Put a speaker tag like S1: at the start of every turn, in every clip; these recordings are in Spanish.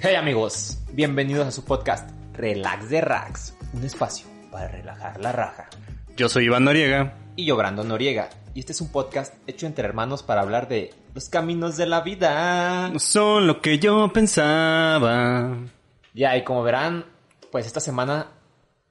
S1: Hey amigos, bienvenidos a su podcast Relax de Racks, un espacio para relajar la raja.
S2: Yo soy Iván Noriega.
S1: Y yo Brandon Noriega, y este es un podcast hecho entre hermanos para hablar de los caminos de la vida.
S2: No son lo que yo pensaba.
S1: Ya, y como verán, pues esta semana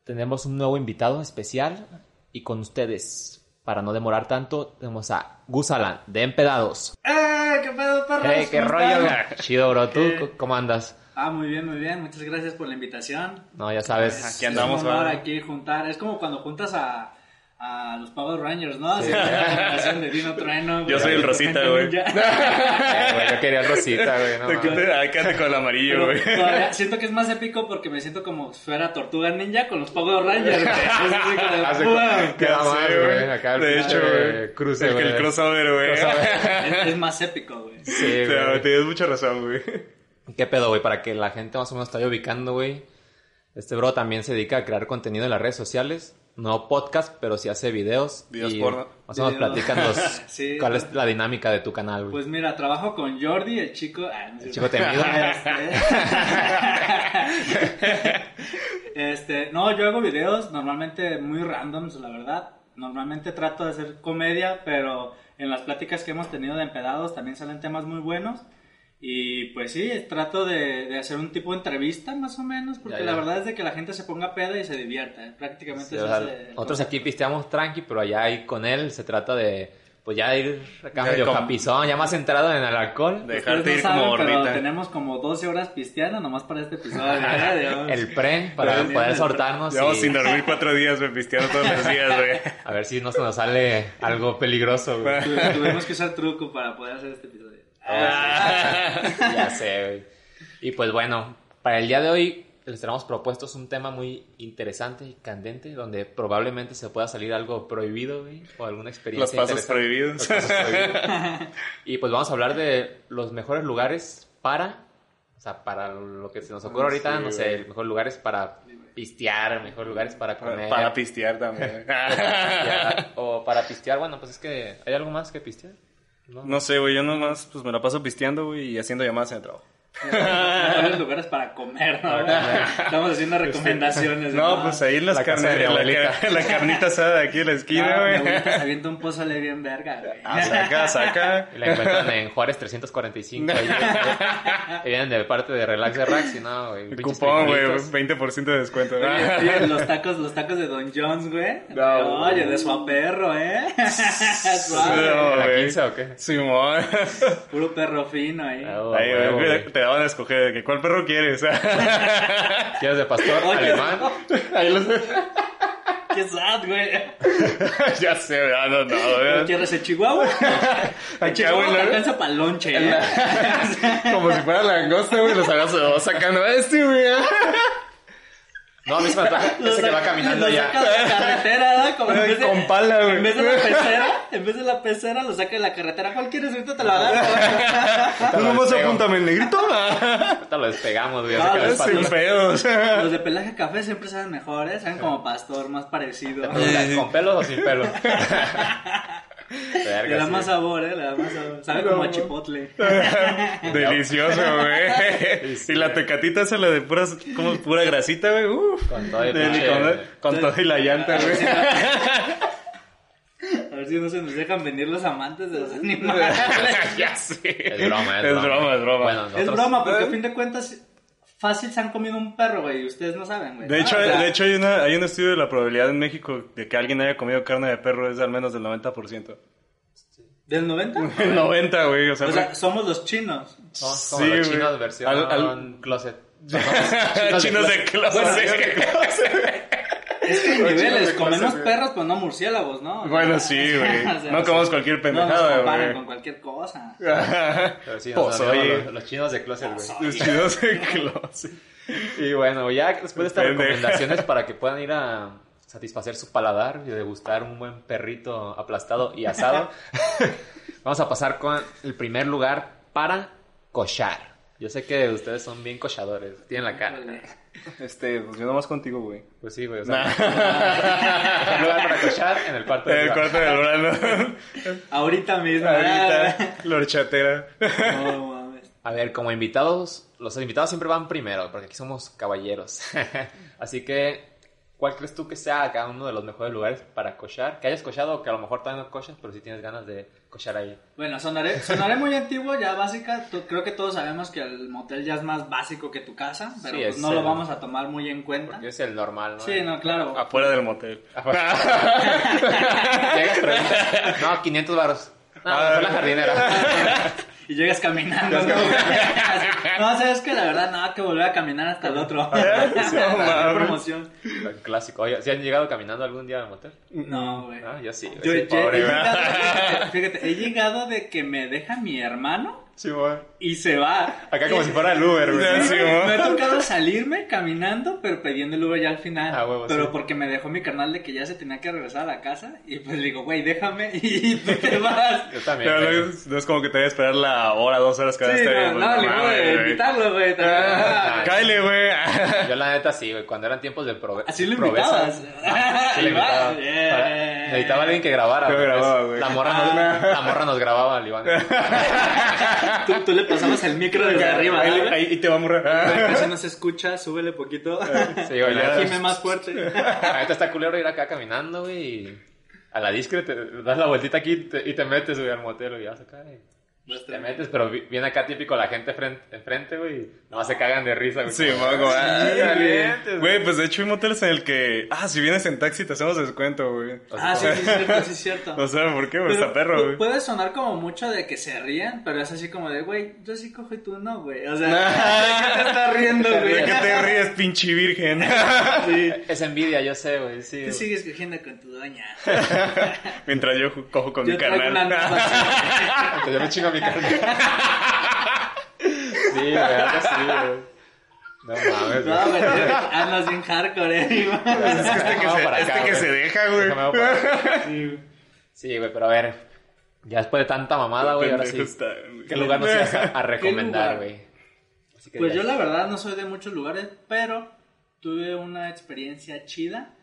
S1: tenemos un nuevo invitado especial y con ustedes, para no demorar tanto, tenemos a Gusalan de Empedados.
S3: ¡Eh! ¿Qué pedo, perros?
S1: Hey, qué
S3: ¿Cómo
S1: rollo,
S3: están?
S1: güey. chido bro, ¿tú
S3: ¿Qué?
S1: co- cómo andas?
S3: Ah, muy bien, muy bien. Muchas gracias por la invitación.
S1: No, ya sabes.
S2: Aquí andamos,
S3: Es un honor
S2: ¿verdad?
S3: aquí juntar. Es como cuando juntas a, a los Power Rangers, ¿no? Así que la combinación de Dino Trueno. güey,
S2: Yo soy el
S3: de
S2: Rosita,
S3: Tormenta
S2: güey.
S3: Ninja.
S1: Eh, güey, yo quería Rosita, güey, no
S2: ¿De qué
S1: mames.
S2: te- ah, quédate con el amarillo, güey.
S3: Pero todavía siento que es más épico porque me siento como si fuera Tortuga Ninja con los Power Rangers. güey. Es así como de,
S1: Hace-
S3: ¡pum!
S1: Queda
S2: Ya sé,
S1: más, güey, acá el
S2: De hecho,
S1: pinche
S2: güey.
S1: cruce,
S2: el,
S1: güey.
S2: el crossover, güey.
S3: Es- es más épico, güey.
S1: Sí,
S2: O sea,
S1: güey.
S2: Tienes mucha razón, güey.
S1: ¿Qué pedo, güey? Para que la gente más o menos te vaya ubicando, güey. Este bro también se dedica a crear contenido en las redes sociales. No podcast, pero sí hace videos.
S2: Videos
S1: y
S2: porno.
S1: Más o menos
S3: Videos.
S1: platícanos
S3: Sí.
S1: cuál es la dinámica de tu canal, güey.
S3: Pues mira, trabajo con Jordi, el chico. ah, no es
S1: chico
S3: cierto.
S1: temido.
S3: Este... Este, no, yo hago videos normalmente muy randoms, la verdad. Normalmente trato de hacer comedia, pero en las pláticas que hemos tenido de empedados también salen temas muy buenos. Y pues sí, trato de, de hacer un tipo de entrevista más o menos, porque
S1: Ya, ya.
S3: la verdad es de que la gente se ponga peda y se divierta. ¿eh? Prácticamente
S1: Sí,
S3: ese
S1: o sea,
S3: es el
S1: nosotros aquí pisteamos tranqui, pero allá ahí con él se trata de, pues ya ir acá
S2: Ya
S1: medio
S2: como-
S1: capizón, ya más entrado en el alcohol.
S2: De-
S3: Ustedes
S2: Dejarte
S3: no
S2: ir
S3: saben,
S2: como
S3: pero
S2: gordita.
S3: tenemos como 12 horas pisteando nomás para este episodio. ¿verdad? Digamos.
S1: El pre, para
S3: Ya,
S1: poder
S3: ya.
S1: soltarnos
S2: Llevamos
S1: y
S2: sin dormir cuatro días, güey, pisteando todos los días, güey.
S1: a ver si no se nos sale algo peligroso, güey.
S3: Tu- Tuvimos que usar truco para poder hacer este episodio.
S1: ya sé, güey. Y pues bueno, para el día de hoy les tenemos propuestos un tema muy interesante y candente, donde probablemente se pueda salir algo prohibido, güey, o alguna
S2: Los
S1: experiencia
S2: pasos
S1: interesante.
S2: prohibidos.
S1: Los pasos prohibidos. y pues vamos a hablar de los mejores lugares para, o sea, para lo que se nos ocurre ahorita,
S2: Sí,
S1: no sé,
S2: güey.
S1: los mejores lugares para pistear, mejores lugares para comer.
S2: Para pistear también.
S1: pistear, o para pistear, bueno, pues es que, ¿hay algo más que pistear?
S2: No sé, güey, yo nomás pues me la paso pisteando, güey, y haciendo llamadas en el trabajo.
S3: Varios lugares para comer, ¿no? Estamos haciendo recomendaciones.
S2: No, pues ahí en las
S1: La casa
S2: carnes,
S1: de mi
S2: la,
S1: abuelita.
S2: car- la carnita asada de aquí en la esquina,
S3: Ah, mi
S2: güey.
S3: abuelita se avienta un pozole bien verga, güey.
S2: Ah, saca, saca.
S1: Y la encuentran en Juárez 345. ahí, güey. Y vienen de parte de Relax de Rax y no, güey.
S2: El
S1: pinches
S2: cupón, güey,
S1: frijolitos.
S2: 20% de descuento. Ah, ¿no?
S3: Oye, oye, los tacos, los tacos de Don Jones, güey.
S2: No.
S3: Oye, de su perro, ¿eh? Suave.
S2: No,
S1: ¿La
S2: güey.
S1: 15 o qué?
S2: Simón.
S3: Puro perro fino ahí.
S1: Ah,
S2: Ahí, güey,
S1: huevo,
S2: güey,
S1: güey.
S2: te daban a escoger de que cuál perro quieres.
S1: ¿Quieres de pastor
S3: Oye,
S1: alemán?
S2: Ahí los...
S3: Qué sad, güey.
S2: ya sé, güey, ah, no, no,
S3: ¿No
S2: güey.
S3: ¿Quieres el chihuahua? El
S2: Acá,
S3: chihuahua
S2: güey,
S3: te
S2: la-
S3: alcanza para lonche, ¿eh?
S2: Como si fuera langosta, güey, los habías sacando este, güey.
S1: No, a mí se me antoja
S3: Lo
S1: ese que va
S3: saca-
S1: caminando
S3: lo
S1: ya.
S3: saca de la carretera, ¿verdad? Como en vez de,
S2: Con pala, güey.
S3: En vez de la pecera, en vez de la pecera, lo saca de la carretera. ¿Cuál quieres? Ahorita te la dan.
S2: ¿Tú nomás
S1: Langosta,
S2: apúntame el negrito? Ah,
S1: Ahorita lo despegamos, güey.
S3: No,
S1: saca
S3: güey,
S1: las
S2: Sin
S1: patas.
S2: pedos.
S3: Los de pelaje café siempre saben mejor, ¿eh? Saben como pastor, más parecido.
S1: O sea, ¿Con pelos o sin pelos?
S3: Le
S1: Verga,
S3: da
S1: sí.
S3: más sabor, ¿eh? Le da más sabor. Sabe como a chipotle.
S2: Delicioso, güey. Y la tecatita esa, la de puras, como pura grasita, güey. Uf.
S1: Con todo y
S2: De-
S1: pinche-
S2: con, con todo y la llanta, güey.
S3: A ver si no se nos dejan venir los amantes de los animales.
S2: ya sé.
S1: Es broma, es broma.
S2: es broma.
S1: Bueno,
S3: Es
S1: nosotros- ¿eh?
S3: broma, porque a fin de cuentas, fácil se han comido un perro, güey. y Ustedes no saben, güey.
S2: de,
S3: ¿no?
S2: hecho,
S3: O sea,
S2: de hecho hay, una, hay un estudio de la probabilidad en México de que alguien haya comido carne de perro es al menos del 90%.
S3: ¿Del 90?
S2: El 90, güey. O sea,
S3: O sea, somos los chinos.
S1: Somos
S2: Sí,
S1: como los
S2: güey.
S1: chinos versión
S2: Al- al-
S1: closet.
S2: chinos, de closet.
S3: Es que hay
S2: Los chinos
S3: niveles,
S2: de
S3: comemos
S2: clase, güey.
S3: perros, pues no murciélagos, ¿no?
S2: Bueno, sí, güey.
S3: O sea,
S2: No comemos cualquier
S3: No nos
S2: pendejada,
S3: comparan
S2: güey.
S3: con cualquier cosa.
S1: Pero sí,
S2: Pues,
S1: nos olvidamos
S2: oye.
S1: los, los chinos de closet, güey.
S2: Los chinos de closet.
S1: Y bueno, ya después de estas
S2: Pendeja.
S1: recomendaciones para que puedan ir a satisfacer su paladar y degustar un buen perrito aplastado y asado, vamos a pasar con el primer lugar para cochar. Yo sé que ustedes son bien cochadores, tienen la cara.
S3: Híjole.
S2: Este, pues yo nomás contigo, güey.
S1: Pues sí, güey. O sea, un lugar para cochar en el cuarto
S2: En
S1: de
S2: el cuarto del Brando.
S3: Ahorita mismo. ¿eh?
S2: Ahorita, la horchatera.
S3: No mames.
S1: A ver, como invitados, los invitados siempre van primero, porque aquí somos caballeros. Así que, ¿cuál crees tú que sea acá uno de los mejores lugares para cochar? Que hayas cochado o que a lo mejor todavía no cochas, pero sí tienes ganas de cochar ahí.
S3: Bueno, sonaré, sonaré muy antiguo, ya básica. tú- creo que todos sabemos que el motel ya es más básico que tu casa, pero
S1: Sí,
S3: pues
S1: es
S3: no lo
S1: el-
S3: vamos a tomar muy en cuenta.
S1: Porque es el normal, ¿no?
S3: Sí, no, claro.
S2: Afuera del motel.
S1: Llegas, preguntas, No, 500 baros. No, mejor la jardinera.
S3: Y llegas caminando. ¿no? No, sabes que la verdad, nada que volver a caminar hasta el otro.
S2: Sí, no mames.
S3: promoción.
S1: El clásico. Oye, ¿sí han llegado caminando algún día al motel?
S3: No, güey.
S1: Ah, yo sí. güey.
S3: Yo
S1: Sí,
S3: he-
S1: pobre,
S3: he
S1: güey.
S3: llegado, fíjate, fíjate, he llegado de que me deja mi hermano
S2: Sí, güey.
S3: y se va.
S1: Acá como
S3: Y-
S1: si fuera el Uber, güey.
S2: Sí, güey.
S3: Me ha tocado salirme caminando, pero pidiendo el Uber ya al final.
S1: Ah, huevo,
S3: pero
S1: sí.
S3: porque me dejó mi canal de que ya se tenía que regresar a la casa. Y pues le digo, güey, déjame y tú te vas.
S1: Yo también.
S2: Pero no
S1: güey.
S2: es, no es como que te voy a esperar la hora, dos horas que vas a
S3: Sí,
S2: estar ahí,
S3: no,
S2: pues,
S3: no, le
S2: mames,
S3: voy a
S2: güey.
S3: invitarlo, güey. también.
S1: Ah,
S2: Cáele, güey.
S1: Yo la neta sí, güey, cuando eran tiempos de prove
S3: Así lo
S1: proveza,
S3: invitabas.
S1: sí
S3: Y
S1: lo invitaba.
S3: vas, yeah. Ah.
S1: Para- Necesitaba alguien que grabara.
S2: Yo
S1: güey,
S2: grababa,
S1: pues,
S2: güey.
S1: La morra, nos, la morra nos grababa al Iván.
S3: Tú, tú le pasabas el micro desde arriba,
S2: Ahí,
S3: ¿no?
S2: ahí- ahí te va a morrer.
S3: Eso no se escucha, súbele poquito.
S1: Sí, güey, la
S3: Gime
S1: neta.
S3: más fuerte.
S1: la neta está culero ir acá caminando, güey. y A la discre te das la vueltita aquí y te, y te metes, güey, al motel, y Vas acá, y Te metes, pero vi- viene acá típico la gente fren- enfrente, güey. y Nomás se cagan de risa, güey.
S2: Sí, mago,
S1: Sí,
S2: ah.
S1: valientes, güey.
S2: Güey, pues de hecho hay moteles en el que, ah, si vienes en taxi te hacemos descuento, güey.
S3: Ah, sí, sí, es cierto, sí, es cierto.
S2: O sea, ¿por qué? Pues
S3: Pero
S2: está perro,
S3: pu-
S2: güey.
S3: Puede sonar como mucho de que se rían, pero es así como de, güey, yo sí cojo y tú no, güey. O sea, ¿de qué te estás riendo, güey?
S2: ¿De qué te ríes, pinche virgen?
S1: Es envidia, yo sé, güey. Sí,
S3: Tú
S1: güey.
S3: sigues cogiendo con tu doña.
S2: Mientras yo ju- cojo con
S3: Yo
S2: mi
S3: traigo una
S2: carnal.
S3: nueva.
S1: Aunque yo me chingo a mi carne. sí, güey, algo así, güey. No mames,
S3: No,
S1: güey.
S3: güey, andas bien hardcore, eh. mi mamá.
S2: Es que este que,
S1: Vamos
S2: se,
S1: para acá,
S2: este que
S1: güey.
S2: se deja, güey.
S1: Déjame, voy para acá. Sí, güey, pero a ver. Ya después de tanta mamada, güey, ahora sí.
S2: Pendejo está, güey.
S1: ¿Qué lugar nos ibas a, a recomendar,
S3: lugar?
S1: güey? Así que
S3: Pues
S1: ya.
S3: yo la verdad no soy de muchos lugares, pero tuve una experiencia chida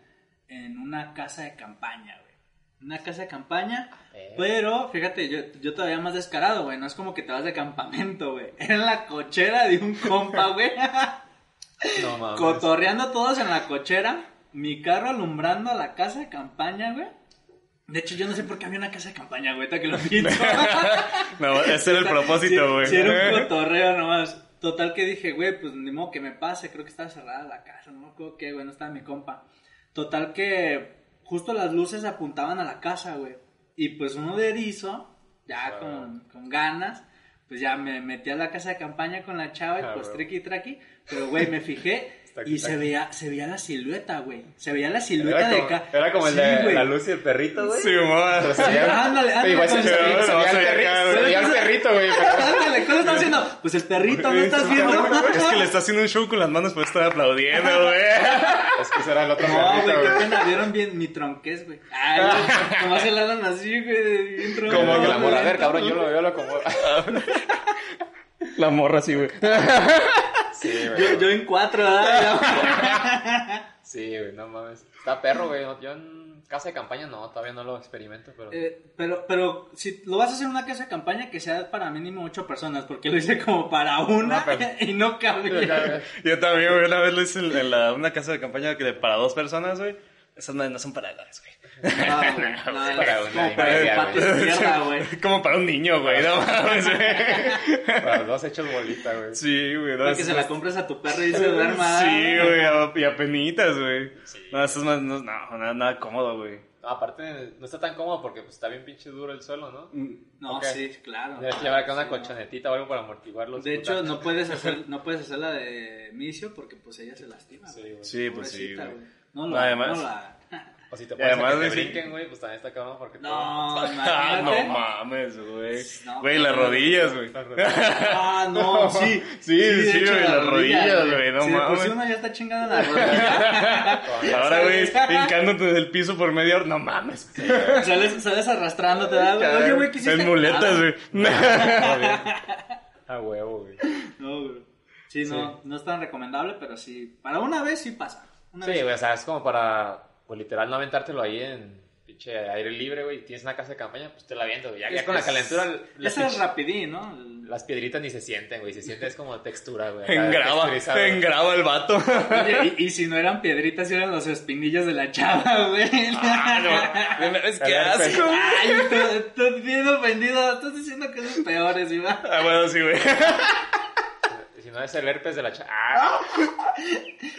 S3: en una casa de campaña, güey. Una casa de campaña,
S1: Eh.
S3: pero fíjate, yo, yo todavía más descarado, güey. No es como que te vas de campamento, güey. En la cochera de un compa, güey.
S1: No mames.
S3: Cotorreando todos en la cochera. Mi carro alumbrando la casa de campaña, güey. De hecho, yo no sé por qué había una casa de campaña, güey, ahorita que lo pienso.
S2: No, ese era el
S3: Sí,
S2: propósito, güey.
S3: sí, era
S1: Eh.
S3: un cotorreo nomás. Total que dije, güey, pues ni modo que me pase. Creo que estaba cerrada la casa, no me acuerdo qué, güey, no estaba mi compa. Total que justo las luces apuntaban a la casa, güey. Y pues uno de erizo, ya
S1: Ah.
S3: con, con ganas, pues ya me metí a la casa de campaña con la chava y
S1: Ah,
S3: pues
S1: güey.
S3: triqui traqui. Pero, güey, me fijé
S1: Taqui,
S3: y se
S1: taqui.
S3: veía, se veía la silueta, güey. Se veía la silueta
S1: Era
S3: de
S1: como,
S3: acá.
S1: era como el
S3: Sí,
S1: de
S3: güey.
S1: la luz y el perrito, güey.
S2: Sí,
S1: Pero
S2: mamá.
S1: se veía-
S3: Ándale, ándale,
S1: Igual se
S3: ándale.
S1: veía se veía el perrito, se veía el perrito, güey. pero-
S3: Ándale, ¿Cómo estás haciendo? Pues el perrito, ¿no estás viendo?
S2: Es que le está haciendo un show con las manos, pues estar aplaudiendo, güey.
S1: Es que ese era el otro
S3: No,
S1: perrito,
S3: güey, qué pena, vieron bien mi tronquez, güey. Ay, güey, nomás se la dan así, güey, bien tronco.
S1: Como que la morra, a ver, cabrón, yo lo veo, lo acomodo.
S2: La morra, sí, güey.
S1: Sí, güey.
S3: Yo, yo en cuatro, ¿verdad?
S1: Sí, güey, no mames. Está perro, güey. No- Yo en casa de campaña no, todavía no lo experimento, pero.
S3: Eh, pero, pero si lo vas a hacer en una casa de campaña, que sea para mínimo ocho personas, porque lo hice como para una
S1: Una persona.
S3: y no cabía.
S2: Yo también, güey, una vez lo hice en, en la- una casa de campaña que de- para dos personas, güey. Esas madres no son para dos, güey. Eh,
S3: No, güey, no, es
S1: Para una
S3: como Eh, para el
S1: idea,
S3: patio de
S1: güey.
S3: tierra, güey.
S2: Como para un niño, güey, no mames, güey.
S1: Para dos hechos bolita, güey.
S2: Sí, güey. No,
S3: Para que
S2: esas-
S3: se la compres a tu perro y se duerma.
S2: Sí, güey, a- y apenitas, güey. No, esas madres no, no, nada, nada cómodo, güey.
S1: No, aparte, no está tan cómodo porque pues, está bien pinche duro el suelo, ¿no?
S3: No,
S1: Ok.
S3: sí, claro.
S1: Tienes que llevar acá una
S3: Mm. Sí, no.
S1: colchonetita o algo para amortiguar los.
S3: De hecho,
S1: putazos.
S3: no puedes hacer, no puedes hacer la de Micio porque pues ella se lastima.
S1: Sí,
S3: güey.
S1: güey.
S2: Sí, pues sí,
S3: Pobrecita,
S2: güey.
S3: güey. No lo,
S2: No, además-
S3: no la-
S1: O si te
S2: Y
S1: pones a
S2: además
S1: que te
S2: de sí.
S1: brinquen, güey, pues también está cabrón porque.
S3: No,
S2: Ah, no
S3: imagínate.
S2: mames, güey.
S3: No,
S2: Güey, las
S3: pero-
S2: rodillas, güey.
S3: Ah, no, sí.
S2: Sí,
S3: de
S2: sí,
S3: hecho,
S2: güey, las rodillas, güey, no
S3: Sí, de por
S2: mames.
S3: sí uno ya está chingando la rodilla.
S2: Ahora, güey,
S3: sabes.
S2: hincándote en el piso por media hora. No mames.
S3: sales, sales arrastrándote, ¿verdad, güey? Oye, güey, ¿qué hiciste?
S2: En muletas,
S3: Ah,
S2: güey.
S1: A huevo, güey.
S3: No, güey. Sí, no, no es tan recomendable, pero sí, para una vez sí pasa. Una
S1: Sí,
S3: vez.
S1: güey, o sea, es como para, pues literal, no aventártelo ahí en pinche aire libre, güey. Tienes una casa de campaña, pues te la viendo, güey. Ya, ya con la
S3: Es-
S1: calentura, las,
S3: Ese es
S1: pinche-
S3: rapidín, ¿no? El-
S1: las piedritas ni se sienten, güey. Se siente es como textura, güey. acá,
S2: Engraba,
S1: texturizado.
S2: engraba el vato.
S3: Oye, y, y si no eran piedritas, eran los espinillos de la chava, güey.
S1: Ah,
S2: No mames, qué
S1: A ver, pues.
S2: asco. güey.
S3: Ay, estás bien ofendido. Estás diciendo que son peores, Iván.
S2: Ah, bueno, sí, güey.
S1: Si no es el herpes de la cha... ¡Ah!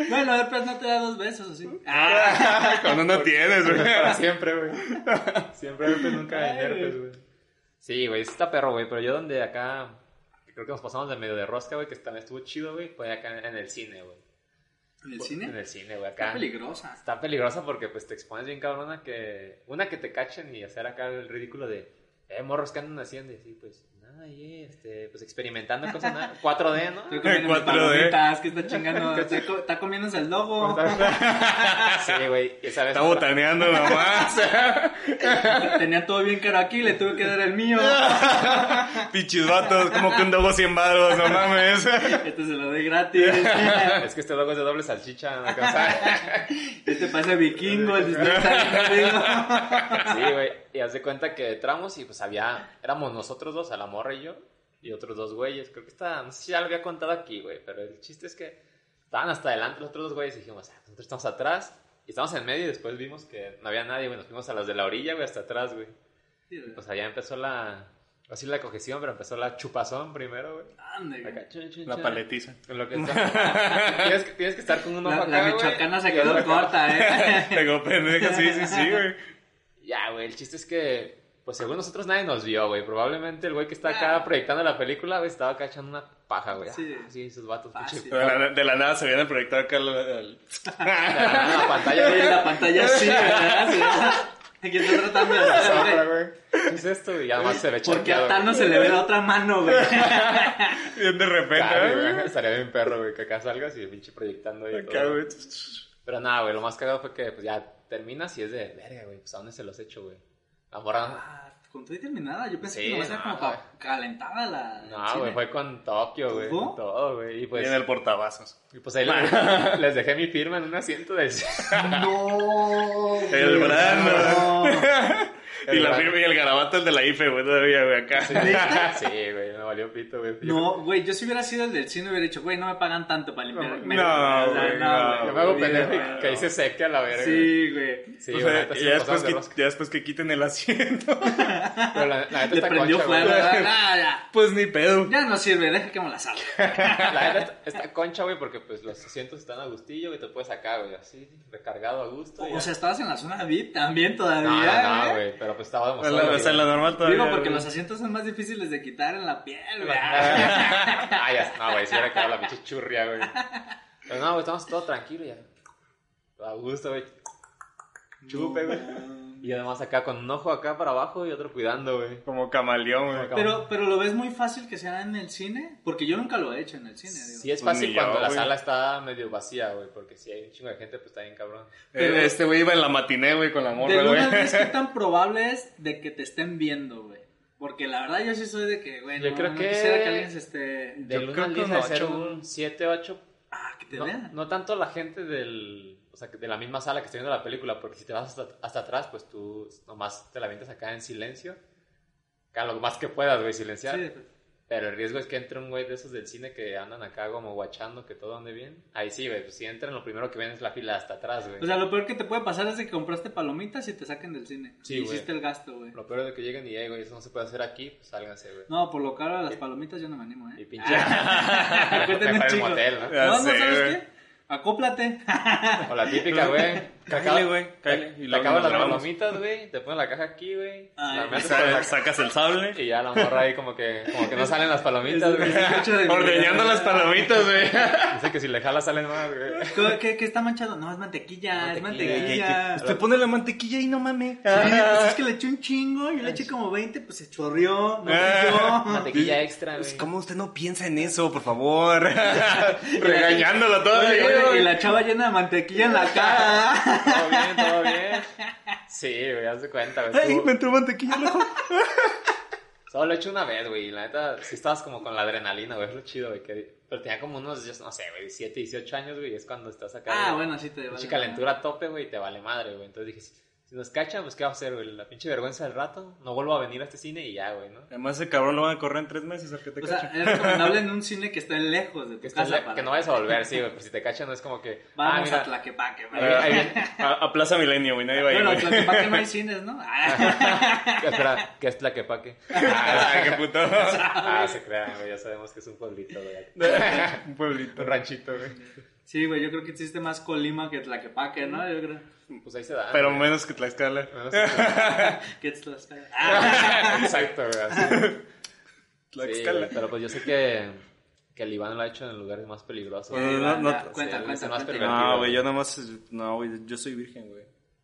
S3: Bueno, después no te da dos besos, ¿o sí? Ah,
S2: Cuando no tienes, güey.
S1: Para siempre, güey. Siempre herpes, nunca
S3: Ay,
S1: hay herpes, güey. Sí, güey, sí está perro, güey. Pero yo donde acá... Creo que nos pasamos de medio de rosca, güey, que también estuvo chido, güey. Fue acá en el cine, güey.
S3: ¿En el
S1: En
S3: cine?
S1: el cine, güey, acá.
S3: Está peligrosa.
S1: Está peligrosa porque pues te expones bien cabrona que... Una que te cachen y hacer acá el ridículo de... Eh, morros que andan haciendo y así, pues... Nada, y este... Pues experimentando cosas, nada, 4D, ¿no?
S3: Estoy comiendo mis
S2: 4D.
S3: palomitas, que está chingando. Está, co- está comiéndose el logo.
S1: Sí, güey, y esa vez...
S2: Está botaneando nomás.
S3: Tenía todo bien caro aquí, le tuve que dar el mío.
S2: Pichis vatos, como que un dogo 100 barros, no mames.
S3: Este se lo doy gratis.
S1: Es que este logo es de doble salchicha, no alcanza.
S3: Este pasa vikingo, el distrito está bien jodido.
S1: Sí, güey, y haz de cuenta que entramos y pues había... Éramos nosotros dos, a la morra y yo, y otros dos güeyes. Creo que está... No sé si ya lo había contado aquí, güey, pero el chiste es que... Estaban hasta adelante los otros dos güeyes y dijimos, "Ah, nosotros estamos atrás. Y estamos en medio y después vimos que no había nadie, güey. Nos fuimos a las de la orilla, güey, hasta atrás, güey. Pues allá empezó la. Así la cojeción, pero empezó la chupazón primero, güey.
S3: Ande, güey.
S1: Acá, chun, chun,
S2: La
S1: chun.
S2: paletiza.
S1: En Lo que está- tienes, que, tienes que estar con un ojo
S3: La,
S1: acá,
S3: la
S1: güey,
S3: michoacana se
S1: y otro
S3: quedó
S1: acá.
S3: corta, eh.
S2: Digo, pendeja, sí, sí, sí, güey.
S1: Ya, güey, el chiste es que. Pues según nosotros nadie nos vio, güey. Probablemente el güey que está acá proyectando la película, güey, estaba acá echando una paja, güey.
S3: Sí.
S1: Sí, sí, esos vatos, pinche.
S3: Fácil.
S2: De la, de la nada se viene el proyector acá al-
S1: En
S2: al-
S1: la pantalla,
S3: Oye,
S1: güey.
S3: la pantalla sí, ¿verdad? Sí, ¿verdad? Aquí está tratando de hacer, güey.
S1: ¿Qué es esto? güey? Y además se ve
S3: Porque a
S1: chanteado,
S3: Thanos se le ve la otra mano, güey.
S2: bien de repente.
S1: Claro,
S2: ¿eh?
S1: güey, Estaría bien perro, güey, que acá salgas y pinche proyectando y
S2: Acá,
S1: todo.
S2: güey. Pues.
S1: Pero nada, güey, lo más cagado fue que pues ya terminas y es de, verga, güey, pues a dónde se los echo, güey. La morra,
S3: Ah, Con todo y terminada, yo pensé
S1: Sí,
S3: que iba a ser
S1: no,
S3: como
S1: güey.
S3: para calentada la. el
S1: no,
S3: cine.
S1: güey, fue con Tokio, güey,
S3: ¿Tuvo?
S1: con todo, güey. Y
S2: Y
S1: pues,
S2: en el portavasos.
S1: y, pues ahí les, les dejé mi firma en un asiento de...
S3: No.
S2: El
S3: güey,
S2: Brando.
S1: El
S2: Y, la
S1: gran-
S2: firma y el garabato el de la IFE, güey, todavía, güey, acá.
S1: sí, güey, me valió pito, güey.
S3: No, No, güey, yo si hubiera sido el del cine hubiera dicho, güey, no me pagan tanto para limpiar.
S2: No,
S3: Me-
S2: no,
S3: o sea,
S2: güey, no,
S1: Yo me hago
S3: güey,
S1: pendejo
S3: güey,
S1: y que ahí se seque a la verga. güey.
S3: Sí, güey.
S1: Sí,
S2: O
S1: güey,
S2: sea,
S1: la neta sí nos
S2: ya, después
S1: pasamos de
S2: que,
S1: rosca.
S2: ya después que quiten el asiento.
S1: Pero la, la neta
S3: Le
S1: está
S3: prendió
S1: concha, güey.
S3: fuego. Ah, ya.
S2: Pues ni pedo.
S3: Ya no sirve, deja que me la salga.
S1: La neta está concha, güey, porque pues los asientos están a gustillo, güey, te puedes sacar, güey, así, recargado a gusto. y
S3: O
S1: ya.
S3: sea, estabas en la zona VIP también
S1: no, no, no,
S3: todavía, güey.
S1: güey, pero pues estábamos
S2: O sea, o sea, en la normal todavía.
S3: Digo, porque
S2: güey.
S3: los asientos son más difíciles de quitar en la piel, güey.
S1: Ah, ya, no, güey, si hubiera quedado la pinche churria, güey. Pero no, güey, estamos todo tranquilo ya. A gusto, güey. Chupe, güey. Y además acá con un ojo acá para abajo y otro cuidando, güey.
S2: Como camaleón, güey. Este
S1: Como
S3: Pero, pero lo ves muy fácil que sea en el cine, porque yo nunca lo he hecho en el cine. Digo.
S1: Sí es
S2: Pues
S1: fácil
S2: ni yo,
S1: cuando la
S2: güey.
S1: sala está medio vacía, güey, porque si hay un chingo de gente, pues está bien cabrón.
S2: Eh, Este güey iba en la matiné, güey, con la morra,
S3: Del uno
S2: güey.
S3: al diez, ¿qué tan probable es de que te estén viendo, güey? Porque la verdad yo sí soy de que, güey,
S1: Yo
S3: no,
S1: creo
S3: no
S1: que-
S3: quisiera que alguien se esté...
S1: De
S2: Yo
S1: luna
S2: creo
S1: al
S2: que
S1: 10
S2: un
S1: debe ser
S2: ocho,
S1: un 7, 8.
S3: Ah, que te
S1: No,
S3: vean.
S1: no tanto la gente del, o sea, que de la misma sala que está viendo la película, porque si te vas hasta, hasta atrás, pues tú nomás te la avientas acá en silencio. Acá lo más que puedas, güey, silenciar.
S3: Sí,
S1: Pero el riesgo es que entre un güey de esos del cine que andan acá como guachando que todo ande bien. Ahí sí, güey, pues si entran, lo primero que ven es la fila hasta atrás, güey.
S3: o sea, lo peor que te puede pasar es de que compraste palomitas y te saquen del cine.
S1: Sí,
S3: Y
S1: güey.
S3: Hiciste el gasto, güey.
S1: lo peor es que lleguen y, "Ey, güey, eso no se puede hacer aquí, pues sálganse, güey.
S3: No, por lo caro de las palomitas yo no me animo,
S1: Y
S3: ¿eh?
S1: pinche.
S3: Cuéntame un
S1: mejor el
S3: chingo.
S1: motel, ¿no?
S2: Ya
S3: no, no,
S2: sé,
S3: ¿sabes
S2: güey.
S3: qué? Acóplate.
S1: O la típica, güey. Te
S2: Cáele,
S1: acaba-
S2: güey, cáele, y
S1: Te, te
S2: luego
S1: acaban
S2: nos
S1: las
S2: grabamos.
S1: palomitas, güey. Te ponen la caja aquí, güey.
S3: Ay.
S1: La metes por
S2: Sa-
S1: la-
S2: Sacas el sable.
S1: Y ya la morra ahí como que, como que no salen las palomitas, güey.
S2: Ordeñando las palomitas, güey.
S1: Dice que si le jalas salen más, güey.
S3: ¿Qué, qué, qué está manchado? No, es mantequilla, es
S1: Mantequilla.
S3: mantequilla.
S2: Usted pone la mantequilla y no Ah. mames.
S3: Sí, pues es que le eché un chingo, yo le eché como 20, pues se chorrió, no brilló.
S1: Mantequilla extra, güey.
S2: pues, ¿Cómo usted no piensa en eso, por favor? Regañándolo todo.
S3: Oye,
S2: güey.
S3: oye, Y la chava llena de mantequilla en la cara.
S1: Todo bien, todo bien. Sí, güey, haz de cuenta, güey.
S2: Ay,
S1: estuvo-
S2: me entró mantequilla en el ojo.
S1: Solo lo he hecho una vez, güey. y La neta, sí estabas como con la adrenalina, güey. Es lo chido, güey. que- Pero tenía como unos, yo no sé, güey, 7, 18 años, güey. y Es cuando estás acá.
S3: Ah,
S1: güey,
S3: bueno, sí te
S1: Pinche
S3: vale.
S1: calentura a tope, güey, y te vale madre, güey. Entonces dije, si- si nos cachan, pues qué va a hacer, güey. La pinche vergüenza del rato. No vuelvo a venir a este cine y ya, güey, ¿no?
S2: Además, ese cabrón lo van a correr en tres meses al que te
S3: O
S2: cacha.
S3: sea, es recomendable en un cine que esté lejos de tu
S1: Que, estés
S3: casa.
S1: le-
S3: para-
S1: que no vayas a volver, sí, güey. Pues si te cachan, no es como que. ah,
S3: Vamos
S1: mira,
S3: a Tlaquepaque.
S1: ahí viene-
S3: ¿verdad?
S1: ahí viene-
S2: A, a Plaza Milenio, güey, nadie va a ir,
S3: Bueno,
S2: güey.
S3: Tlaquepaque no hay cines, ¿no? Ah.
S1: Espera, ¿qué es Tlaquepaque?
S2: Ah, qué puto.
S1: Ah, se crean, güey. Ya sabemos que es un pueblito, güey.
S2: Un pueblito.
S1: Un ranchito, güey.
S3: sí, güey, yo creo que existe más Colima que Tlaquepaque, ¿no? Yo creo
S1: Pues ahí se da.
S2: Pero menos que Tlaxcala.
S3: que es Tlaxcala. Ah.
S1: Exacto, güey. así. Sí,
S2: Tlaxcala.
S1: güey, pero pues yo sé que, que el Iván lo ha hecho en lugares más peligrosos.
S2: Bueno,
S1: güey.
S2: Eh, no, no-
S3: Anda, Cuenta,
S1: Sí,
S3: cuenta,
S1: se me hace
S3: cuenta.
S1: pervertido.
S2: No, güey, yo nomás. No, güey, yo soy virgen, güey.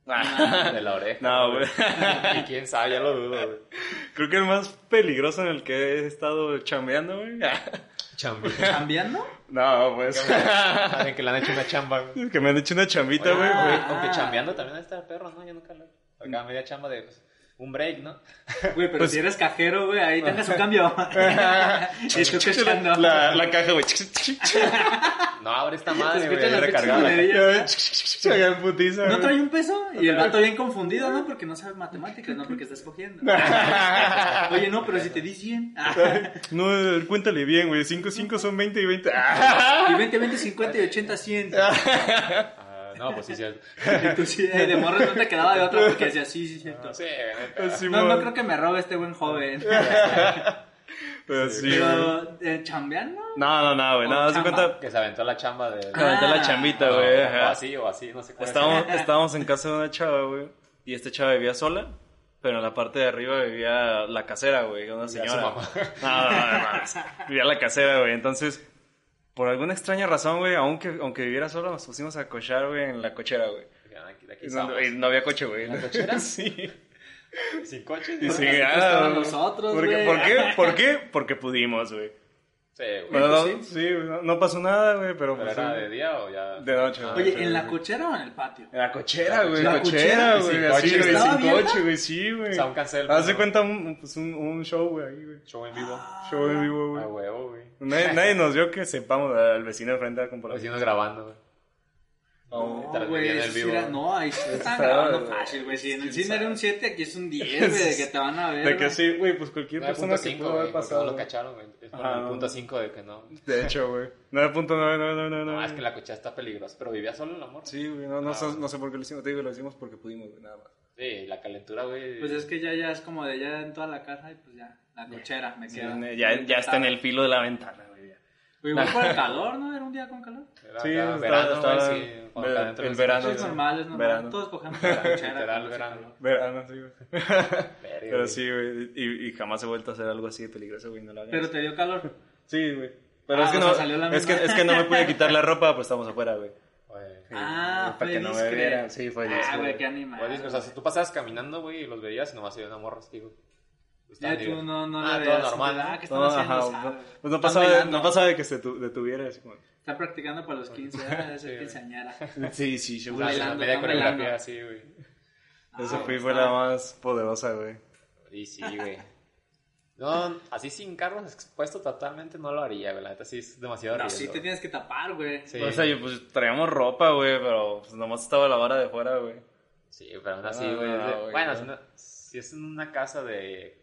S3: Ah.
S1: De la oreja.
S2: No, güey.
S1: Y quién sabe, ya lo dudo, güey.
S2: Creo que el más peligroso en el que he estado chambeando, güey.
S3: Ah.
S1: Chambi.
S3: ¿Cambiando?
S2: No, pues.
S1: Saben que le han hecho una chamba, güey.
S2: Que me han hecho una chambita,
S1: Oye,
S2: güey.
S1: aunque-
S2: güey.
S3: Ah. Mm.
S1: Aunque chambeando también está el perro, ¿no? Yo nunca lo he hecho. Acá media chamba de pues, un break, ¿no?
S3: Güey, pero
S2: Pues-
S3: si eres cajero, güey, ahí tengas un cambio. y tú te echando.
S2: La, la caja, güey.
S1: No, abre esta
S3: Se
S1: madre,
S3: escuchan
S1: güey.
S3: las
S1: Recargada. la
S3: pinches
S1: caja.
S3: melodías.
S2: Se hagan putiza,
S3: ¿No
S2: güey.
S3: trae un peso? Y el vato bien confundido, ¿no? Porque no sabe matemáticas, ¿no? Porque estás cogiendo. Oye, no, pero si te di 100. Ah.
S2: No, cuéntale bien, güey. 5, 5 son 20 y 20. Ah,
S3: Y 20, 20, 50 y 80, 100.
S1: Ah, no, pues sí, es cierto.
S3: Y tú sí, eh, de morro no te quedaba de otra porque decía, sí, sí, cierto.
S1: No sé, güey, neta.
S2: así,
S3: No, no
S2: güey.
S3: creo que me robe este buen joven.
S2: Así, güey.
S3: Pero, eh, ¿chambeando?
S2: No, no, no, güey. No,
S3: O
S2: haz de
S3: chamba. Ah,
S2: cuenta.
S1: Que se aventó la chamba de.
S2: Me aventé la chambita, Ah, güey.
S1: o
S2: ajá.
S1: así, o así, no sé cuál.
S2: Estábamos, estábamos en casa de una chava, güey. Y esta chava vivía sola. Pero en la parte de arriba vivía la casera, güey. Una
S1: Vivía
S2: señora.
S1: su mamá.
S2: No, no, no, no, mames. Vivía la casera, güey. Entonces, por alguna extraña razón, güey, aunque, aunque viviera sola, nos pusimos a cochar, güey, en la cochera, güey.
S1: Dijeron, Aquí, aquí
S2: Y
S1: estamos.
S2: no, y no había coche, güey.
S1: ¿La cochera?
S2: Sí.
S1: Sin coche.
S2: Y
S1: Sí,
S2: sí,
S3: así
S2: ah,
S3: estaban
S2: güey.
S3: nosotros,
S2: ¿Por qué?
S3: güey.
S2: ¿Por qué? ¿Por qué? Porque pudimos, güey.
S1: güey.
S2: Bueno, no, sí, güey, no, no pasó nada, güey, pero...
S1: pues ¿Pero era
S2: pues, sí.
S1: de día o ya?
S2: De noche,
S1: Ah,
S3: Oye, ¿en la cochera o en el patio?
S2: En la cochera, güey.
S3: La
S2: La cochera,
S3: cochera,
S2: güey.
S1: sin
S2: Así,
S1: coche,
S2: güey.
S3: ¿estaba
S2: Sin
S3: abierta?
S2: coche, güey. Sí, güey.
S1: O sea, un cancel.
S2: Haz de
S1: ¿no?
S2: cuenta un, pues, un, un show, güey, ahí, güey.
S1: Show en vivo.
S2: Show en vivo,
S1: A
S2: güey.
S1: huevo, Ah, güey.
S2: Nadie, nadie nos vio que sepamos eh, al vecino de frente a la
S1: Los
S2: comparación.
S1: vecinos grabando, güey.
S3: No,
S1: transmitían
S3: güey,
S1: en
S3: eso sí
S1: vivo.
S3: era- no, ahí sí están grabando fácil, güey. Si en el cine era un 7, aquí es un 10, güey, de que te van a ver.
S2: De que
S3: güey.
S2: sí, güey, pues cualquier persona que
S1: 9.5,
S2: pudo
S1: güey.
S2: haber
S1: porque No
S2: pasado.
S1: lo cacharon, güey. Es por
S2: Ajá,
S1: el
S2: no.
S1: punto 5 de que no.
S2: De hecho, güey. 9.9, no, no, no, no.
S1: No, es que la Ah, cochera está peligrosa. Pero vivía solo el amor. Sí.
S2: Sí, güey, no, no, sé- no sé por qué lo hicimos. Te digo, lo hicimos porque pudimos, güey, nada más.
S1: la calentura, güey.
S3: Pues es que ya, ya es como de ya en toda la casa y pues ya, la cochera, me queda.
S2: el filo de la ventana, güey. ya.
S3: Oye, Igual por el calor, ¿no? Era un día con calor.
S1: Era
S2: sí,
S1: acá,
S2: estaba-
S1: verano,
S2: estaba-
S1: güey, sí, cuando
S2: el-
S1: acá dentro
S2: el
S1: del
S2: verano,
S3: Sí,
S1: coche,
S3: es
S2: sí.
S3: normal, es normal.
S2: Verano.
S3: Todos cogemos la cochera.
S1: Literal,
S3: cuando hace
S1: verano.
S3: calor.
S2: Verano, sí, güey.
S1: verga,
S2: Pero
S1: güey.
S2: sí, güey. Y, y jamás he vuelto a hacer algo así de peligroso, güey. No lo hagan.
S3: Pero te dio calor.
S2: Sí, güey. Pero
S3: Ah,
S2: es, que
S3: o sea,
S2: no,
S3: salió la
S2: es, que,
S3: misma.
S2: es que no me pude quitar la ropa, pues estamos afuera, güey.
S1: Oye,
S3: Ah,
S2: para
S3: fue
S2: que no me
S3: discre.
S2: vieran. Sí, fue
S3: Ah,
S2: discre.
S3: güey, qué animal.
S1: Oye, o sea, si tú pasabas caminando, güey, y los veías y nomás había una morra, digo.
S3: Ya tú no, no
S1: ah,
S3: le
S1: todo
S3: veas,
S1: normal.
S3: Ah, ¿qué están
S2: No,
S3: haciendo?
S2: ajá,
S3: Ah,
S2: no, pues no
S3: están
S2: pasaba, de,
S3: bailando.
S2: no pasaba de que se tu- detuviera. así como-
S3: Están practicando para los 15, ah, esa
S1: Sí,
S3: quinceañera.
S2: Sí, sí,
S1: Ah, ¿no?
S2: seguro.
S1: O sea,
S3: bailando,
S1: media
S3: están
S1: coreografía
S3: bailando.
S1: así, güey.
S2: Esa
S3: Ah,
S2: fui
S3: está.
S2: fue la más poderosa, güey.
S1: Y sí, güey. No, así sin carros expuesto totalmente no lo haría, güey. La neta sí es demasiado
S3: No,
S1: riesgo.
S3: sí te tienes que tapar, güey.
S1: Sí.
S2: O sea, yo, pues traíamos ropa, güey, pero pues, nomás estaba la vara de fuera, güey.
S1: Sí, pero aún así,
S2: No,
S1: güey.
S2: no,
S1: de-
S2: güey,
S1: bueno,
S2: no.
S1: si, no- si es en una casa de,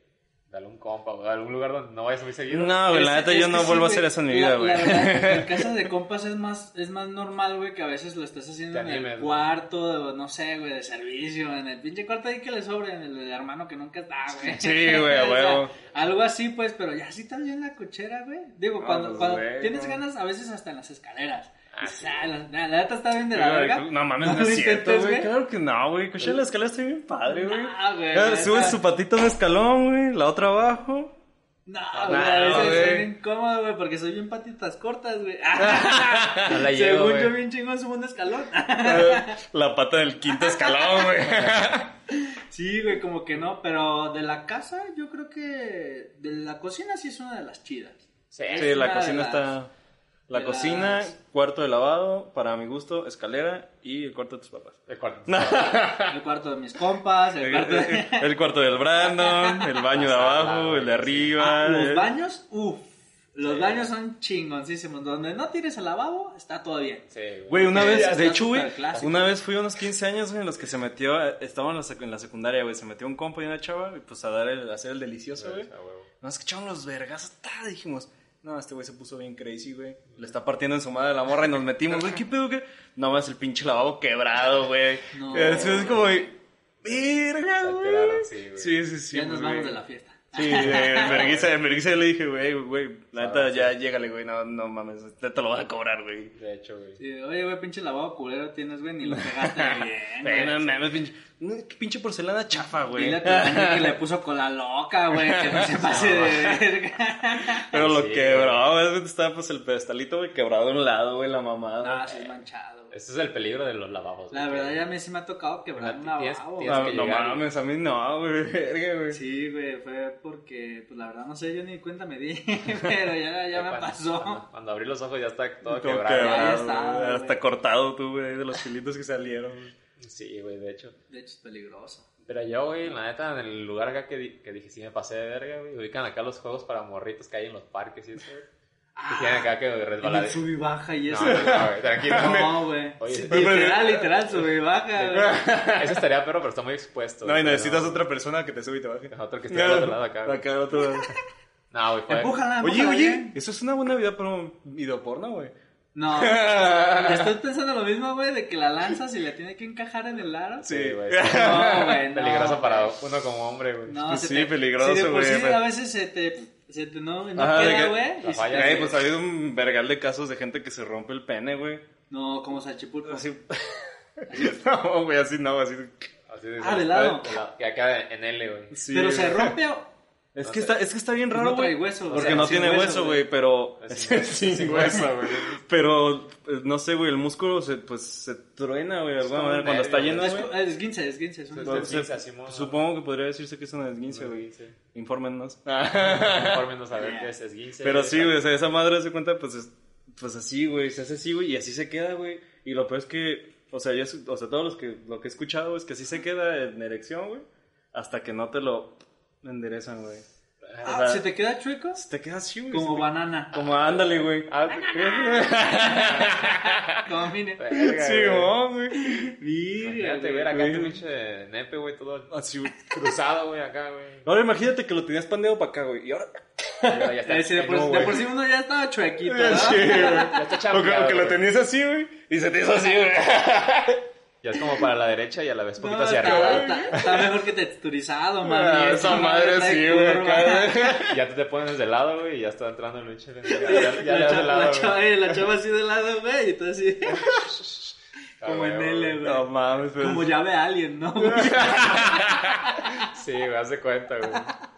S1: de algún compa o de algún lugar donde no vayas muy seguido.
S2: No, güey, la
S3: Es-
S2: neta
S3: es
S2: yo
S3: que
S2: no
S3: sí,
S2: vuelvo a
S3: güey.
S2: hacer eso en mi
S3: La-
S2: vida,
S3: la
S2: güey.
S3: verdad, En casa de compas es más, es más normal, güey, que a veces lo estás haciendo
S1: Te
S3: en el
S1: animes, güey.
S3: cuarto, no sé, güey, de servicio, en el pinche cuarto ahí que le sobre, en el, del hermano que nunca está, güey.
S2: Sí, güey, a
S3: O sea,
S2: huevo.
S3: Algo así, pues, pero ya sí estás bien en la cochera, güey. Digo,
S2: No,
S3: cuando,
S2: pues,
S3: cuando
S2: güey,
S3: tienes
S2: no.
S3: ganas, a veces hasta en las escaleras.
S1: Ah,
S3: Dices,
S1: sí.
S3: "Ah, la, la neta está bien de la verga.
S2: No mames, no,
S3: lo
S2: es cierto,
S3: intentes,
S2: güey. Claro que no, güey. Coche la escalera estoy bien padre, güey.
S3: No, güey,
S2: Ya,
S3: neta.
S2: Subes su patita un escalón, güey, la otra abajo.
S3: No,
S2: Ah, No,
S3: güey, a veces
S2: güey.
S3: soy bien incómodo, güey, porque soy bien patitas cortas, güey. Ah.
S1: No la llevo,
S3: Según
S1: güey.
S3: yo, bien chingón, subo un escalón.
S2: La pata del quinto escalón, güey.
S3: Sí, güey, como que no, pero de la casa yo creo que de la cocina sí es una de las chidas.
S1: Sí,
S3: Es
S2: Sí,
S3: una
S2: la
S3: de
S2: cocina
S3: las-
S2: está. La
S3: Las-
S2: cocina, cuarto de lavado, para mi gusto, escalera y el cuarto de tus papás.
S1: El cuarto.
S3: El cuarto de mis compas, el cuarto de...
S2: El cuarto del Brandon, el baño de abajo, el de arriba.
S3: Ah, los
S2: el-
S3: baños, uff. Los baños son chingoncísimos. Donde no tienes el lavabo, está todo bien.
S1: Sí,
S2: Güey, una
S3: Sí,
S2: vez,
S3: está
S2: de hecho, güey,
S3: superclásico.
S2: una vez fui a unos 15 años, güey, en los que se metió, estaban en la sec- en la secundaria, güey, se metió un compa y una chava, y pues a dar el, a hacer el delicioso, güey. No, es que echamos los vergas, ta, dijimos, no, este güey se puso bien crazy, güey, le está partiendo en su madre la morra y nos metimos, güey, ¿qué pedo, qué? No, más el pinche lavabo quebrado, güey.
S3: No.
S2: Eso es como, güey, verga,
S1: Se
S2: güey.
S1: alteraron, sí, güey.
S2: Sí, sí, sí.
S3: ya nos
S2: güey.
S3: vamos de la fiesta.
S2: Sí, de- en vergüenza, en vergüenza le dije, güey, güey, la
S1: Ah,
S2: neta, ya, llégale, güey, no, no mames, este te, te lo vas a cobrar, güey.
S1: De hecho, güey.
S3: Sí, oye, güey, pinche lavabo culero tienes, güey, ni lo pegaste bien.
S2: Güey, no
S3: güey.
S2: mames, pinche, no, qué pinche porcelana chafa, güey.
S3: Dile a tu amigo que le puso cola loca, güey, que no se pase de verga.
S2: Pero lo
S1: Sí,
S2: quebró, güey, estaba pues el pedestalito, güey, quebrado a un lado, güey, la mamada.
S3: No, sí, es manchado, güey.
S1: Ese es el peligro de los lavabos.
S3: La
S1: güey.
S3: verdad, ya a mí sí me ha tocado quebrar un
S1: No, tienes-
S3: lavabo.
S1: tienes-
S3: güey.
S2: No,
S1: que
S2: no
S1: llegar,
S2: mames, a mí no, güey, verga, güey.
S3: Sí, güey, fue porque, pues la verdad, no sé, yo ni cuenta me di, pero ya, ya me
S1: Cuando-
S3: pasó.
S1: Cuando, cuando abrí los ojos ya está todo
S2: Todo
S1: quebrado.
S3: quebrado. Ya
S2: güey,
S3: estaba, güey.
S2: hasta cortado tú, güey, de los filitos que salieron. güey.
S1: Sí, güey, de hecho.
S3: De hecho, es peligroso.
S1: Pero yo, güey, la neta, en el lugar acá que, di- que dije, sí me pasé de verga, güey. Ubican acá los juegos para morritos que hay en los parques y eso, güey. Que tienen acá que
S3: En Ah, el
S1: resbalar.
S3: sub y baja y
S1: No,
S3: eso.
S1: no, no, güey, tranquilo.
S3: No, güey.
S1: Oye,
S3: Sí,
S1: pero-
S3: literal, literal, sube y baja, güey.
S1: Eso estaría perro, pero está muy expuesto.
S2: No,
S1: güey,
S2: y necesitas
S1: pero-
S2: otra persona que te sube y te baje.
S1: Otro que esté al otro lado acá, güey.
S2: Acá al otro lado.
S1: No, güey, fue...
S2: Oye,
S3: Empújala, empújala
S2: oye,
S3: Pues bien.
S2: eso es una buena vida para un videoporno, güey.
S3: No, estoy pensando lo mismo, güey, de que la lanza si la tiene que encajar en el aro.
S1: Sí, güey.
S3: No, güey, no.
S1: Peligroso para uno como hombre, güey.
S3: No, se
S2: Sí,
S3: te-
S2: peligroso,
S3: si de por
S2: güey,
S3: sí
S2: pero-
S3: a veces se te, se te no, no
S2: Ajá, de
S3: queda,
S2: que-
S3: güey.
S1: La
S3: y se-
S1: falla.
S2: Güey, pues ha habido un vergal de casos de gente que se rompe el pene, güey.
S3: No, como salchipulpo.
S2: Así. no, güey, así no, así.
S1: Así de
S3: Ah, de lado.
S1: de lado, Que acá en L, güey.
S2: Sí,
S3: Pero
S2: güey.
S3: se rompe o...
S2: Es que, está, es que está bien
S3: Pues
S2: raro,
S3: no
S2: güey.
S3: trae hueso, o
S2: Porque
S3: sea,
S2: no
S3: sin
S2: tiene
S3: hueso,
S2: hueso,
S3: güey.
S2: güey, pero.
S1: Es sin hueso.
S2: sin hueso, güey. Pero, eh, no sé, güey, el músculo se, pues, se truena, güey, de alguna
S1: como
S2: manera.
S1: un
S2: Cuando está
S1: nervio,
S2: lleno,
S3: Es,
S2: güey.
S3: es esguince, esguince. Es un...
S1: Entonces,
S2: pues, se-
S1: esguince, así, mono.
S2: Supongo que podría decirse que es una esguince, güey.
S1: Esguince.
S2: Infórmenos.
S1: Ah, Infórmenos a ver qué es esguince.
S2: Pero sí, güey, o sea, esa madre se cuenta, pues, es- pues así, güey, se hace así, güey, y así se queda, güey. Y lo peor es que, o sea, yo, es- o sea, todos los que, lo que he escuchado es que así se queda en erección, güey, hasta que no te lo enderezan, güey.
S3: Ah,
S2: o sea,
S3: ¿Se te queda chueco?
S2: Se te queda así, güey. se
S3: Como
S2: te-
S3: banana.
S2: Como ándale, güey.
S1: Ah,
S3: Como mine.
S1: Verga,
S2: sí,
S1: güey.
S2: no, güey.
S1: Imagínate, güey, acá tu pinche nepe, güey, todo
S2: Así, güey.
S1: cruzado, güey, acá, güey.
S2: Ahora imagínate que lo tenías pandeado para acá, güey. Y ahora.
S1: Y ahora Ya
S3: Eh, si de, por,
S1: no,
S3: de
S1: güey.
S3: por sí uno ya estaba chuequito, ¿verdad?
S2: Sí,
S1: Ya está
S2: güey. O que, o
S1: chambeado,
S2: que lo
S1: güey.
S2: tenías así, güey. Y se te hizo así, güey.
S1: Ya es como para la derecha y a la vez
S3: No,
S1: poquito hacia
S3: está-
S1: arriba. güey.
S3: Está, está mejor que texturizado, mami.
S2: Ah, Esa madre
S3: trae
S2: sí, güey.
S3: curva.
S2: acá, güey.
S1: Ya tú te pones de lado, güey, y ya está entrando el pinche. Ya, ya, ya le das
S3: La, chava,
S1: de
S3: la,
S1: lado, güey.
S3: chava, eh, la chava así de lado, güey, y tú así,
S1: Ah,
S3: como
S1: güey,
S3: en
S1: güey.
S3: L, güey.
S2: No mames, pero.
S3: Como llave a alguien, ¿no?
S1: Sí, güey, haz de cuenta, güey.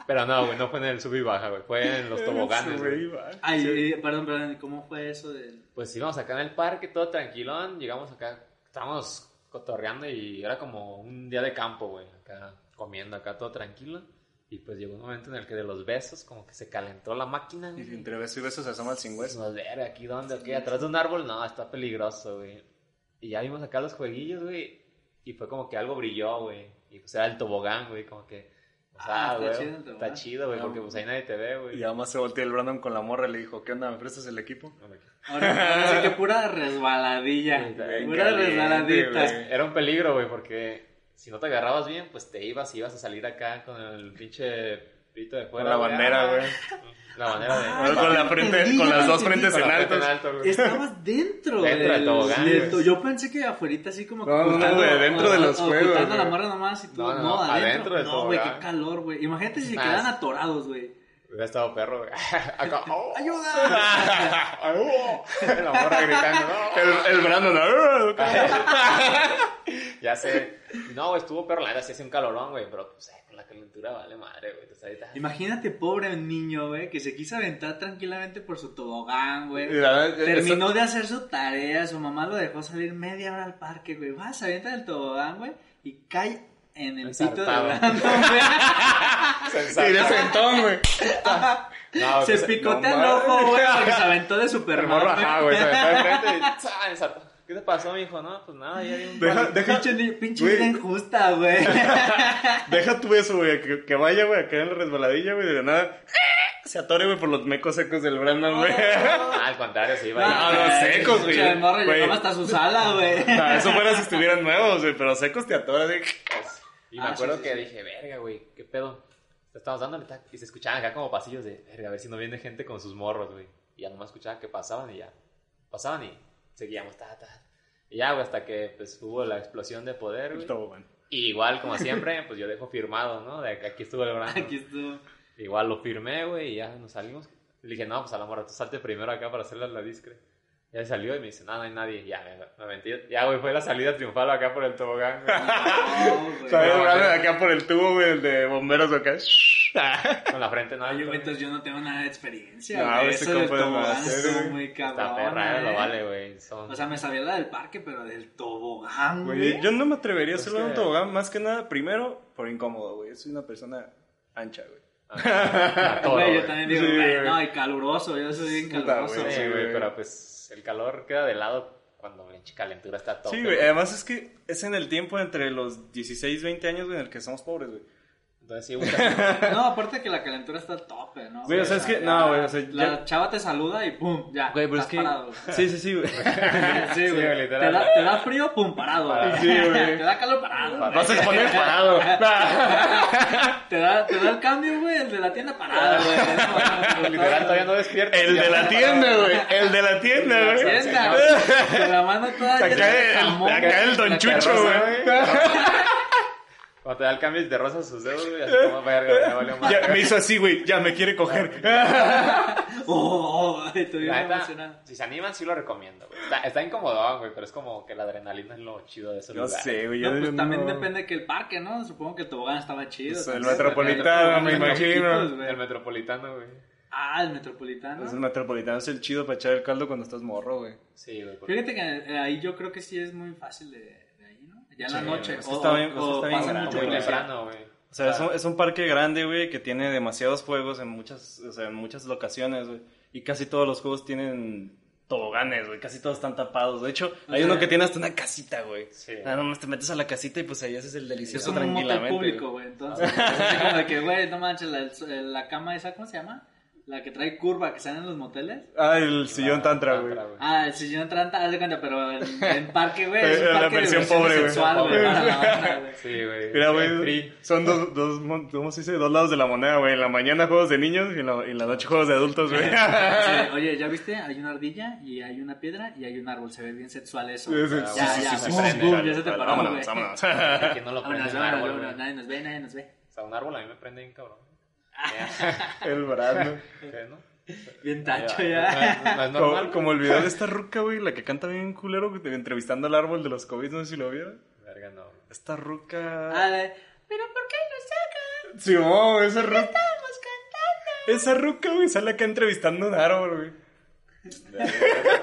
S1: Pero no, güey, no fue en el sub y baja, güey. Fue en los toboganes, güey.
S3: Ay, eh, perdón, perdón, ¿cómo fue eso del...?
S1: Pues íbamos acá en el parque, todo tranquilón. Llegamos acá, estábamos cotorreando y era como un día de campo, güey. Acá comiendo, acá todo tranquilo. Y pues llegó un momento en el que de los besos, como que se calentó la máquina.
S2: Y
S1: güey.
S2: entre besos y besos se asoma el sin
S1: Pues
S2: hueso.
S1: no, ver, aquí dónde, aquí atrás de un árbol, no, está peligroso, güey. Y ya vimos acá los jueguillos, güey. Y fue como que algo brilló, güey. Y pues era el tobogán, güey, como que. O sea,
S3: Ah, está
S1: güey,
S3: chido el tobogán.
S1: está chido, güey,
S2: Ah,
S1: porque pues ahí nadie te ve,
S2: Y
S1: güey.
S2: además se volteó el Brandon con la morra y le dijo: ¿Qué onda? ¿Me prestas el equipo?
S3: Ahora, ahora sí que pura resbaladilla,
S1: Bien
S3: pura
S2: caliente,
S3: resbaladita.
S2: güey.
S1: Era un peligro, güey, porque si no te agarrabas bien, pues te ibas y ibas a salir acá con el pinche pito de
S2: Con
S1: fuera.
S2: la
S1: güey. Ah,
S2: bandera, güey.
S1: La bandera de.
S3: Ah,
S2: Con
S3: ya
S2: la
S3: te
S2: frente,
S3: entendí,
S2: con
S3: ya
S2: las
S3: te
S2: dos
S3: entendí.
S2: frentes en
S1: Con la frente
S2: alto.
S1: alto, güey.
S3: Estabas dentro,
S1: Dentro del tobogán, güey.
S3: to- Yo pensé que afuerita así como...
S2: No, no, no,
S3: ocultando-
S2: güey, dentro de los
S3: ocultando
S2: juegos,
S3: la
S2: güey.
S3: morra nomás y tú,
S1: No,
S3: no,
S1: no, adentro
S3: adentro.
S1: del
S3: no, güey, qué
S1: tobogán.
S3: calor, güey. Imagínate si se
S1: Ah,
S3: quedan
S1: sí.
S3: atorados, güey.
S1: Hubiera estado perro, güey. Acá. ¡oh!
S3: ¡Ayuda!
S1: La morra gritando, ¡no!
S2: oh. El, el Brandon. "Ah".
S1: Ya sé. No, güey, estuvo perro, la neta, sí hacía un calorón, güey, pero pues eh, con la calentura vale madre, güey. Entonces ahorita...
S3: Imagínate, pobre niño, güey, que se quiso aventar tranquilamente por su tobogán, güey.
S2: Y la verdad,
S3: Terminó de hacer su tarea, su mamá lo dejó salir media hora al parque, güey. Va, se avienta del tobogán, güey, y cae en el pito de
S1: Ensartado.
S3: Brandon, güey.
S1: Se
S2: eso- Y de
S1: ensartó.
S2: sentón, güey.
S1: No,
S3: Se
S1: pues,
S3: picotea
S2: no
S3: el ojo, güey,
S1: mames.
S3: porque se aventó de
S1: El
S3: Superman.
S1: morro,
S3: güey.
S1: ajá, güey, se me fue enfrente y, ¡za! ensartó. ¿Qué te pasó, mijo? No, pues nada, ya di un...
S2: Deja, deja,
S3: Pinche, ni- pinche
S2: güey.
S3: vida injusta, güey.
S2: deja tú eso, güey. Que, que vaya, güey, acá en la resbaladilla, güey, de la nada. Se atore, güey, por los mecos secos del Brandon, güey.
S1: Ah, al contrario, sí,
S2: No,
S1: va.
S2: no, secos, güey.
S3: Pinche morro
S2: Güey.
S3: llegaba hasta su sala, güey.
S2: No, eso fuera si estuvieran nuevos, güey, pero secos te atoras, güey.
S1: Y me
S3: Ah,
S1: acuerdo
S3: sí, sí,
S1: que
S3: sí.
S1: dije, verga, güey, ¿qué pedo? Te estamos dando neta. Y se escuchaban acá como pasillos de, verga, a ver si no viene gente con sus morros, güey. Y ya nomás escuchaba que pasaban y ya. Pasaban y seguíamos, ta, ta. Y ya, güey, hasta que pues, hubo la explosión de poder, güey.
S2: Todo, güey.
S1: Y igual, como siempre, pues yo dejo firmado, ¿no? De que aquí estuvo el Brandon.
S3: Aquí estuvo.
S1: Igual lo firmé, güey, y ya nos salimos. Le dije, no, pues a la morra, tú salte primero acá para hacerle la discre. Ya se salió y me dice, no, no hay nadie. Ya, me, me mentí. Ya, güey, fue la salida triunfal acá por el tobogán, güey.
S3: No, güey.
S2: Todavía
S1: No,
S2: el Brandon
S1: güey.
S2: acá por el tubo, güey, el de bomberos, güey, acá.
S1: Con la frente, no.
S3: Ay, güey,
S1: güey.
S3: entonces yo no tengo nada de experiencia,
S2: No,
S3: güey.
S2: ese
S3: Eso del
S2: compa es
S3: tobogán
S2: más,
S3: estuvo
S2: eh,
S3: muy cabrón.
S1: Está perra,
S3: eh.
S1: lo vale, güey. Son...
S3: O sea, me sabía la del parque, pero del tobogán,
S2: Güey,
S3: güey.
S2: yo no me atrevería a hacerlo en un
S1: que-
S2: tobogán, más que nada, primero, por incómodo, güey. Soy una persona ancha, güey.
S1: a todo,
S3: Güey,
S1: güey.
S3: yo también digo,
S2: Sí,
S3: güey,
S2: güey.
S3: no, y caluroso, yo soy bien
S2: Puta,
S3: caluroso.
S2: güey.
S1: Sí,
S2: Sí,
S1: güey,
S2: güey.
S1: pero pues el calor queda de lado cuando la calentura está todo.
S2: Sí, güey, eh. además es que es en el tiempo entre los 16, 20 años, güey, en el que somos pobres, güey.
S1: Entonces sí, güey.
S3: No, aparte que la calentura está a tope, ¿no?
S2: Güey, o sea, es que- no, güey, o sea,
S3: La
S2: ya-
S3: chava te saluda y pum, ya.
S2: Güey, pero es
S3: estás
S2: que...
S3: parado.
S2: Sí, sí, sí, güey.
S3: Sí, güey.
S1: güey,
S3: te,
S1: literal.
S3: da, te da frío, pum, parado. güey.
S2: Sí, güey.
S3: te da calor, parado. güey.
S2: Vas a exponer parado.
S3: Te da, te da el cambio, güey, el de la tienda parado, güey. No, güey.
S1: Literal, todavía no despierto.
S2: El de la tienda, güey. El de la tienda, güey.
S3: Tienda, güey, con la mano toda llena
S2: Acá
S3: de
S2: el,
S3: jamón,
S2: acá el
S1: La
S2: Don Chucho,
S1: terraza,
S2: güey.
S1: Cuando te da el cambio de rosa a sus dedos, güey, así como verga, me valió más.
S2: Ya, me hizo así, güey. Ya me quiere coger.
S3: Oh, oh, estoy bien
S1: La neta,
S3: emocionado.
S1: si se animan, sí lo recomiendo, güey. Está, está incomodón, güey, pero es como que la adrenalina es lo chido de ese
S2: No
S1: lugar.
S2: sé, güey. yo
S3: No, pues
S2: no-
S3: también depende que el parque, ¿no? Supongo que el tobogán estaba chido.
S2: Pues, el
S3: también.
S2: Metropolitano, me imagino.
S3: güey.
S1: El metropolitano, güey.
S3: Ah, el metropolitano.
S2: Pues el metropolitano es el chido para echar el caldo cuando estás morro, güey.
S1: Sí, güey. porque-
S3: Fíjate que eh, ahí yo creo que sí es muy fácil de, de ahí, ¿no? Ya en la
S2: Sí,
S3: noche.
S2: es que
S3: O,
S2: está bien- o
S3: o-
S2: sea, está
S3: o
S2: bien
S3: pasa
S2: grande,
S3: mucho
S1: Muy
S2: güey.
S1: temprano, güey.
S2: O sea, es
S1: Claro.
S2: un, es un parque grande, güey, que tiene demasiados juegos en muchas, o sea, en muchas locaciones, güey. Y casi todos los juegos tienen toboganes, güey. Casi todos están tapados. De hecho, hay
S3: Ajá.
S2: uno que tiene hasta una casita, güey.
S1: Sí.
S2: Nada más te metes a la casita y pues ahí haces el
S3: Es
S2: delicioso
S3: un motel
S2: tranquilamente.
S3: público,
S2: güey.
S3: güey. Entonces, es así como de que, güey, no manches, la, el- la cama esa, ¿cómo se llama? La que trae curva que salen en los moteles.
S2: Ah, el sillón
S1: Ah,
S2: tantra, güey.
S3: Ah, el sillón tranta, haz de cuenta, pero en, en parque, güey. es un
S2: Era la
S3: parque de
S2: versión
S3: diversión
S2: pobre, güey.
S3: sexual, güey. para la banda, güey.
S1: Sí, güey.
S2: Mira,
S1: El
S2: güey,
S1: free.
S2: son dos, dos, mon- ¿cómo se dice? Dos lados de la moneda, güey. En la mañana juegos de niños y en la, y en la noche juegos de adultos, güey.
S3: Sí, Oye, ¿ya viste? Hay una ardilla y hay una piedra y hay un árbol. Se ve bien sexual eso.
S2: Sí, sí,
S3: ya,
S2: sí,
S3: ya,
S2: sí, sí,
S3: boom,
S2: sí,
S3: boom,
S2: sí,
S3: ya
S2: sí,
S3: se te
S2: sí,
S3: paró, güey.
S2: Vámonos, vámonos.
S1: Que no lo prende
S3: Vámonos,
S1: un árbol,
S3: vámonos,
S1: güey.
S3: vámonos. Nadie nos ve, nadie nos ve.
S1: O sea, un árbol a mí me prende bien cabrón.
S2: El Brando.
S1: ¿Qué, no?
S3: Bien tacho
S1: Ahí
S3: ya.
S1: va. No, es- no es normal.
S2: Como, como el video de esta ruca, güey, la que canta bien culero, güey, entrevistando al árbol de los COVID, no sé si lo vieron.
S1: Verga, no. güey.
S2: Esta ruca.
S3: Ale, Pero ¿por qué lo sacan?
S2: Sí, no, esa ruca.
S3: Estamos cantando.
S2: Esa ruca, güey, sale acá entrevistando a un árbol, güey.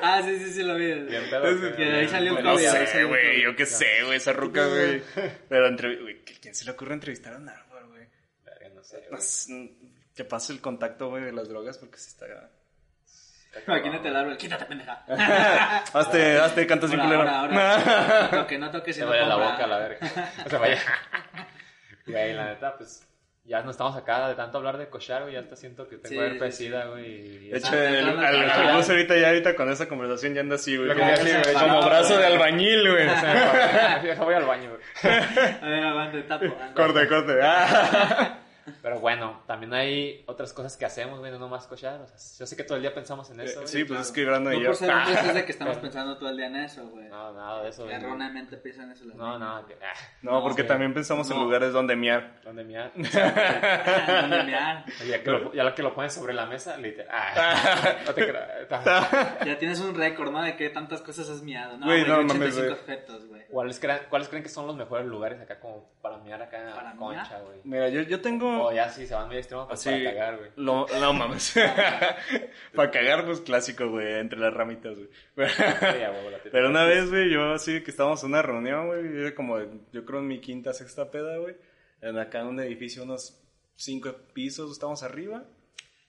S3: Ah, sí, sí, sí, lo vi.
S1: Bien pedo.
S2: Es-
S1: güey.
S3: que ahí salió un
S1: Bueno,
S2: No
S3: Obvio,
S1: sí.
S3: esa
S2: sé,
S3: ruca,
S2: güey,
S3: güey.
S2: yo qué sé, güey, esa ruca, güey. Pero, entre- güey, ¿qu- ¿quién se le ocurre entrevistar a un árbol, güey?
S1: Verga, no sé, güey.
S2: Pues, mm, Que pase el contacto, güey, de las drogas porque se está.
S3: Imagínate el árbol. Quítate, pendeja.
S2: Hazte, hazte, cantas bien
S3: Ahora,
S2: culero.
S3: ahora, ahora. No toque, no toque. si
S1: Se
S3: no
S1: vaya la
S3: compra.
S1: boca, la verga. Se vaya. Güey, la neta, pues. Ya no estamos acá de tanto hablar de cochar, güey. Ya hasta siento que tengo
S3: Sí, sí,
S1: herpesida, güey. y-
S2: De hecho,
S3: Ah,
S2: el-
S3: entrando
S2: al
S3: al
S2: al
S3: canal.
S2: bus ahorita ya ahorita con esa conversación ya anda así, güey.
S1: Lo que
S2: Como,
S1: ya se
S2: como
S1: separó,
S2: brazo
S1: güey.
S2: de albañil, güey.
S1: O sea, Deja voy al baño, güey.
S3: A ver, aguante, tapo. anda.
S2: corte, corte. Ah.
S1: Pero bueno, también hay otras cosas que hacemos, güey, no nomás cochar. O sea, yo sé que todo el día pensamos
S3: Eh,
S1: en eso. güey.
S2: Sí, pues es que Brandon
S3: No
S2: y yo.
S3: por ser hombres es de que estamos pensando todo el día en eso, güey.
S1: No, nada de eso, güey.
S3: Erróneamente piensan eso las
S1: No,
S3: niñas.
S1: no, que, ah,
S2: No, porque
S1: sí.
S2: también pensamos en
S3: No.
S2: lugares donde miar.
S1: ¿Dónde me ha-
S3: ¿Dónde mear?
S1: Ya que, lo, ya que lo ponen sobre la mesa, literal. Ah, no te creas.
S3: Ya tienes un récord, ¿no? De que tantas cosas has miado, ¿no?
S2: Güey,
S3: Güey,
S2: no
S3: yo
S2: mames,
S3: 85
S2: güey.
S3: objetos, güey.
S1: ¿Cuáles, crea- ¿Cuáles creen que son los mejores lugares acá como para mirar acá a
S3: ¿Para
S1: la concha, güey?
S2: Mira, yo, yo
S1: O
S3: Oh,
S2: tengo.
S1: ya sí, se van muy extremos pues,
S2: Así.
S1: para cagar, güey.
S2: Lo, no mames. Para cagar, pues clásico, güey, entre las ramitas, güey.
S1: Sí, ya, güey, la teta.
S2: Pero una vez, güey, yo así que estábamos en una reunión, güey, era como, yo creo en mi quinta, sexta peda, güey, en acá en un edificio, unos cinco pisos, estábamos arriba,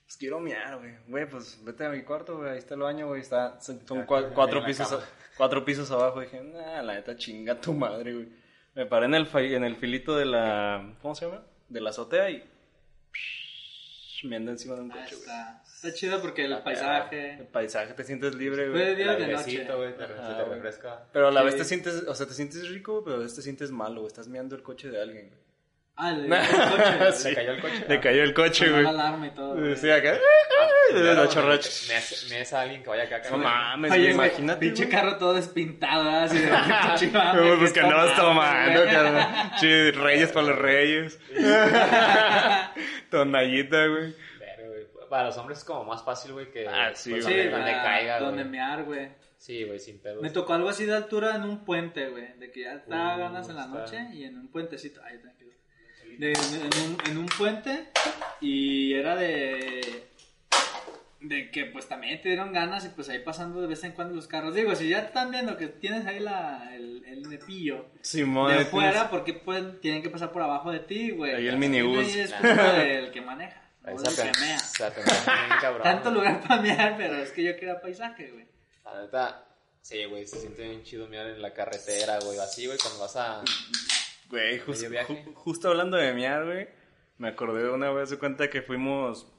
S2: Pues quiero miar, güey. Güey, pues vete a mi cuarto, güey. Ahí está el baño, güey. Está, son son cua- cuatro, pisos, a- cuatro pisos abajo. Dije, nah, la neta chinga tu madre, güey. Me paré en el, fa- en el filito de la. ¿Cómo se llama? De la azotea y. Me ando encima de un
S3: Ah,
S2: coche, güey.
S3: Está, está chido porque el
S2: El
S3: paisaje.
S2: paisaje, te sientes libre,
S3: Fue de
S2: güey.
S3: día o de noche.
S1: Besito, güey, te, re-
S2: Ajá,
S1: se te
S2: güey.
S1: refresca.
S2: Pero a la vez
S3: Sí.
S2: te sientes, o sea, te sientes rico, güey, pero a veces te sientes malo, güey. Estás meando el coche de alguien, güey.
S3: Ah, el, el coche.
S2: Sí.
S1: Se cayó el coche.
S2: Te cayó el coche,
S3: sonó
S2: güey.
S3: la alarma y todo. Ah. güey.
S2: Sí, acá.
S1: Ah,
S2: De la
S1: claro,
S2: chorra.
S1: güey, Me hace- me hace a alguien que vaya acá.
S2: No
S1: güey.
S2: mames,
S3: Oye,
S2: güey,
S3: güey,
S2: imagínate.
S3: Pinche
S2: güey.
S3: carro todo despintado, así de pinche madre,
S2: Güey, pues
S3: ¿qué
S2: que
S3: está
S2: andabas
S3: mal,
S2: tomando,
S3: güey?
S2: cabrón. Che, reyes para los reyes. Tonallita, güey.
S1: Pero, güey, para los hombres es como más fácil, güey, que
S2: Ah, sí,
S1: pues,
S3: Sí,
S1: donde, donde
S3: para
S1: caiga, güey.
S3: Donde mear, güey.
S1: Sí, güey, sin pedos.
S3: Me tocó algo así de altura en un puente, güey. De que ya estaba
S1: Uh,
S3: ganas en la
S1: está.
S3: noche y en un puentecito. Ay, tranquilo. De- en, en un, en un puente y era de. De que pues también te dieron ganas y pues ahí pasando de vez en cuando los carros. Digo, si ya te están viendo que tienes ahí la, el, el nepillo
S2: Simón. ahí
S3: de
S2: tienes-
S3: fuera, porque pues tienen que pasar por abajo de ti, güey.
S2: Ahí el minibús.
S3: Y es culpa del que maneja.
S1: Ahí
S3: o
S1: se
S3: del que
S1: apen-
S3: mea.
S1: se apenaron bien cabrón,
S3: Tanto
S1: güey.
S3: lugar para mear, pero es que yo quería paisaje, güey.
S1: La neta, sí, güey, se siente bien chido mirar en la carretera, güey, así, güey, cuando vas a...
S2: Güey, jus-
S1: Medio viaje.
S2: ju- justo hablando de miar, güey, me acordé de una vez de cuenta que fuimos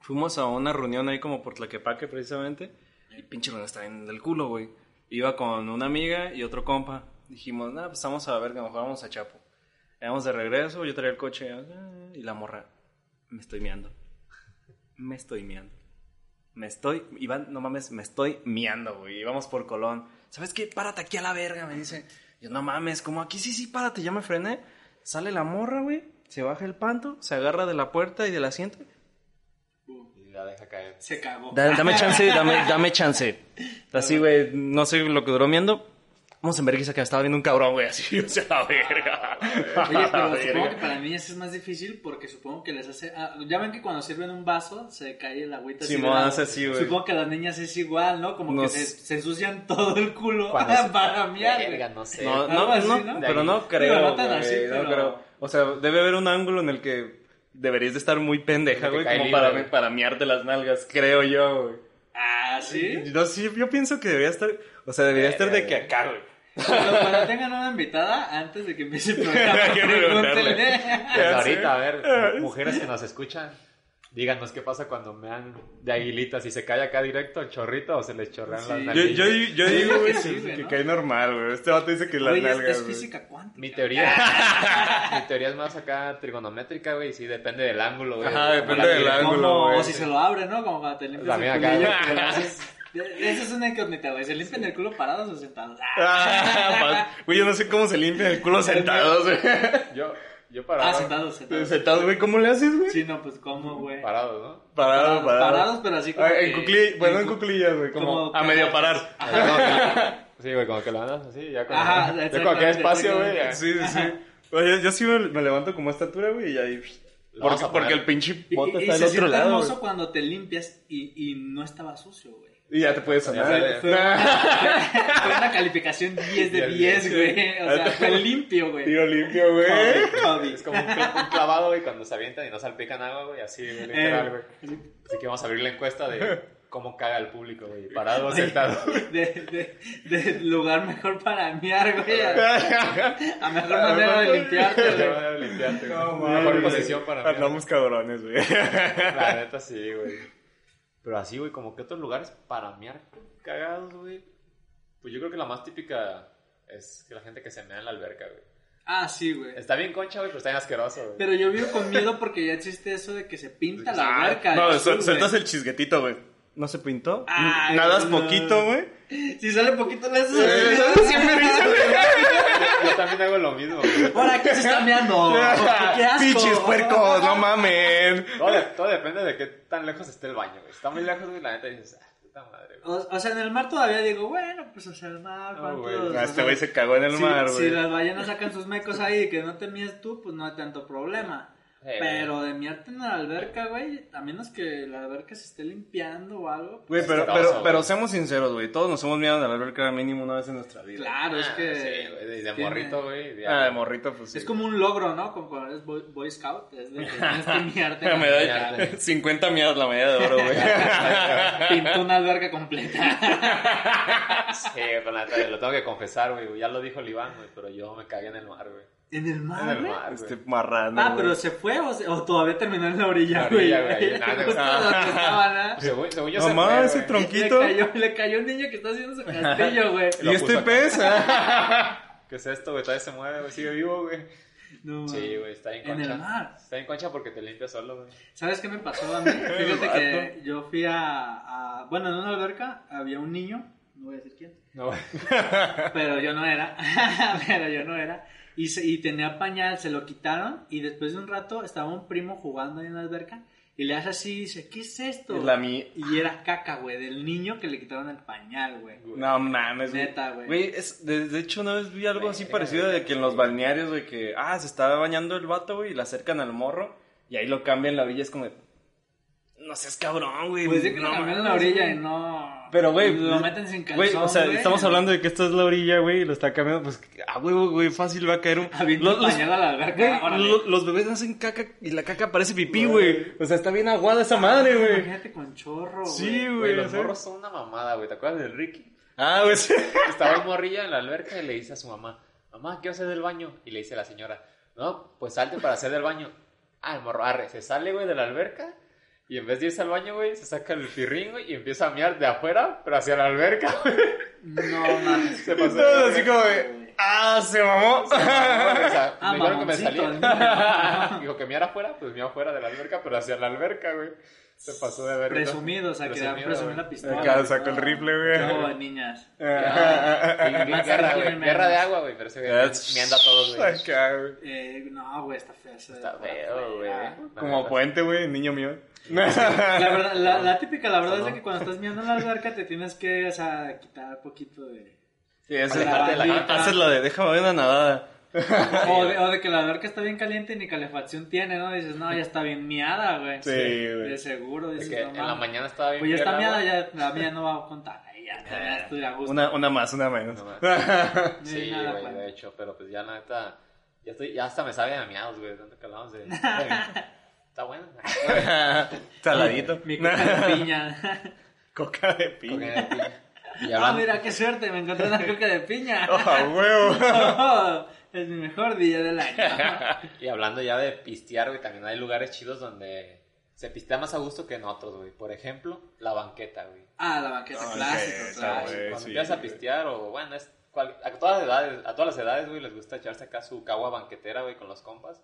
S2: fuimos a una reunión ahí como por Tlaquepaque precisamente. Y pinche reunión está en del culo, güey. Iba con una amiga y otro compa. Dijimos, nah, pues vamos a ver, que mejor vamos a Chapo. Íbamos de regreso, yo traía el coche ah, y la morra, me estoy miando. Me estoy miando. Me estoy, Iván, no mames, me estoy miando, güey. Íbamos por Colón. ¿Sabes qué? Párate aquí a la verga, me dice. Yo, no mames, como aquí sí, sí, párate, ya me frené. Sale la morra, güey. Se baja el panto, se agarra de la puerta y del asiento.
S1: Y la deja caer.
S3: Se cagó.
S2: Da- dame chance, dame, dame chance. Así, güey, no sé lo que duró miando. Vamos en vergüenza que estaba viendo un cabrón, güey, así, o sea, la verga.
S3: Oye,
S2: La
S3: pero
S2: verga.
S3: supongo que para mí eso es más difícil porque supongo que les hace. ah, ya ven que cuando sirven un vaso se cae el agüita. así
S2: Simón,
S3: de lado.
S2: hace así, güey.
S3: Supongo que a las niñas es igual, ¿no? Como
S2: Nos-
S3: que se, se ensucian todo el culo
S1: Cuando se-
S3: para miar.
S1: Verga,
S3: güey.
S1: no sé.
S2: No,
S3: Algo
S2: no,
S3: así,
S2: no,
S3: ¿no?
S2: pero no creo.
S3: Digo, no tan
S2: güey,
S3: así,
S2: no
S3: pero-
S2: creo. O sea, debe haber un ángulo en el que deberías de estar muy pendeja,
S1: Donde
S2: güey,
S1: te cae
S2: como
S1: libre,
S2: para,
S1: güey.
S2: para miarte las nalgas, creo yo, güey.
S3: Ah, sí.
S2: Yo, sí, yo pienso que debería estar, o sea,
S1: Eh,
S2: debería estar de que acá, güey.
S3: Cuando, cuando tengan una invitada, antes de que empiece el programa,
S2: Hay que preguntarle.
S3: pregúntenle.
S1: Pues
S2: Ya sé.
S1: ahorita, a ver, mujeres que nos escuchan, díganos qué pasa cuando me dan de aguilitas, si se cae acá directo el chorrito o se les chorrean
S3: Sí.
S1: las
S2: Yo,
S1: narices.
S2: yo, yo digo, güey,
S3: Sí,
S2: que-
S3: güey,
S2: que
S3: ¿no?
S2: cae normal, güey. Este vato dice que las
S3: Oye, es,
S2: nalgas,
S3: es
S2: güey.
S3: física cuántica.
S1: Mi teoría, mi teoría es más acá trigonométrica, güey, sí, depende del ángulo, güey.
S2: Ajá,
S1: como la
S2: depende del
S1: mires.
S2: ángulo.
S3: Como-
S2: güey.
S3: o si se lo abre, ¿no? Como cuando te limpias
S1: También
S3: el
S1: acá.
S3: culillo. que lo haces- Esa es una incógnita, güey. ¿Se limpian el culo parados o sentados? Ah,
S2: Ah, pa- Güey, yo no sé cómo se limpia el culo sentados, güey.
S1: Yo, yo parado.
S3: Ah, sentados, sentados.
S2: Sentados, güey, ¿cómo le haces, güey?
S3: Sí, no, pues cómo, güey.
S1: Parado, ¿no?
S2: Parado, parado.
S3: Parados, pero así como
S2: Ah, en
S3: que-
S2: cuclillas, bueno, en
S3: en cu-
S2: cuclillas, güey, como
S3: como
S2: a medio
S3: paradas.
S2: parar.
S1: Sí, güey, como que lo andas así, ya con
S3: Ajá,
S1: ya
S3: exactamente,
S1: cualquier espacio, güey. ya.
S2: Sí, sí, sí. Oye, yo, sí me, me levanto como a esta altura, güey, y ahí...
S1: Lo vamos
S2: Porque,
S1: a poner.
S2: porque el pinche
S3: Y,
S2: bote
S3: y- y
S2: está
S3: se
S2: del otro
S3: siente
S2: lado,
S3: hermoso
S2: güey.
S3: cuando te limpias y, y no estaba sucio, güey.
S2: Y ya te puedes
S1: Ya
S2: sanar.
S1: sale.
S3: Fue una calificación 10 de 10, güey. O sea, fue limpio, güey.
S2: Tiro limpio, güey.
S3: Toby.
S1: Es como un, cla- un clavado, güey, cuando se avientan y no salpican agua, güey, así, güey, literal, güey. Así que vamos a abrir la encuesta de cómo caga el público, güey, parado o sentado.
S3: De, de, de lugar mejor para miar, güey. A, a mejor manera de limpiarte,
S1: Te
S3: güey.
S1: van a limpiarte, güey.
S2: Ay,
S1: Mejor
S2: güey.
S1: posición para mí.
S2: Andamos cabrones, güey.
S1: La neta sí, güey. Pero así, güey, como que otros lugares para mear cagados, güey. Pues yo creo que la más típica es que la gente que se mea en la alberca, güey.
S3: Ah, sí, güey.
S1: Está bien concha, güey, pero está bien asqueroso, güey.
S3: Pero yo vivo con miedo porque ya existe eso de que se pinta la
S2: Ah,
S3: marca.
S2: No, suel- sueltas el chisguetito, güey. ¿No se pintó?
S3: Ay,
S2: Nadas
S3: no.
S2: poquito, güey.
S3: Si sale poquito, le haces
S2: Eh,
S3: así.
S2: ¿sabes qué me hizo, güey?
S1: Yo también hago lo mismo, güey.
S3: Ahora qué se está meando. Qué asco.
S2: Pinches puercos, no mamen.
S1: Todo, de- todo depende de qué tan lejos esté el baño, güey. Si Está muy lejos, güey, la neta dices, ah, puta madre, güey.
S3: O, o sea, en el mar todavía digo, bueno, pues o sea, el mar,
S1: No,
S3: ¿cuántos?
S1: güey.
S3: O sea,
S2: Este güey se cagó en el
S3: si-
S2: mar,
S3: si
S2: güey.
S3: las ballenas sacan sus mecos ahí y que no te mies tú, pues no hay tanto problema.
S1: Eh.
S3: Pero de miarte en la alberca, güey, a menos que la alberca se esté limpiando o algo.
S2: Güey,
S3: pues,
S2: pero,
S1: Asqueroso,
S2: pero,
S1: güey.
S2: pero seamos sinceros, güey. Todos nos hemos mirado en la alberca mínimo una vez en nuestra vida.
S3: Claro, es que.
S1: Ah, Sí, güey, de- de
S3: tiene-
S1: morrito, güey. de-
S2: Ah, de morrito, pues sí.
S3: Es como un logro, ¿no? Como cuando eres boy, boy scout, es de que tienes que miarte.
S2: La
S3: en la
S2: medalla-
S3: alberca.
S2: 50 mierdas la medalla de oro, güey.
S3: Pintó una alberca completa.
S1: Sí, con la- lo tengo que confesar, güey. Ya lo dijo el Iván, güey, pero yo me cagué en el mar, güey.
S3: En el
S1: En
S3: mar,
S1: el
S3: güey.
S1: mar, güey.
S2: este marrano.
S3: Ah, pero
S2: güey.
S3: se fue o, se- o todavía terminó en la orilla,
S1: La
S3: güey.
S1: orilla, güey. Nada,
S3: Justo
S1: güey.
S3: donde estaba, ¿no?
S1: Según, según yo se
S2: Mamá,
S1: fue,
S2: ese
S1: güey.
S2: tronquito.
S3: Le cayó, le cayó un niño que está haciendo su castillo, güey.
S2: ¿Y
S1: puso
S2: este
S1: acá.
S2: pez?
S1: ¿Qué es esto, güey? Todavía se mueve, güey. Sigue vivo, güey.
S3: No,
S1: Sí, güey, está bien
S3: Mm. En
S1: concha.
S3: el mar.
S1: Está bien concha porque te limpias solo, güey.
S3: ¿Sabes qué me pasó a mí? Fíjate que yo fui a, a- Bueno, en una alberca había un niño, no voy a decir quién,
S1: No, güey.
S3: pero yo no era, pero yo no era. Y, se- y tenía pañal, se lo quitaron y después de un rato estaba un primo jugando ahí en la alberca y le hace así y dice, ¿qué es esto?
S2: La mi...
S3: Y era caca, güey, del niño que le quitaron el pañal, güey.
S2: No mames, güey.
S3: Neta, güey.
S2: Pues, Güey, es- de, de hecho una vez vi algo así
S1: Verga,
S2: parecido
S1: güey.
S2: de que en los balnearios, güey, que, ah, se estaba bañando el vato, güey, y le acercan al morro, y ahí lo cambian la villa, es como, de, no seas cabrón, güey.
S3: Pues sí que lo
S2: no
S3: cambiaron en la
S2: mames,
S3: orilla
S2: güey".
S3: y no...
S2: Pero, güey,
S3: Lo meten sin calzón,
S2: Güey, o sea,
S3: güey.
S2: estamos hablando de que esta es la orilla, güey, y lo está cambiando, pues, ah, güey, güey, fácil va a caer un...
S3: Avienta
S2: Los-
S3: el
S2: los-
S3: pañal a la
S2: Güey,
S3: alberca, órale.
S2: lo- los bebés hacen caca y la caca parece pipí, güey. O sea, está bien aguada esa madre, güey.
S3: Imagínate con chorro, güey.
S2: Sí,
S1: Güey,
S2: güey. o
S1: los
S2: sea.
S1: morros son una mamada, güey. ¿Te acuerdas del Ricky?
S2: Ah, güey. sí.
S1: Estaba el morrillo en la alberca y le dice a su mamá, mamá, quiero hacer del baño. Y le dice a la señora, no, pues salte para hacer del baño. Ah, el morro, arre, se sale, güey, de la alberca. Y en vez de irse al baño, güey, se saca el pirrín, güey, y empieza a miar de afuera, pero hacia la alberca, güey.
S3: No mames.
S1: Se pasó. de
S2: Todos así
S1: verga.
S2: como de, ah, se mamó.
S1: O sea,
S3: Ah,
S1: me dijeron que me
S3: mamoncito,
S1: salía. Dijo que miara afuera, pues miara afuera de la alberca, pero hacia la alberca, güey. Se pasó de verga.
S3: Presumido, o sea, que
S1: Presumido,
S3: presumir
S1: güey.
S3: la pistola.
S2: Acá sacó el rifle,
S3: No,
S2: güey.
S3: niñas.
S1: Ah, y- y-
S3: Más
S1: Guerra,
S3: tranquilo y
S1: güey.
S3: menos.
S1: Guerra de agua, güey, pero se me anda a todos, güey.
S2: Acá, güey.
S3: Eh, no, güey, está fea. esa
S1: Está
S3: fea,
S1: feo, güey.
S3: fea.
S2: Como puente, güey, niño mío.
S3: La verdad, la, la típica, la verdad es de que cuando estás mirando la alberca te tienes que, o sea, quitar poquito de...
S2: Sí, esa
S1: Para dejarte la
S2: Ah,
S1: jeta.
S2: esa es la de déjame ver una nadada.
S3: O de, o de que la alberca está bien caliente y ni calefacción tiene, ¿no? Dices, no, ya está bien miada, güey.
S2: Sí, güey.
S3: De seguro, dices,
S1: Porque
S3: no,
S1: en la
S3: mames.
S1: mañana estaba bien.
S3: Pues ya está
S1: fría el
S3: miada,
S1: agua.
S3: ya la mía no va a contar. Ahí Ya, ya estoy a gusto.
S2: Una, una más, una menos.
S1: No,
S3: No hay
S1: Sí,
S3: nada,
S1: güey,
S3: Juan.
S1: de hecho, pero pues ya la neta. Ya, estoy, ya hasta me sabe a miados, güey. Tanto que hablamos de. Está bueno.
S2: Saladito.
S3: Mi coca de piña.
S2: Coca de piña.
S1: Y
S3: Ah,
S1: hablando,
S3: mira, qué suerte, me encontré una coca de piña.
S2: Ah, huevo.
S3: es mi mejor día del año.
S1: y hablando ya de pistear, güey, también hay lugares chidos donde se pistea más a gusto que en otros, güey. Por ejemplo, la banqueta, güey.
S3: Ah, la banqueta
S2: Ah,
S3: clásico,
S2: ok, está
S3: clásico.
S2: bueno.
S1: Cuando
S2: sí,
S1: empiezas a
S2: güey.
S1: pistear, o bueno, es cual- a todas las edades, a todas las edades, güey, les gusta echarse acá su cagua banquetera, güey, con los compas.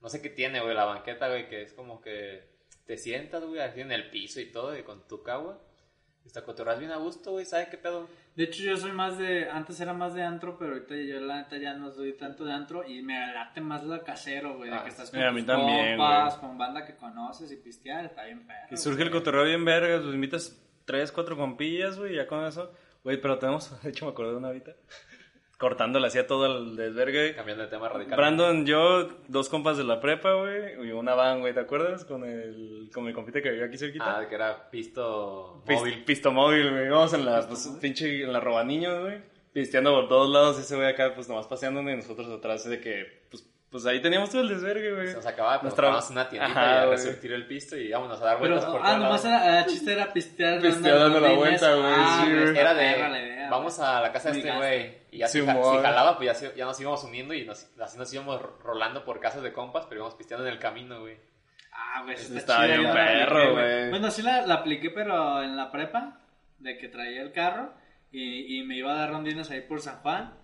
S1: No sé qué tiene, güey, la banqueta, güey, que es como que te sientas, güey, así en el piso y todo, y con tu cagua. Hasta cotorras bien a gusto, güey, ¿sabes qué pedo?
S3: De hecho, yo soy más de. Antes era más de antro, pero ahorita yo la neta ya no soy tanto de antro y me late más lo casero, güey. de
S1: Ah,
S3: que estás
S2: sí,
S3: con
S2: a
S3: tus
S2: mí también,
S3: compas, con banda que conoces y pistear, está bien perro.
S2: Y surge el cotorreo bien vergas, pues invitas tres, cuatro compillas, güey, ya con eso. Güey, pero tenemos, de hecho me acordé de una ahorita, cortándole así a todo el desvergue.
S1: Cambiando de tema radical.
S2: Brandon, yo, dos compas de la prepa, güey, y una van, güey, ¿te acuerdas? Con el, con mi compita que vivió aquí cerquita.
S1: Ah, que era pisto
S2: Pis-
S1: móvil.
S2: Pistomóvil, güey. Vamos en la pues, pinche en la roba niños, güey. Pisteando por todos lados, ese güey acá, pues nomás paseándonos y nosotros atrás, de que, pues, pues ahí teníamos todo el desvergue, güey.
S1: Se nos acababa, pero
S2: Nos
S1: nos
S2: traba-
S1: trabamos una tiendita
S2: Ajá,
S1: y a
S2: güey.
S1: resurtir el pisto y vámonos a dar
S3: Pero,
S1: vueltas por
S3: ah,
S1: todos
S3: nomás
S1: lados.
S3: era, el chiste era pistear. dando
S2: Pistear, dando la
S3: rondines.
S2: vuelta, güey,
S3: Ah,
S2: sí,
S3: güey,
S2: güey.
S3: está
S1: Era
S3: perra la
S1: de,
S3: idea,
S1: vamos a la casa de
S3: Me
S1: este güey. Y ya
S2: Sí,
S1: si, ja-
S2: mo-
S1: si jalaba, pues ya, se- ya nos íbamos uniendo y nos, así nos íbamos ro- rolando por casas de compas, pero íbamos pisteando en el camino, güey.
S3: Ah, güey, eso
S2: Estaba
S3: chido,
S2: bien
S3: yo la apliqué,
S2: perro, güey.
S3: Bueno, sí la, la apliqué, pero en la prepa, de que traía el carro y, y me iba a dar rondines ahí por San Juan.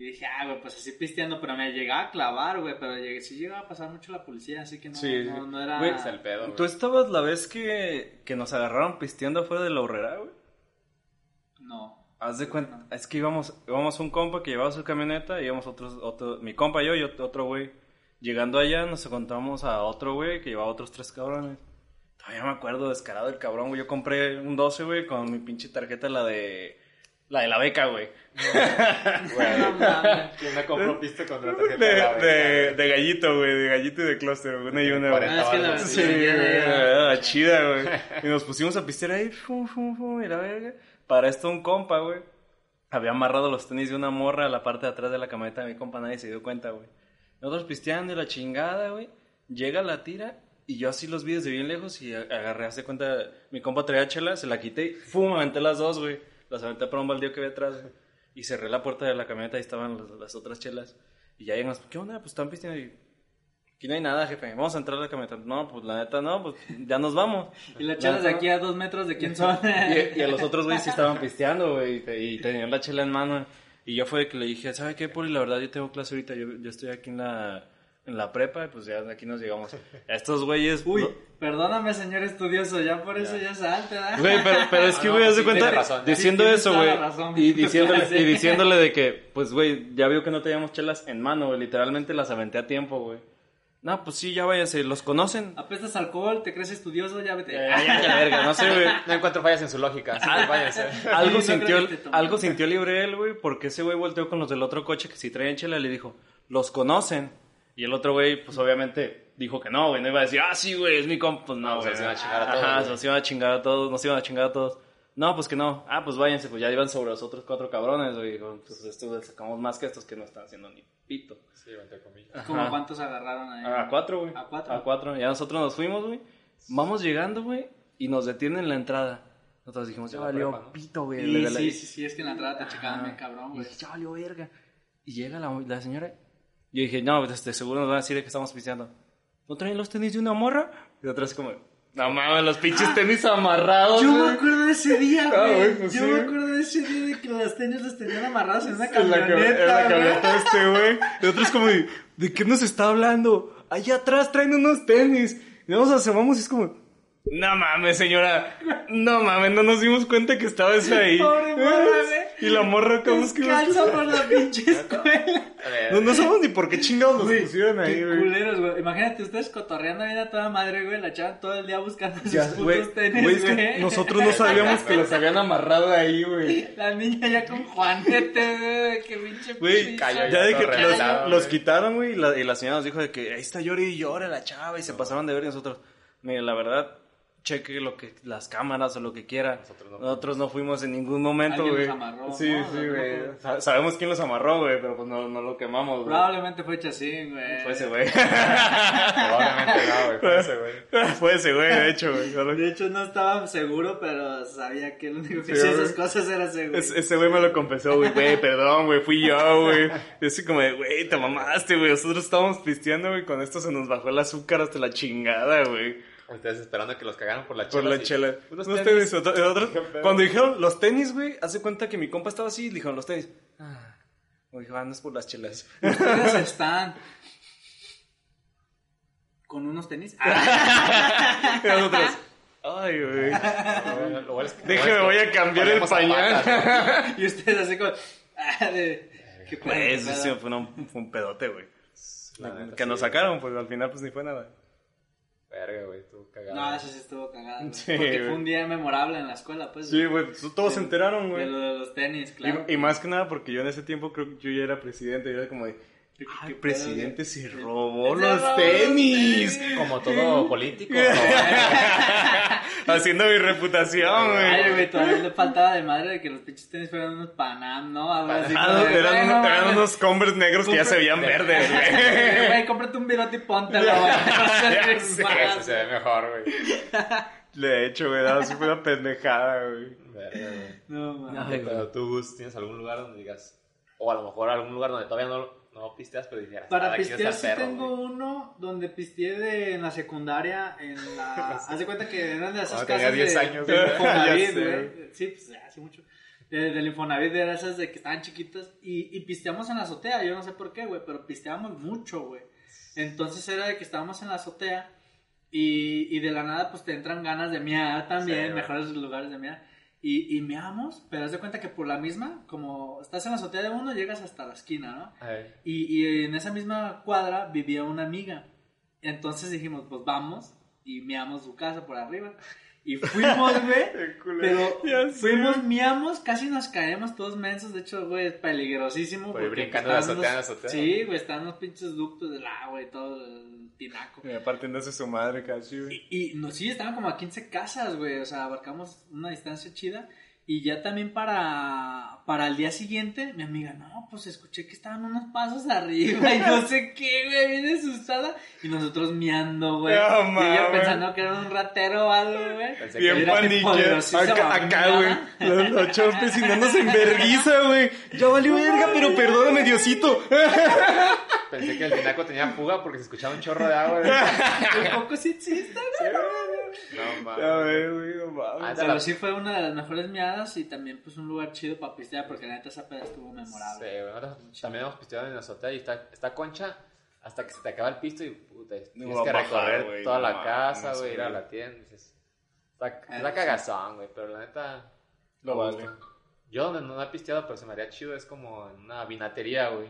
S3: Y dije, ah, güey, pues así pisteando, pero me llegaba a clavar, güey, pero llegué, sí llegaba a pasar mucho la policía, así que no,
S2: Sí, sí.
S3: no, no era...
S2: Güey,
S1: Es el pedo, güey.
S2: ¿Tú estabas la vez que, que nos agarraron pisteando afuera de la horrera, güey?
S3: No.
S2: Haz de cuenta, es que íbamos, íbamos un compa que llevaba su camioneta, íbamos otros, otro, mi compa yo y ot- otro güey. Llegando allá nos encontramos a otro güey que llevaba otros tres cabrones. Todavía me acuerdo descarado el cabrón, güey. Yo compré un 12, güey, con mi pinche tarjeta, la de La de la beca, güey.
S1: Güey,
S3: mames.
S1: ¿quién me compró pista con la
S2: De,
S1: tarjeta de la
S2: de-
S1: beca,
S2: de gallito, güey. De gallito y de cluster, güey. Una y una, güey.
S1: Cuarenta
S3: Ah, es que la-
S1: varos,
S2: Sí,
S1: sí.
S3: ya, ya, ya.
S2: güey, ah, chida, güey. Y nos pusimos a pistear ahí, fum, fum, fum, y la verga. Para esto un compa, güey, había amarrado los tenis de una morra a la parte de atrás de la camioneta de mi compa, nadie se dio cuenta, güey. Nosotros pisteando y la chingada, güey. Llega la tira y yo así los vi desde bien lejos y a- agarré, hace cuenta, mi compa traía chela, se la quité y fum, aventé las dos, güey. Las aventé para un baldío que había atrás, güey. Y cerré la puerta de la camioneta y estaban las, las otras chelas. Y ya llegan, ¿qué onda? Pues están pisteando y Aquí no hay nada, jefe. Vamos a entrar a la camioneta. No, pues la neta, no, pues ya nos vamos.
S3: Y las chelas de aquí a dos metros de quién son.
S2: Y, y a los otros güeyes sí estaban pisteando, güey, y, te- y tenían la chela en mano. Y yo fue de que le dije, ¿sabe qué, Poli? La verdad, yo tengo clase ahorita. Yo, yo estoy aquí en la, en la prepa y pues ya de aquí nos llegamos. A estos güeyes...
S3: Uy,
S2: no-
S3: perdóname, señor estudioso, ya por eso ya salte, ¿verdad?
S2: Güey, pero, pero es
S3: Ah,
S2: que,
S1: No,
S2: güey, haz
S1: sí
S2: de cuenta,
S1: tiene razón.
S2: diciendo
S3: Sí, tienes
S2: eso,
S3: toda
S2: güey,
S3: la razón.
S2: y diciéndole,
S3: Sí.
S2: y diciéndole de que, pues, güey, ya vio que no teníamos chelas en mano, güey, literalmente las aventé a tiempo, güey. No, pues sí, ya váyase, los conocen.
S3: Apestas alcohol, te crees estudioso, ya vete. Ah,
S2: Eh, ya, ya, verga, no sé, güey.
S1: No encuentro fallas en su lógica, así que váyanse.
S2: Algo,
S3: no
S2: sintió,
S3: creo que te tomen.
S2: algo sintió libre él, güey, porque ese güey volteó con los del otro coche que si traían chela le dijo, los conocen. Y el otro güey, pues obviamente dijo que no, güey, no iba a decir, ah, sí, güey, es mi compa. Pues no,
S1: No,
S2: güey.
S1: Ah, se los iban a chingar a todos, güey.
S2: Ajá, se los iban a chingar a todos, nos iban a chingar a todos. No, pues que no. Ah, pues váyanse, pues ya iban sobre los otros cuatro cabrones, güey. Dijo, Pues estos güey, sacamos más que estos que no están haciendo ni pito.
S1: Sí, entre comillas.
S3: Como
S2: Ajá. Ah,
S3: cuántos agarraron ahí.
S2: A cuatro, güey.
S3: Ah. A cuatro.
S2: A cuatro. Ya nosotros nos fuimos, güey. Vamos llegando, güey, y nos detienen en la entrada. Nosotros dijimos, ya
S1: De la
S2: valió
S1: prepa, ¿no?
S2: pito, güey.
S3: Sí,
S2: Le- le-
S3: sí, sí, sí, es que en la entrada te checaban
S2: Ajá.
S3: bien cabrón,
S2: Ah, Y
S3: güey.
S2: dije, ya valió verga. Y llega la, la señora. Yo dije, no, pues, este, seguro nos van a decir que estamos pisteando. ¿No traen los tenis de una morra? Y otra es como, no mames, los pinches tenis amarrados.
S3: Yo me
S2: güey.
S3: acuerdo de ese día,
S2: Ah,
S3: güey.
S2: güey, pues
S3: Yo
S2: sí.
S3: me acuerdo de ese día de que las tenis las tenían amarradas en una
S2: En la,
S3: camioneta.
S2: cam- en la
S3: güey.
S2: camioneta este, güey. Y otra es como, de, ¿de qué nos está hablando? Allá atrás traen unos tenis. Y nos asomamos y es como, no mames, señora. No mames, no nos dimos cuenta que estabas ahí.
S3: Pobre morra, güey.
S2: y la morra, ¿cómo es que
S3: Descalza por la pinche escuela.
S1: A ver,
S2: No, no sabemos ni por qué chingados nos
S3: Güey,
S2: pusieron ahí,
S3: qué
S2: güey.
S3: culeros, güey. Imagínate ustedes cotorreando bien a toda madre, güey. La echaban todo el día buscando sus
S2: Ya,
S3: putos
S2: güey,
S3: tenis,
S2: güey,
S3: güey.
S2: es que nosotros no sabíamos que los habían amarrado ahí, güey.
S3: La niña ya con Juanete, güey. Qué pinche
S2: Güey,
S3: piso.
S1: cayó
S2: ya de
S1: todo
S2: que los,
S1: regalado,
S2: los
S1: güey.
S2: quitaron, güey, y la, y la señora nos dijo de que ahí está llora y llora la chava y se pasaron de ver y nosotros. Mire, la verdad, cheque lo que las cámaras o lo que quiera. Nosotros
S1: Nosotros
S2: no,
S1: no.
S2: fuimos en ningún momento,
S3: Alguien
S2: güey.
S3: los amarró,
S2: Sí,
S3: ¿no?
S2: sí,
S3: Los
S2: güey.
S3: amarró.
S2: Sa- Sabemos quién los amarró, güey, pero pues no, no lo quemamos, güey.
S3: Probablemente fue Chacín, güey.
S2: Fue ese güey.
S1: probablemente no, güey, fue ese, güey.
S2: Fue ese güey, de hecho, güey. Solo-
S3: De hecho, no estaba seguro, pero sabía que el único que
S2: Sí,
S3: hacía
S2: güey.
S3: esas cosas era ese güey.
S2: Es- ese güey me lo confesó, güey, güey, perdón, güey, fui yo, güey. Yo así como, de, güey, te mamaste, güey. Nosotros estábamos pisteando, güey, con esto se nos bajó el azúcar hasta la chingada, güey.
S1: Ustedes esperando que los cagaran por la chela.
S2: Por la
S1: sí.
S2: chela.
S1: Unos
S2: Los
S1: tenis.
S2: tenis, otro- el otro-
S1: Qué pedo.
S2: cuando dijeron los tenis, güey, hace cuenta que mi compa estaba así y dijeron los tenis. Ah, güey, van, es por las chelas.
S3: Ustedes están con unos tenis. Ah,
S2: Y nosotros, ay, güey.
S1: Lo- lo hueles- lo
S2: Déjeme,
S1: hueles-
S2: voy a cambiar el
S1: Ponemos zapatas,
S2: pañal.
S3: y ustedes así como... ah, de- ¿Qué pedo,
S2: Güey,
S3: qué
S2: Pues, Eso
S3: pedo?
S2: sí fue un, fue un pedote, güey.
S1: La neta,
S2: Que
S1: sí.
S2: nos sacaron, pues al final, pues ni fue nada.
S1: Verga, güey, tú cagado.
S3: No, eso sí estuvo cagado. güey.
S2: Sí,
S3: porque
S2: güey.
S3: fue un día memorable en la escuela, pues.
S2: Sí, güey, todos se enteraron,
S3: de
S2: güey.
S3: lo de los tenis,
S2: Y-
S3: claro.
S2: Y, más que nada porque yo en ese tiempo creo que yo ya era presidente. Yo era como de, "Ay, el presidente se robó
S3: Se
S2: los
S3: robó los
S2: tenis.
S1: Como todo político, ¿no?
S2: Haciendo mi reputación,
S3: Ay,
S2: güey.
S3: güey, todavía le faltaba de madre de que los pinches tenis fueran unos Panam, ¿no? Algo así.
S2: Ah,
S3: como
S2: no,
S3: de, "Ay,
S2: eran,
S3: no
S2: unos- eran
S3: mames".
S2: unos Converse negros que ya se veían verdes, güey.
S3: Güey, cómprate un virote y póntelo, güey. Vas a
S2: Ya
S3: ser
S2: sé,
S1: Eso
S3: más.
S1: se ve mejor, güey.
S2: De hecho, güey, daba fue una pendejada, güey.
S1: Verga, güey.
S3: No, mames.
S2: Ay, güey.
S1: Pero tú, Gus, ¿tienes algún lugar donde digas... O a lo mejor algún lugar donde todavía no, no pisteas, pero dijeras... "Ah,
S3: Para
S1: aquí
S3: pistear sí
S1: está el perro,
S3: tengo
S1: güey".
S3: uno donde pisteé de, en la secundaria, en la... Haz de cuenta que eran de esas
S1: Cuando
S3: casas
S1: tenía 10
S3: de,
S1: años,
S3: de
S1: güey.
S2: Ya
S3: Infonavit,
S2: sé,
S3: güey. Sí, pues hace mucho. De- del Infonavit eran esas de que estaban chiquitas y, y pisteamos en la azotea, yo no sé por qué, güey, pero pisteábamos mucho, güey. Entonces era de que estábamos en la azotea y, y de la nada pues te entran ganas de miar
S1: Sí,
S3: también,
S1: güey.
S3: mejores lugares de miar. Y, y meamos, pero haz de cuenta que por la misma, como estás en la azotea de uno, llegas hasta la esquina, ¿no?
S1: Ay,
S3: Y, y en esa misma cuadra vivía una amiga. Entonces dijimos, pues vamos y meamos su casa por arriba. Y fuimos, güey. pero fuimos, miamos, casi nos caemos todos mensos. De hecho, güey, es peligrosísimo.
S1: Por ir
S3: porque
S1: brincando de
S3: están
S1: azotea en
S3: unos-
S1: azotea,
S3: Sí, güey, están unos pinches ductos del agua y todo el tinaco.
S2: Y aparte no hace su madre casi, güey.
S3: Y, y no, sí, estaban como a 15 casas, güey. O sea, abarcamos una distancia chida. Y ya también para, para el día siguiente, mi amiga, no, pues escuché que estaban unos pasos arriba y no sé qué, güey, bien asustada. Y nosotros miando, güey.
S2: No
S3: y
S2: mames.
S3: ella pensando que era un ratero o algo, güey.
S1: Pensé
S2: Bien
S3: Mira qué
S2: paniqueado.
S3: poderosísima
S2: Acá, acá, güey.
S3: mamada.
S2: Los, los chompes y no en vergüenza, güey. Ya valió verga, pero perdóname, Diosito.
S1: Pensé que el tinaco tenía fuga porque se escuchaba un chorro de agua.
S3: Tampoco sí existe, güey.
S1: No
S2: A
S1: mames.
S2: ver, güey, no mames.
S1: Ah,
S3: Pero sí fue una de las mejores miadas y también pues un lugar chido para pistear porque la neta esa peda estuvo
S1: Sí,
S3: memorable.
S1: güey. Nosotros también hemos pisteado en la azotea y está, está concha hasta que se te acaba el pisto y puta, tienes
S2: va
S1: que
S2: a bajar,
S1: recorrer
S2: güey,
S1: toda
S2: no
S1: la
S2: mames,
S1: casa, güey,
S2: güey.
S1: ir a la tienda. Dices, está,
S3: Ah,
S1: está
S3: sí.
S1: cagazón, güey, pero la neta.
S2: Lo
S1: me
S2: vale.
S1: gusta. Yo donde no he pisteado, pero se me haría chido, es como en una vinatería, güey.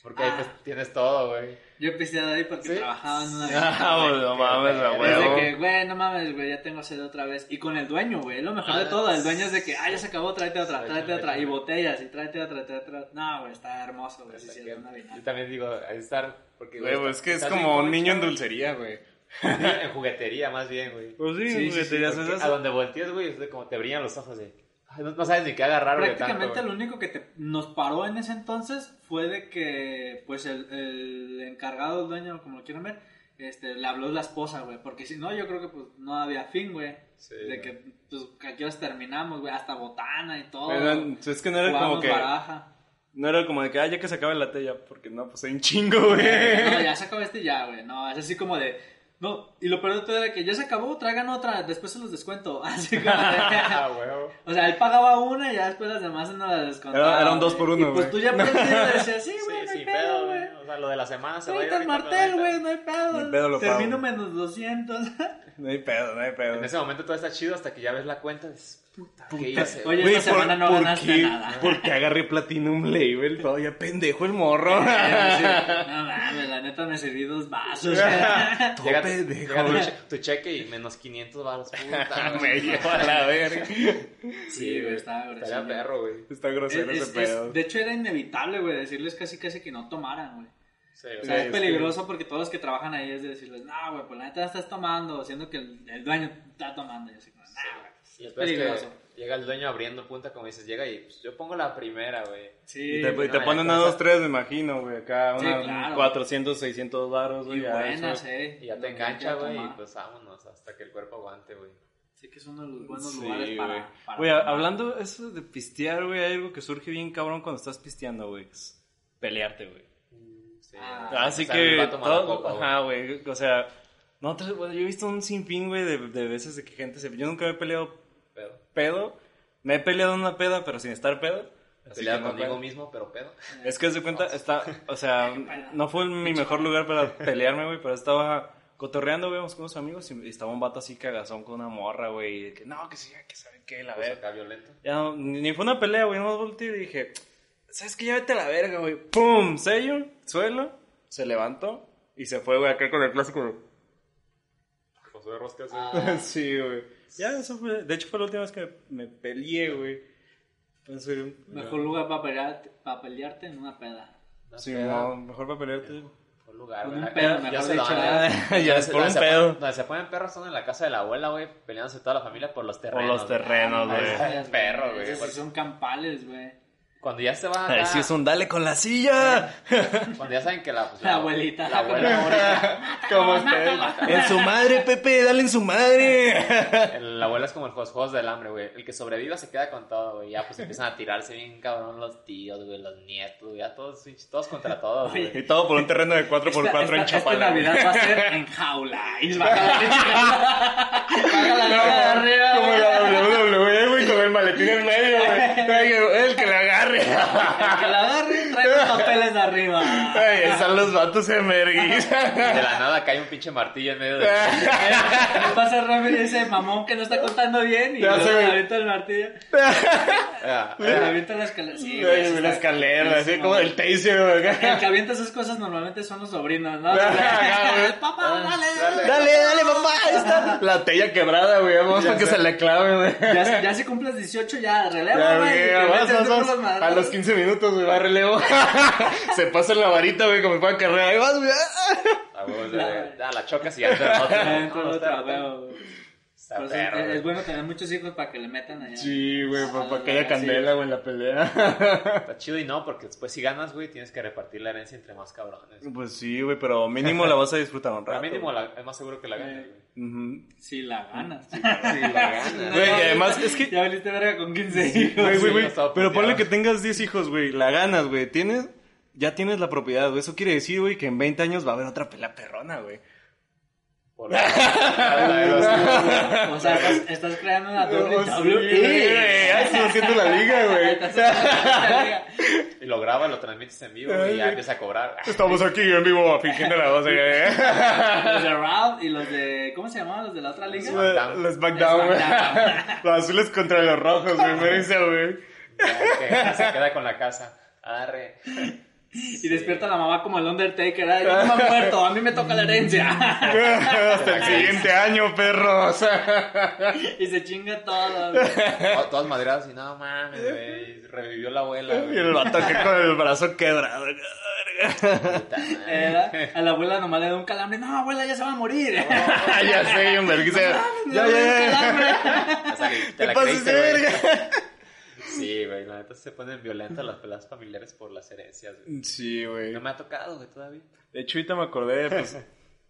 S1: Porque ahí
S3: Ah.
S1: pues tienes todo, güey.
S3: Yo pisteado ahí porque
S1: ¿Sí?
S3: trabajaba en una
S2: Ah, güey, no mames, la
S1: Es
S3: Es de
S2: huevo.
S3: que, güey, no mames, güey, ya tengo sed otra vez. Y con el dueño, güey, lo mejor de
S1: Ah,
S3: todo. El dueño es de que, ah, ya se acabó, tráete otra,
S1: Sí,
S3: tráete
S1: sí,
S3: otra.
S1: sí.
S3: Y botellas, y tráete otra, tráete otra. No, güey, está hermoso, güey. Pues Sí,
S1: Hasta
S3: sí,
S1: que-
S3: es una vinada.
S1: yo también digo, ahí estar. Porque,
S2: Güey, pues es que es
S1: estás bien
S2: como un
S1: concha,
S2: niño en
S1: güey.
S2: dulcería, güey.
S1: En juguetería, más bien, güey.
S2: Pues sí,
S1: Sí, sí, sí,
S2: juguetería,
S1: porque
S2: ¿sabes?
S1: A donde volteas, güey, es de como te brillan los ojos de... "Ay, No, no sabes ni qué agarrar, güey, de
S3: Prácticamente
S1: tanto,
S3: lo
S1: güey".
S3: único que te- nos paró en ese entonces fue de que, pues, el, el encargado, el dueño, como lo quieran ver, este, le habló la esposa, güey. Porque si no, yo creo que, pues, no había fin, güey.
S1: Sí,
S3: de
S1: güey.
S3: que, pues, que aquí nos terminamos, güey, hasta botana y todo.
S2: Pero, Es que Pues, no era como
S3: Jugamos
S2: que.
S3: baraja.
S2: No era como de que, ah, ya que se acaba la tela, porque no, pues hay un chingo, güey.
S3: No, ya se acabó este y ya, güey. No, es así como de. No, y lo peor de todo era que ya se acabó, traigan otra, después se los descuento. Así como de-
S1: Ah, huevo.
S3: O sea, él pagaba una y ya después las demás no las descontaban.
S2: Era- era un dos por uno,
S3: Y pues
S2: güey.
S3: tú ya aprendido y decías, sí,
S1: Sí,
S3: güey, no hay
S1: sin
S3: pedo, güey.
S1: O sea, lo de la semana se va a ir
S3: Ahorita el
S1: ahorita, pero
S3: martel,
S1: ahorita.
S3: güey, no hay pedo.
S2: Ni pedo lo pago.
S3: Termino menos 200.
S2: No hay pedo, no hay pedo.
S1: En ese momento todo está chido hasta que ya ves la cuenta y dices, puta, ¿qué hice?
S3: Oye,
S2: Güey,
S3: esta semana no ganaste
S2: qué,
S3: nada.
S2: ¿Por qué agarré Platinum Label? Todavía pendejo el morro.
S3: Sí, no mames, la neta me serví dos vasos.
S2: Todo
S1: Llega,
S2: pendejo,
S1: llega tu,
S2: güey.
S1: che- tu cheque y menos 500 baros, puta,
S2: Ah,
S1: güey.
S2: Me llevo a la verga.
S3: sí, güey, estaba
S1: Estaría
S3: grueso.
S1: perro, güey.
S2: Está grosero
S3: Es-
S2: ese
S3: es-
S2: pedo.
S3: es- de hecho, era inevitable, güey, decirles casi casi que no tomaran, güey.
S1: Sí, güey.
S3: O sea,
S2: Sí,
S3: es
S2: sí.
S3: peligroso porque todos los que trabajan ahí es de decirles, no, güey, pues la neta estás tomando, siendo que el, el dueño está tomando. Y así, como, nah, güey.
S1: Y el peor es que
S3: peligroso.
S1: llega el dueño abriendo punta, como dices, llega y pues, yo pongo la primera, güey.
S3: Sí,
S2: Y te,
S3: güey,
S2: y te
S1: no,
S2: ponen
S1: ya
S2: una,
S1: con
S2: dos,
S1: esa-
S2: tres, me imagino, güey. Acá
S3: Sí,
S2: una,
S3: claro.
S2: 400, 600 baros,
S3: y
S2: güey. ya,
S3: buenas,
S2: eso.
S3: eh.
S1: Y ya
S3: Lo
S1: te
S3: que
S1: engancha,
S3: quiera
S1: güey, y
S3: tomar.
S1: pues vámonos hasta que el cuerpo aguante, güey.
S3: Sí, que es uno de los buenos
S2: Sí,
S3: lugares
S2: güey.
S3: para. para
S2: Güey,
S3: tomar.
S2: hablando eso de pistear, güey, hay algo que surge bien cabrón cuando estás pisteando, güey. es Pelearte, güey.
S1: Sí,
S3: Ah,
S1: o sea,
S2: Así
S1: o sea, el
S2: que
S1: vato mala
S2: todo,
S1: copa, güey.
S2: ajá, güey, o sea, no te- bueno, yo he visto un sinfín, güey, de, de veces de que gente se, yo nunca me he peleado
S1: Pedo.
S2: pedo, me he peleado en una peda, pero sin estar pedo. Así
S1: Peleado
S2: que no,
S1: conmigo
S2: güey.
S1: mismo, pero pedo.
S2: Es que se cuenta, está, o sea, no fue mi mejor lugar para pelearme, güey, pero estaba cotorreando, güey, con unos amigos y estaba un vato así cagazón con una morra, güey, y de que no, que sí, que saben qué, la
S1: Pues
S2: verga.
S1: acá violento.
S2: Ya no- ni fue una pelea, güey. Nomás volteé y dije, ¿sabes qué? Ya vete a la verga, güey. ¡Pum! Sello, suelo, se levantó y se fue, güey, acá con el clásico. güey.
S1: José de Roscas,
S2: sí, güey. Ya, eso fue. De hecho, fue la última vez que me peleé, güey. Pues, En serio.
S3: Mejor lugar para pelearte, para pelearte en una peda.
S2: Sí, no, mejor para pelearte.
S1: Un lugar,
S3: Con
S1: güey.
S3: un pedo,
S1: Ya- ya
S3: mejor
S1: se
S3: dicho,
S1: dan,
S3: ¿verdad?
S1: güey.
S2: Ya es por
S1: Donde
S2: un
S1: se
S2: pedo.
S1: ponen- Donde se ponen perros son en la casa de la abuela, güey, peleándose toda la familia por los
S2: Por
S1: terrenos.
S2: los terrenos,
S1: güey.
S2: güey.
S1: Ah, perro, güey.
S3: Esos sí son campales, güey.
S1: Cuando ya se van
S2: Ay,
S1: acá,
S2: sí, es un dale con la silla.
S1: cuando ya saben que la, pues,
S3: La abuelita.
S1: La abuela, ahorita-
S2: Como ustedes. En su madre, Pepe, dale en su madre.
S1: el- la abuela es como el- los juegos del hambre, güey. El que sobreviva se queda con todo, güey. Ya pues empiezan a tirarse bien cabrón los tíos, güey, los nietos, güey. Ya todos, todos contra todos, güey.
S2: Y todo por un terreno de 4x4 en
S3: esta, esta
S2: Chapala. güey.
S3: Navidad va a ser en jaula. Y baja la baja la de arriba.
S2: Como
S3: güey.
S2: la WWE, güey, con el maletín en medio, güey. Ay, El que le agarre.
S3: El que la agarre, trae los papeles de arriba.
S4: Ay, están los vatos emerguis.
S1: De la nada cae un pinche martillo en medio de.
S3: Me pasa el refri y dice, mamón, que no está contando bien. Y
S4: Ya
S3: luego
S4: sé,
S3: le
S4: güey.
S3: avienta el martillo.
S1: Ah,
S3: Le avienta la escalera. Sí, güey,
S4: Ay,
S3: sí
S4: Una
S3: está-
S4: escalera,
S3: sí,
S4: así
S3: no,
S4: como
S3: güey.
S4: el taser, güey, acá.
S3: El que avienta esas cosas normalmente son los sobrinos, ¿no?
S4: Ajá, güey. Ah,
S3: Papá, dale.
S4: Dale, dale, papá, ahí está. La tela quebrada, güey. Vamos a que se la clave, güey.
S3: Ya, si- ya si cumples 18, ya releva,
S4: Ya,
S3: güey.
S4: güey,
S3: y que
S4: vas,
S3: vete
S4: vas,
S3: tú por
S4: vas.
S3: las madres.
S4: A los 15 minutos, güey, va relevo. Se pasa en la varita, güey, como para carrera. Ahí vas, güey.
S1: ah, huevo, de- ah, la chocas y ya entra el otro.
S3: Ah, entra el
S1: No,
S3: otro,
S1: está-
S3: a huevo, güey.
S1: está
S3: Por eso
S1: perro,
S3: es,
S1: güey.
S3: es bueno tener muchos hijos para que le metan allá.
S4: Sí, güey, papá, que
S3: sí.
S4: haya candela, güey, en la pelea.
S1: Está chido y no, porque después si ganas, güey, tienes que repartir la herencia entre más cabrones.
S2: Pues sí, güey, pero mínimo la vas a disfrutar un
S1: Pero
S2: rato.
S1: a mínimo la- es más seguro que la ganes, güey.
S2: Ujú.
S3: Si la ganas.
S1: Si la ganas.
S2: Güey, y además es que
S3: Ya valiste verga con 15 hijos.
S2: Güey, güey,
S1: Sí,
S2: güey,
S1: no estaba
S2: Pero
S1: puteado.
S2: ponle que tengas 10 hijos, güey. La ganas, güey. Tienes. Ya tienes la propiedad, güey. Eso quiere decir, güey, que en 20 años va a haber otra pela perrona, güey.
S1: Por- Ah,
S3: O sea, estás, estás creando una doble
S4: Oh, sí,
S3: WWE.
S4: güey, ahí estás haciendo la liga, güey.
S3: Estás haciendo una liga.
S1: Y lo grabas, lo transmites en vivo güey, y ya empieza a cobrar.
S4: Estamos aquí en vivo fingiendo la voz. eh.
S3: Los de Raw y los de. ¿Cómo se llamaban los de la otra liga?
S1: Los SmackDown.
S4: Los SmackDown, güey.
S3: SmackDown.
S4: Los azules contra los rojos, güey. Merece, güey.
S1: Ya, que se queda con la casa. Arre.
S3: Y despierta la mamá como el Undertaker. Ay, no me ha muerto, a mí me toca la herencia.
S4: Hasta el siguiente año, perros.
S3: Y se chinga todo. güey.
S1: To- Oh, Todas madreadas y no mames, güey. Revivió la abuela.
S4: Y
S1: güey.
S4: el vato que con el brazo quebrado.
S3: Era- a la abuela nomás le da un calambre. No, abuela, ya se va a morir.
S4: ya sé, un vergüenza.
S3: Le
S4: Ya, ya,
S3: da un
S4: ya.
S3: calambre.
S1: O sea, que te
S4: Te
S1: la
S4: pases
S1: creíste,
S4: de
S1: güey.
S4: verga.
S1: Sí, güey. La neta se ponen violentas las peleas familiares por las herencias, güey.
S4: Sí, güey.
S1: No me ha tocado, güey, todavía.
S2: De hecho, ahorita me acordé, pues.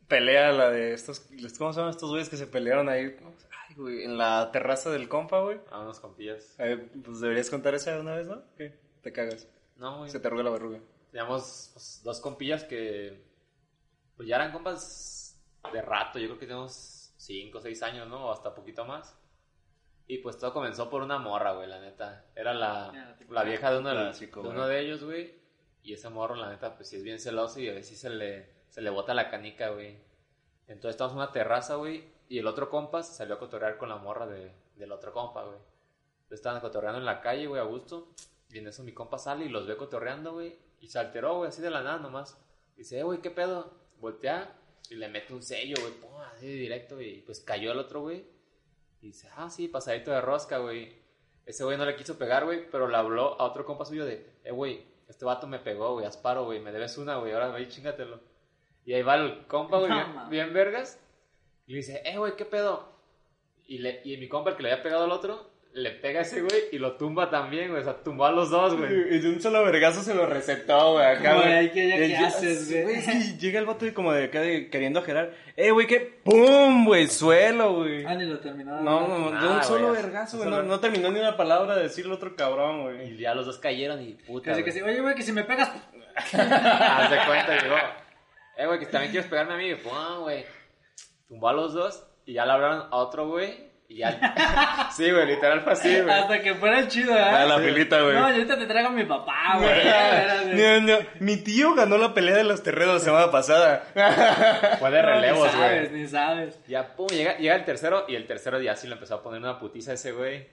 S2: pelea la de estos. ¿Cómo se llaman estos güeyes que se pelearon ahí? Ay, güey. En la terraza del compa, güey.
S1: Vámonos con pillas.
S2: Eh, pues deberías contar esa de una vez, ¿no? ¿Qué? Te cagas.
S1: No, güey.
S2: Se te arruga la verruga.
S1: Teníamos pues, dos compillas que pues ya eran compas de rato, yo creo que tenemos 5 o 6 años, ¿no? O hasta poquito más. Y pues todo comenzó por una morra, güey, la neta. Era la, la vieja de uno de,
S2: Clásico,
S1: de
S2: güey.
S1: uno de ellos, güey. Y ese morro, la neta, pues sí es bien celoso y a veces se le, se le bota la canica, güey. Entonces estamos en una terraza, güey. Y el otro compa se salió a cotorrear con la morra de, del otro compa, güey. Entonces, Estaban cotorreando en la calle, güey, a gusto. Y en eso mi compa sale y los ve cotorreando, güey. Y se alteró, güey, así de la nada nomás. Dice, eh, güey, ¿qué pedo? Voltea y le mete un sello, güey, pum, así directo. Y pues cayó el otro, güey. Y dice, ah, sí, pasadito de rosca, güey. Ese güey no le quiso pegar, güey, pero le habló a otro compa suyo de, eh, güey, este vato me pegó, güey, asparo, güey, me debes una, güey, ahora ve, chingatelo. Y ahí va el compa, güey,
S3: No,
S1: bien-
S3: mames.
S1: bien vergas. Y le dice, eh, güey, ¿qué pedo? Y, le, y mi compa, el que le había pegado al otro, le pega a ese güey y lo tumba también, güey. O sea, tumbó a los dos, güey.
S4: Y de un solo vergazo se lo recetó, güey. Acá,
S3: Güey, ¿qué- ya
S2: Eh,
S3: qué
S2: ya-
S3: haces,
S2: sí, güey,
S3: güey?
S2: sí, llega el vato de como de acá de- queriendo gerar. ¡Eh, güey, qué! ¡Pum, güey! Suelo, güey.
S3: Ah, ni lo terminaron.
S2: No, no,
S1: nada,
S2: de un solo
S1: güey,
S2: vergazo,
S1: un
S2: güey. No,
S1: solo-
S2: no terminó ni una palabra de decirle otro cabrón, güey.
S1: Y ya los dos cayeron y puta.
S3: Así que
S1: güey.
S3: sí, oye, güey, que si me pegas.
S1: Haz de cuenta, y digo, eh, güey, que también quieres pegarme a mí. Y yo, "Ah, güey. Tumbó a los dos y ya le hablaron a otro, güey. Y ya. sí, güey, literal fue así, güey. Ah,
S3: Hasta que fuera el chido, ¿eh?
S2: A Ah, la pelita, güey.
S3: No, yo ahorita te traigo a mi papá, güey. Espérate.
S2: No, no, Mi tío ganó la pelea de los terrenos la semana pasada.
S1: Fue de relevos,
S3: ni
S1: güey.
S3: sabes, ni sabes.
S1: Ya, pum, llega, llega el tercero y el tercero ya sí le empezó a poner una putiza a ese güey.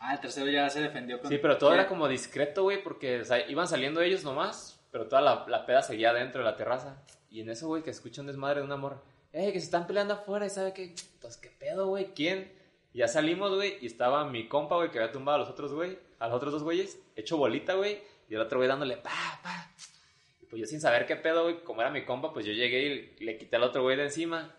S3: Ah, el tercero ya se defendió con.
S1: Sí, pero todo era como discreto, güey, porque o sea, iban saliendo ellos nomás, pero toda la, la peda seguía dentro de la terraza. Y en eso, güey, que escucha un desmadre de una morra. ¡Eh, que se están peleando afuera! ¿Y sabe qué? Pues, ¿qué pedo, güey? ¿Quién? Y Ya salimos, güey, y estaba mi compa, güey, que había tumbado a los otros, güey, a los otros dos güeyes, hecho bolita, güey, y el otro güey dándole pa, pa. Y pues yo sin saber qué pedo, güey, como era mi compa, pues yo llegué y le quité al otro güey de encima.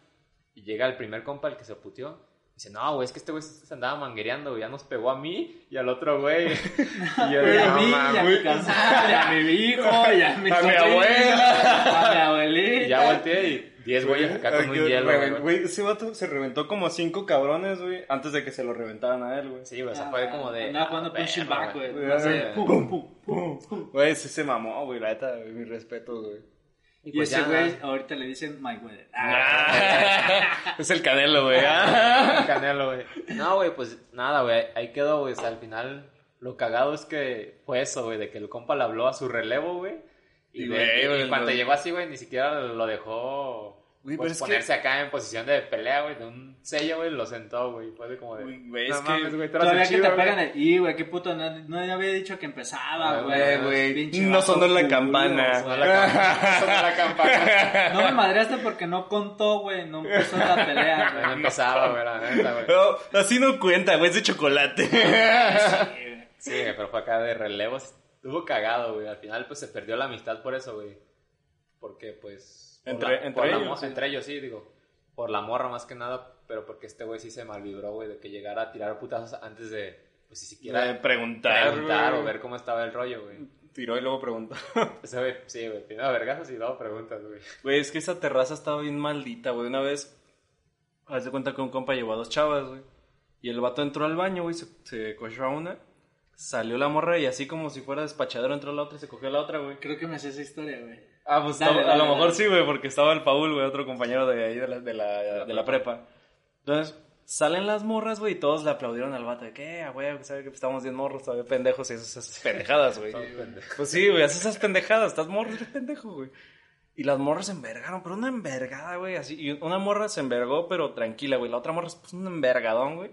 S1: Y llega el primer compa, el que se puteó. Dice, no, güey, es que este güey se se andaba manguereando, güey. Ya nos pegó a mí y al otro güey. Y yo,
S3: Y a
S1: no,
S3: mí, y a
S1: mames.
S3: mi casa, y a mi hijo, y a mi
S4: A mi
S3: sobrino,
S4: abuela.
S3: a mi
S1: Y
S3: abuelita.
S1: ya volteé y 10 güeyes acá con un hielo,
S2: Reven-
S1: güey.
S2: güey, ese vato se reventó como cinco cabrones, güey, antes de que se lo reventaran a él, güey.
S1: Sí, güey, o sea, fue como de.
S3: Andaba jugando
S1: ah,
S3: punching
S1: perro,
S3: back, güey.
S2: güey.
S3: Así,
S1: Güey.
S3: pum, pum, pum, pum, pum.
S2: Güey, sí se mamó, güey, la neta, güey, mis respetos, güey.
S1: Y
S3: Y
S1: pues
S3: ese
S1: ya,
S3: güey, ahorita le dicen My Weather. Ah,
S4: Es el canelo, güey.
S1: El Canelo, güey. No, güey, pues nada, güey. Ahí quedó, güey. O sea, al final, lo cagado es que fue eso, güey, de que el compa le habló a su relevo, güey. Y,
S4: Y,
S1: de-
S4: güey,
S1: y
S4: güey,
S1: cuando
S4: güey.
S1: llegó así, güey, ni siquiera lo dejó pues,
S2: Güey, pero es que-
S1: ponerse acá en posición de pelea, güey. De un sello, güey, lo sentó, güey. Fue de como de.
S2: Uy, güey,
S1: "No
S2: es que-
S1: mames, güey, tú eras
S3: Todavía
S1: el
S3: que
S1: chido,
S3: te
S1: güey".
S3: pegan el. Y, güey, qué puto. No, no había dicho que empezaba,
S1: Ah,
S3: güey.
S2: güey,
S3: Pinche
S2: no
S3: vato
S2: sonó la
S3: culo,
S2: campana.
S1: Sonó la campana. sonó la campana.
S3: No me madreaste porque no contó, güey. No empezó la pelea,
S1: No
S3: güey.
S1: empezaba, güey, la neta, güey.
S2: No, así no cuenta, güey, es de chocolate.
S1: Sí, güey, pero fue acá de relevos. Estuvo cagado, güey. Al final, pues se perdió la amistad por eso, güey. Porque, pues. por
S2: Entre-
S1: la-
S2: entre
S1: por la
S2: ellos,
S1: mo-
S2: sí.
S1: entre ellos, sí, digo. Por la morra más que nada, pero porque este güey sí se malvibró, güey, de que llegara a tirar putazos antes de, pues ni siquiera
S2: De preguntar,
S1: preguntar
S2: güey.
S1: o ver cómo estaba el rollo, güey.
S2: Tiró y luego preguntó.
S1: O sea, güey, sí, güey, primero vergazos y luego preguntas, güey.
S2: Güey, es que esa terraza estaba bien maldita, güey. Una vez, haz de cuenta que un compa llevó a dos chavas, güey. Y el vato entró al baño, güey, se, se cogió a una. Salió la morra y así como si fuera despachadero entró la otra y se cogió a la otra, güey.
S3: Creo que me sé esa historia, güey.
S2: Ah, pues estaba-
S3: Dale,
S2: a
S3: dale,
S2: lo
S3: dale.
S2: mejor sí, güey, porque estaba el Paul, güey, otro compañero de ahí de la, de la, de la prepa. Entonces, salen las morras, güey, y todos le aplaudieron al vato. De que, ah, güey, que sabe que estamos bien morros, todavía pendejos y esas, esas pendejadas, güey. pues sí, güey, haces esas pendejadas, estás morro, eres pendejo, güey. Y las morras se envergaron, pero una envergada, güey, así. Y una morra se envergó, pero tranquila, güey. La otra morra se puso un envergadón, güey.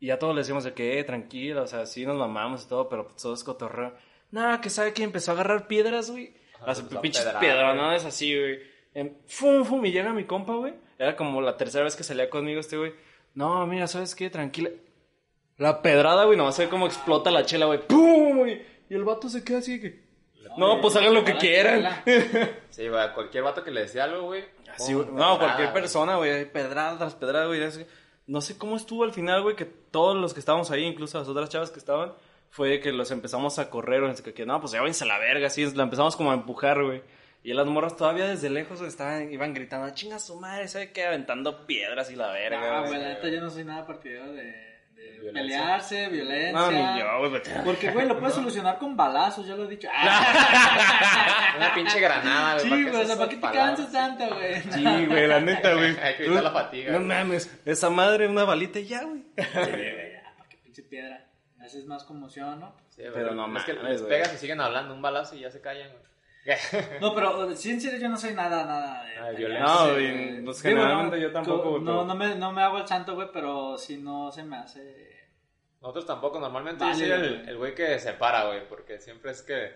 S2: Y ya todos le decimos de que, eh, tranquila, o sea, sí nos mamamos y todo, pero pues, todo es cotorreo. Nada, que sabe que empezó a agarrar piedras, güey.
S1: Ajá,
S2: Las
S1: Ah, empezó a
S2: pinches
S1: pedrar,
S2: piedronadas así, güey. Em, Fum, fum, y llega mi compa, güey. Era como la tercera vez que salía conmigo este güey. No, mira, ¿sabes qué? Tranquila. La pedrada, güey, nomás se ve como explota la chela, güey. ¡Pum, güey! Y el vato se queda así de que... No, pues hagan lo que quieran.
S1: Sí, güey, a cualquier vato que le decía algo, güey.
S2: Así,
S1: pum,
S2: Ah, güey.
S1: pedrada,
S2: No, cualquier
S1: Oh, güey.
S2: persona, güey. hay Pedradas, tras pedradas, güey. así. No sé cómo estuvo al final, güey, que todos los que estábamos ahí, incluso las otras chavas que estaban, fue que los empezamos a correr, o que, que no, pues ya váyanse a la verga, así, la empezamos como a empujar, güey. Y las morras todavía desde lejos estaban, iban gritando, chinga su madre, ¿sabe qué? Aventando piedras y la verga.
S3: Ah,
S2: güey.
S3: güey, la neta, yo no soy nada partidario de, de
S1: Violencia.
S3: pelearse, violencia.
S2: no, ni yo, güey.
S3: Porque, güey, lo puedes solucionar con balazos, ya lo he dicho. Ah.
S1: Una pinche granada, güey. ¿para
S3: sí, Ah, güey,
S1: qué
S3: o sea,
S1: esas
S3: ¿para qué te
S1: palabras?
S3: cansas tanto, güey?
S2: Sí, güey, la neta, güey.
S1: Hay que evitar la fatiga,
S2: No
S1: güey.
S2: mames, esa madre, una balita y ya, güey.
S3: ¿Para qué pinche piedra? Haces más conmoción, ¿no?
S1: Sí, güey,
S2: Pero no
S1: Es que
S2: mames,
S1: les
S2: güey.
S1: pegas y siguen hablando un balazo y ya se callan, güey.
S3: No, pero eh, sí, en serio, yo no soy nada, nada. de
S1: Ah,
S3: pelear,
S1: violencia.
S2: No,
S3: sí,
S2: güey, pues
S3: Digo,
S2: generalmente
S3: no,
S2: yo tampoco,
S3: co-
S2: güey, pero-
S3: No, no me, no me hago el santo, güey, pero si no se me hace.
S1: Nosotros tampoco, normalmente
S3: Vale,
S1: yo soy el-
S3: güey.
S1: el güey que se para, güey, porque siempre es que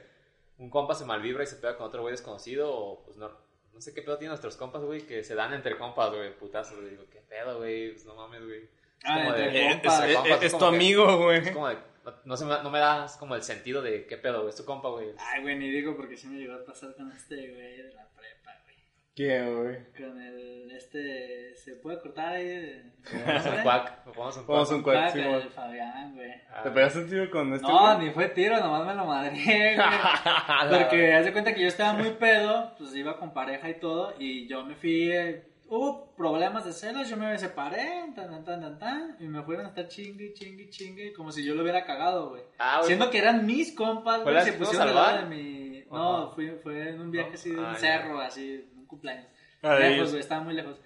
S1: un compa se malvibra y se pega con otro güey desconocido o pues no, no sé qué pedo tienen nuestros compas, güey, que se dan entre compas, güey, putazos, güey, digo, qué pedo, güey, pues no mames, güey. Es
S3: Ah,
S1: como
S3: entre
S1: de-
S2: Eh,
S3: compas,
S2: es-
S1: compas,
S2: es- es tu
S1: como que-
S2: amigo, güey.
S1: Es como de, no, no se me, no me das como el sentido de qué pedo, güey, es tu compa, güey.
S3: Ay, güey, ni digo porque sí me llegó a pasar con este güey de la prepa, güey.
S2: ¿Quién, güey?
S3: Con el. Este. ¿Se puede cortar ahí?
S1: Vamos a un cuac, vamos a un
S2: Vamos
S1: cuac.
S2: a un
S3: Ah,
S2: cuarto.
S3: con el Fabián, güey.
S1: Ah,
S2: ¿Te pegaste un tiro con este?
S3: No,
S2: güey?
S3: ni fue tiro, nomás me lo madré,
S1: Ah,
S3: güey. Porque haz de cuenta que yo estaba muy pedo, pues iba con pareja y todo, y yo me fui. eh, hubo problemas de celos, yo me separé, tan, tan, tan, tan, tan, y me fueron a estar chingue, chingue, chingue, como si yo lo hubiera cagado, güey.
S1: Ah, güey.
S3: Siendo que eran mis compas,
S1: ¿Fue
S3: güey,
S1: la
S3: se
S1: que fuimos al
S3: pusieron al lado
S1: bar?
S3: de mi. No,
S1: Ajá.
S3: fui, fue en un viaje
S1: ¿No?
S3: así de un
S1: Ah, ya.
S3: cerro, así, un cumpleaños.
S2: Ahí
S3: Lejos,
S2: es.
S3: güey, estaba muy lejos.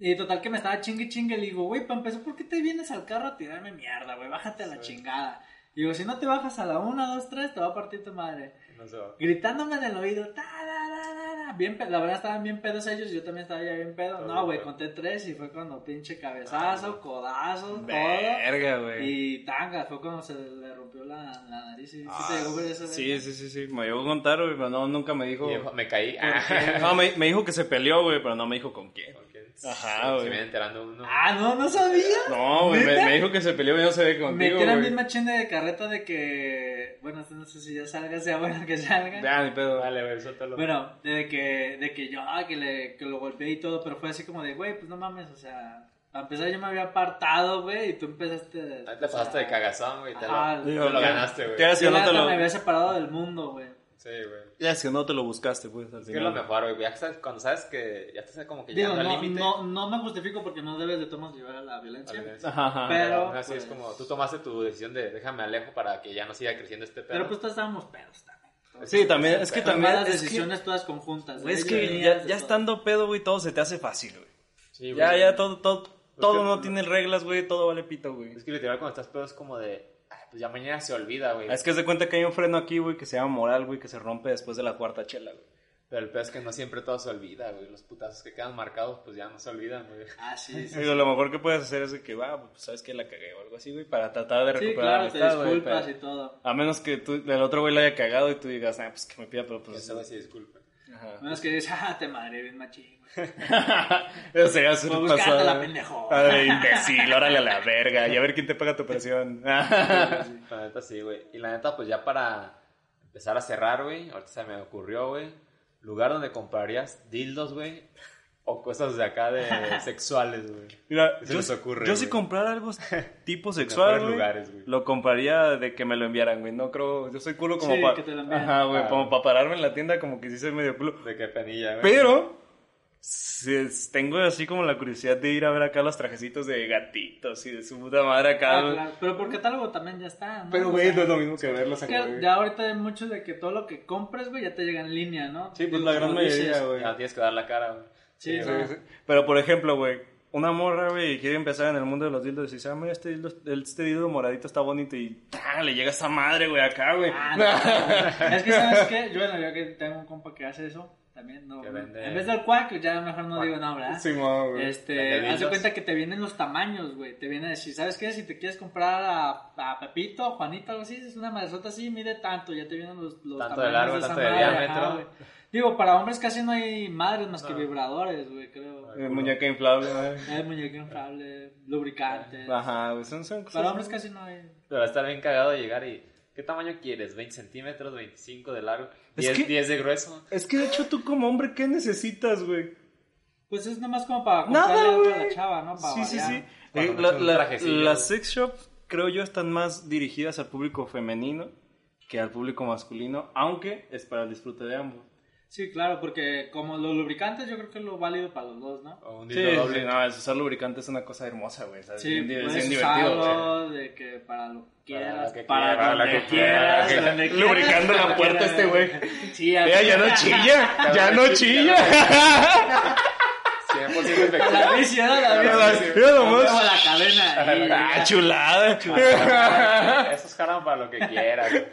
S3: Y total que me estaba chingue chingue, le digo, güey, para empezar, ¿por qué te vienes al carro a tirarme mierda, güey? Bájate a la chingada. Y digo, si no te bajas a la una, dos, tres, te va a partir tu madre.
S1: No sé,
S3: Gritándome en el oído, ta, da, da, da, da. Bien, pe- la verdad estaban bien pedos ellos, yo también estaba ya bien pedo.
S1: Todo
S3: No, güey,
S1: bien
S3: conté tres y fue cuando pinche cabezazo, codazo, todo.
S2: Ah. Verga, güey.
S3: Y tanga, fue cuando se le rompió la, la nariz. ¿Y sí
S2: Ah,
S3: te llegó por eso?
S2: Sí, sí, sí, sí. Me llegó a contar, güey, pero no, nunca me dijo.
S1: y me caí. Ah,
S2: No, me, me dijo que se peleó, güey, pero no me dijo con quién. Ajá,
S1: Ajá, güey. Se
S2: güey.
S1: viene enterando uno.
S3: Ah, no, no sabía.
S2: No, güey, me, me dijo que se peleó, pero yo no se ve
S3: Me
S2: contigo,
S3: tiran
S2: güey.
S3: bien machín de carreta de que. Bueno, esto no sé si ya salga, sea bueno que salga.
S2: Ya, ni pedo.
S1: Dale, güey, suéltalo.
S3: Bueno, de que, de que yo, ah, que, le, que lo golpeé y todo, pero fue así como de, güey, pues no mames, o sea, para empezar yo me había apartado, güey, y tú empezaste.
S1: Ahí te pasaste de cagazón, güey. Te
S3: Ajá,
S2: Ah,
S1: lo,
S3: güey.
S1: te lo ganaste, güey.
S2: ¿Qué haces
S3: Yo
S2: que
S3: la
S2: no te
S3: neta
S2: lo...
S3: me había separado del mundo, güey.
S1: Sí, güey.
S2: Ya, si no te lo buscaste, pues, al
S1: Es que es lo
S2: final.
S1: mejor, güey. Ya sabes, cuando sabes que ya estás como que
S3: Digo,
S1: llegando
S3: no,
S1: al límite.
S3: no, no me justifico porque no debes de tomas llevar a la violencia.
S1: Vale,
S2: Ajá, ajá.
S3: Pero,
S1: Pero aún así
S3: pues-
S1: es como tú tomaste tu decisión de déjame alejo para que ya no siga creciendo este pedo.
S3: Pero pues todos estábamos pedos también.
S2: Sí, también, es que
S3: Tomadas
S2: también... es que-
S3: decisiones todas conjuntas.
S2: güey,
S3: de
S2: es que
S3: ellos, pues,
S2: ya,
S3: de
S2: ya
S3: todo.
S2: estando pedo, güey, todo se te hace fácil, güey.
S1: Sí, güey.
S2: Ya, ya, todo, todo,
S1: que-
S2: todo no tiene reglas, güey, todo vale pito, güey.
S1: Es que literal cuando estás pedo es como de "Ah, pues ya mañana se olvida, güey.
S2: Es que se cuenta que hay un freno aquí, güey, que se llama moral, güey, que se rompe después de la cuarta chela, güey.
S1: Pero el peor es que no siempre todo se olvida, güey. Los putazos que quedan marcados, pues ya no se olvidan, güey.
S3: Ah, sí, sí.
S2: Digo, lo mejor que puedes hacer es de que, va, pues sabes que la cagué o algo así, güey, para tratar de
S3: Sí,
S2: recuperar
S3: claro, te
S2: la amistad, güey.
S3: disculpas
S2: pero-
S3: y todo.
S2: A menos que tú, el otro güey la haya cagado y tú digas, ah, pues que me pida, pero
S1: Que
S2: pues.
S1: se sí, disculpa.
S2: Ajá.
S3: A menos que dices, ah, te madre, bien machín. güey.
S2: Eso sería su
S3: Pues buscarte la
S2: pasada.
S3: pendejo.
S2: Ah, de imbécil, órale a la verga. Y a ver quién te paga tu operación.
S1: La neta sí, güey. Y la neta, pues ya para empezar a cerrar, güey. Ahorita se me ocurrió, güey. Lugar donde comprarías dildos, güey. O cosas de acá de sexuales, güey.
S2: Mira,
S1: ¿Qué se
S2: yo,
S1: les
S2: si-
S1: ocurre,
S2: yo
S1: güey?
S2: si comprara algo tipo
S1: Mejores
S2: sexual, güey,
S1: lugares, güey.
S2: lo compraría de que me lo enviaran, güey. No creo, yo soy culo como
S3: Sí,
S2: para...
S3: que te lo envíen.
S2: Ajá, güey,
S1: Ah.
S2: como para pararme en la tienda como que sí soy medio culo.
S1: De qué penilla, güey.
S2: Pero si es- tengo así como la curiosidad de ir a ver acá los trajecitos de gatitos y de su puta madre acá.
S3: Ah,
S2: güey.
S3: claro. Pero por catálogo también ya está, ¿no?
S2: Pero,
S3: O
S2: güey,
S3: sea,
S2: no es lo mismo que verlos acá,
S3: que
S2: güey.
S3: ya ahorita hay muchos de que todo lo que compres, güey, ya te llega en línea, ¿no?
S2: Sí, pues
S3: Digo,
S2: la gran
S3: como dices,
S2: mayoría, güey.
S1: Ya tienes que dar la cara, güey.
S3: Sí,
S2: Sí,
S3: no.
S2: sí. Pero por ejemplo, güey, una morra, güey, quiere empezar en el mundo de los dildos y dice, ah, mira, este dildo, este dildo moradito está bonito y ¡tah! le llega esa madre, güey, acá, güey.
S3: Ah, no, no, no. es que, ¿sabes qué? Yo, bueno, yo que tengo un compa que hace eso, también, no.
S1: Que vende-
S3: En vez del cuac, pues ya mejor no
S1: Cuac.
S3: digo, no, ¿verdad?
S2: Simón, güey.
S1: Las de
S3: Este, haz de
S1: Bildos.
S3: cuenta que te vienen los tamaños, güey. Te viene a decir, ¿sabes qué? Si te quieres comprar a, a Pepito, a Juanito, algo así, es una madresota así, mide tanto. Ya te vienen los, los
S1: Tanto de largo,
S3: esa
S1: tanto de
S3: madre,
S1: diámetro.
S3: ajá, güey. Digo, para hombres casi no hay madres más que
S1: No. Ah.
S3: vibradores, güey, creo.
S2: Eh, muñeca inflable, güey.
S3: Hay muñeca inflable, lubricantes.
S2: Ajá, güey, son, son
S3: Para
S2: cosas.
S3: Este, hombres casi no hay.
S1: Te va a estar bien cagado de llegar y... ¿Qué tamaño quieres? ¿20 centímetros? ¿25 de largo?
S2: Es
S1: ¿10,
S2: que-
S1: 10 de grueso?
S2: Es que de hecho tú como hombre, ¿qué necesitas, güey?
S3: Pues es nomás como para
S2: Nada,
S3: comprarle algo a
S2: güey.
S3: la chava, ¿no? Para
S2: Sí, sí,
S3: variar.
S2: sí.
S1: Cuando
S2: Eh,
S1: me
S2: la-
S1: echo un
S2: la-
S1: trajecillo,
S2: las
S1: güey.
S2: sex shops, creo yo, están más dirigidas al público femenino que al público masculino, aunque es para el disfrute de ambos.
S3: Sí, claro, porque como los lubricantes, yo creo que es lo válido para los dos, ¿no?
S1: ¿O un
S2: Sí,
S1: dildo doble?
S2: sí, no, es usar lubricante es una cosa hermosa, güey. ¿sabes?
S3: Sí,
S2: Bien-
S3: puedes
S2: bien güey.
S3: usarlo de que para lo que
S1: Para
S3: quieras,
S1: lo que
S3: para,
S1: quieras, para lo
S3: donde
S1: que
S3: quieras,
S1: quieras,
S3: donde quieras.
S2: Lubricando la
S3: donde
S2: puerta
S3: quieras.
S2: este güey.
S3: Sí,
S2: Mira, ya no chilla, ya no chilla.
S1: 100%
S3: La
S1: efectivo.
S3: bici, ¿no? La
S2: Mira
S3: bici.
S2: nomás.
S3: Luego la cadena. ahí,
S2: Ah,
S3: ya.
S2: chulada.
S1: Esos jalan para lo que quieran. güey.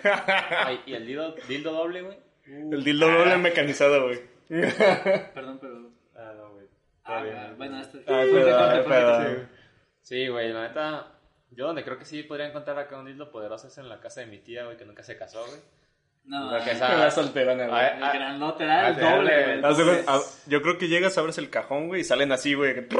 S1: Ay, ¿Y el dildo, dildo doble, güey?
S2: El dildo doble mecanizado, güey.
S3: Perdón, pero...
S1: Ah, no, güey. Está
S3: Ah,
S1: bien.
S3: bueno, esto...
S2: Ay, perdón,
S3: Corte, corte, corte.
S2: perdón.
S1: Sí, güey, la neta. Yo donde creo que sí podría encontrar acá un dildo poderoso es en la casa de mi tía, güey, que nunca se casó, güey.
S3: No,
S1: Porque
S3: el
S1: esa-
S2: La solterona, güey.
S1: Ah, ah,
S3: grandote, ¿verdad? El
S1: Ah,
S3: doble,
S1: sí,
S3: güey, el
S2: Haz de
S3: doble.
S2: cuenta, ah, yo creo que llegas, abres el cajón, güey, y salen así, güey. que-
S1: de-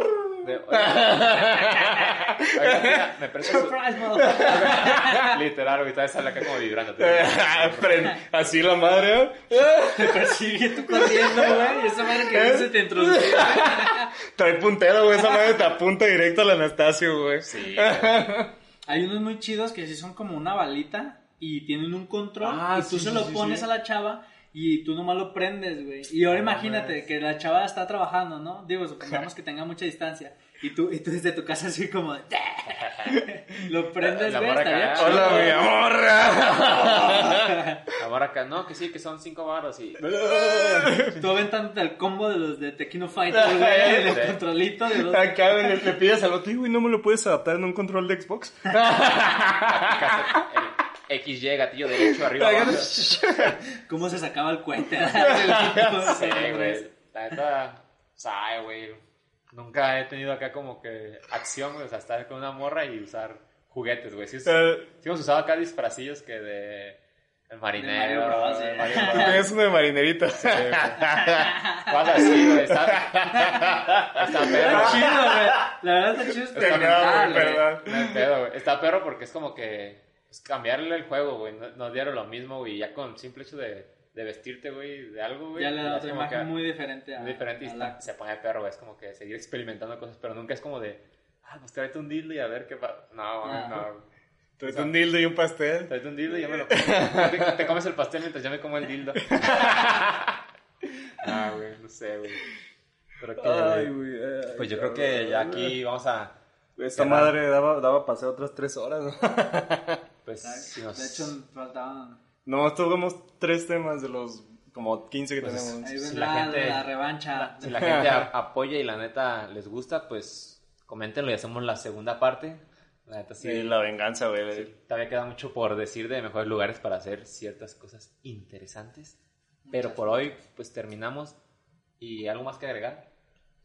S1: oye, oiga, tía, me prestas su-
S3: Surprise, motherfucker.
S1: Literal, güey, todavía sale acá como vibrando.
S2: Fren- así la madre. ¿eh?
S3: Te persigue tú corriendo, güey. y Esa madre que dice te introduce.
S2: Trae puntero, güey. Esa madre te apunta directo al Anastasio, güey.
S1: Sí, güey.
S3: Hay unos muy chidos que sí son como una balita y tienen un control
S2: Ah,
S3: y tú
S2: sí,
S3: se
S2: sí,
S3: lo
S2: sí,
S3: pones
S2: sí.
S3: a la chava y tú nomás lo prendes, güey. Y ahora imagínate que la chava está trabajando, ¿no? Digo, supongamos que tenga mucha distancia y tú, y tú desde tu casa así como... lo prendes,
S1: La
S3: güey.
S1: morra
S3: estaría
S1: acá.
S3: chido.
S2: Hola, mi amor.
S1: Ahora acá, no, que sí, que son cinco barros y.
S3: Tú aventándote el combo de los de Tequino Fighter, güey.
S1: Sí.
S3: el controlito de los...
S2: Acá güey, le, le pides al otro, güey, no me lo puedes adaptar en un control de Xbox.
S1: el XY, gatillo derecho, arriba, abajo. Sí,
S3: ¿Cómo se sacaba el cohete? sí,
S1: güey. La neta, sabe, güey. Nunca he tenido acá como que acción, güey. O sea, estar con una morra y usar juguetes, güey. Sí, sí,
S2: Eh,
S1: sí hemos usado acá disfrazillos que de. El marinero,
S3: Mario Bros,
S1: el
S3: sí.
S1: Mario
S2: Tú
S1: Bros.
S2: tenías uno de marinerito.
S1: Cosas así, güey. Está, está perro.
S3: Está chido, güey. La verdad está chido
S2: Pero
S3: experimentar,
S2: no,
S3: güey.
S2: ¿verdad?
S1: No hay pedo, güey. Está perro porque es como que pues, cambiarle el juego, güey. No, no dieron lo mismo, güey. Ya con el simple hecho de, de vestirte, güey, de algo, güey.
S3: Ya le da
S1: es
S3: otra
S1: como
S3: imagen
S1: que
S3: muy diferente a,
S1: muy diferente y
S3: a
S1: está-
S3: la-
S1: se pone perro, güey. Es como que seguir experimentando cosas, pero nunca es como de, ah, pues tráete un dildo y a ver qué pasa. No, güey,
S3: Ah.
S1: no. güey.
S2: Traes un dildo y un pastel.
S1: Tráete un dildo y yo me lo como. te, te comes el pastel mientras yo me como el dildo. ah, güey, no sé, güey. Pero que,
S2: güey. ay,
S1: pues yo creo que ya aquí vamos a,
S2: Esta madre daba, daba paseo otras tres horas, ¿no?
S1: pues, si nos-
S3: De hecho, faltaban.
S2: Nomás tuvimos tres temas de los como 15 que
S1: Pues,
S2: tenemos.
S3: Ahí
S1: Si
S3: vendrá
S1: la
S3: la,
S1: gente-
S3: la revancha.
S1: Si la gente a- apoya y la neta les gusta, pues coméntenlo y hacemos la segunda parte. La neta sí.
S2: Sí, la venganza, güey.
S1: Todavía queda mucho por decir de mejores lugares para hacer ciertas cosas interesantes. Pero por hoy, pues terminamos. ¿Y algo más que agregar?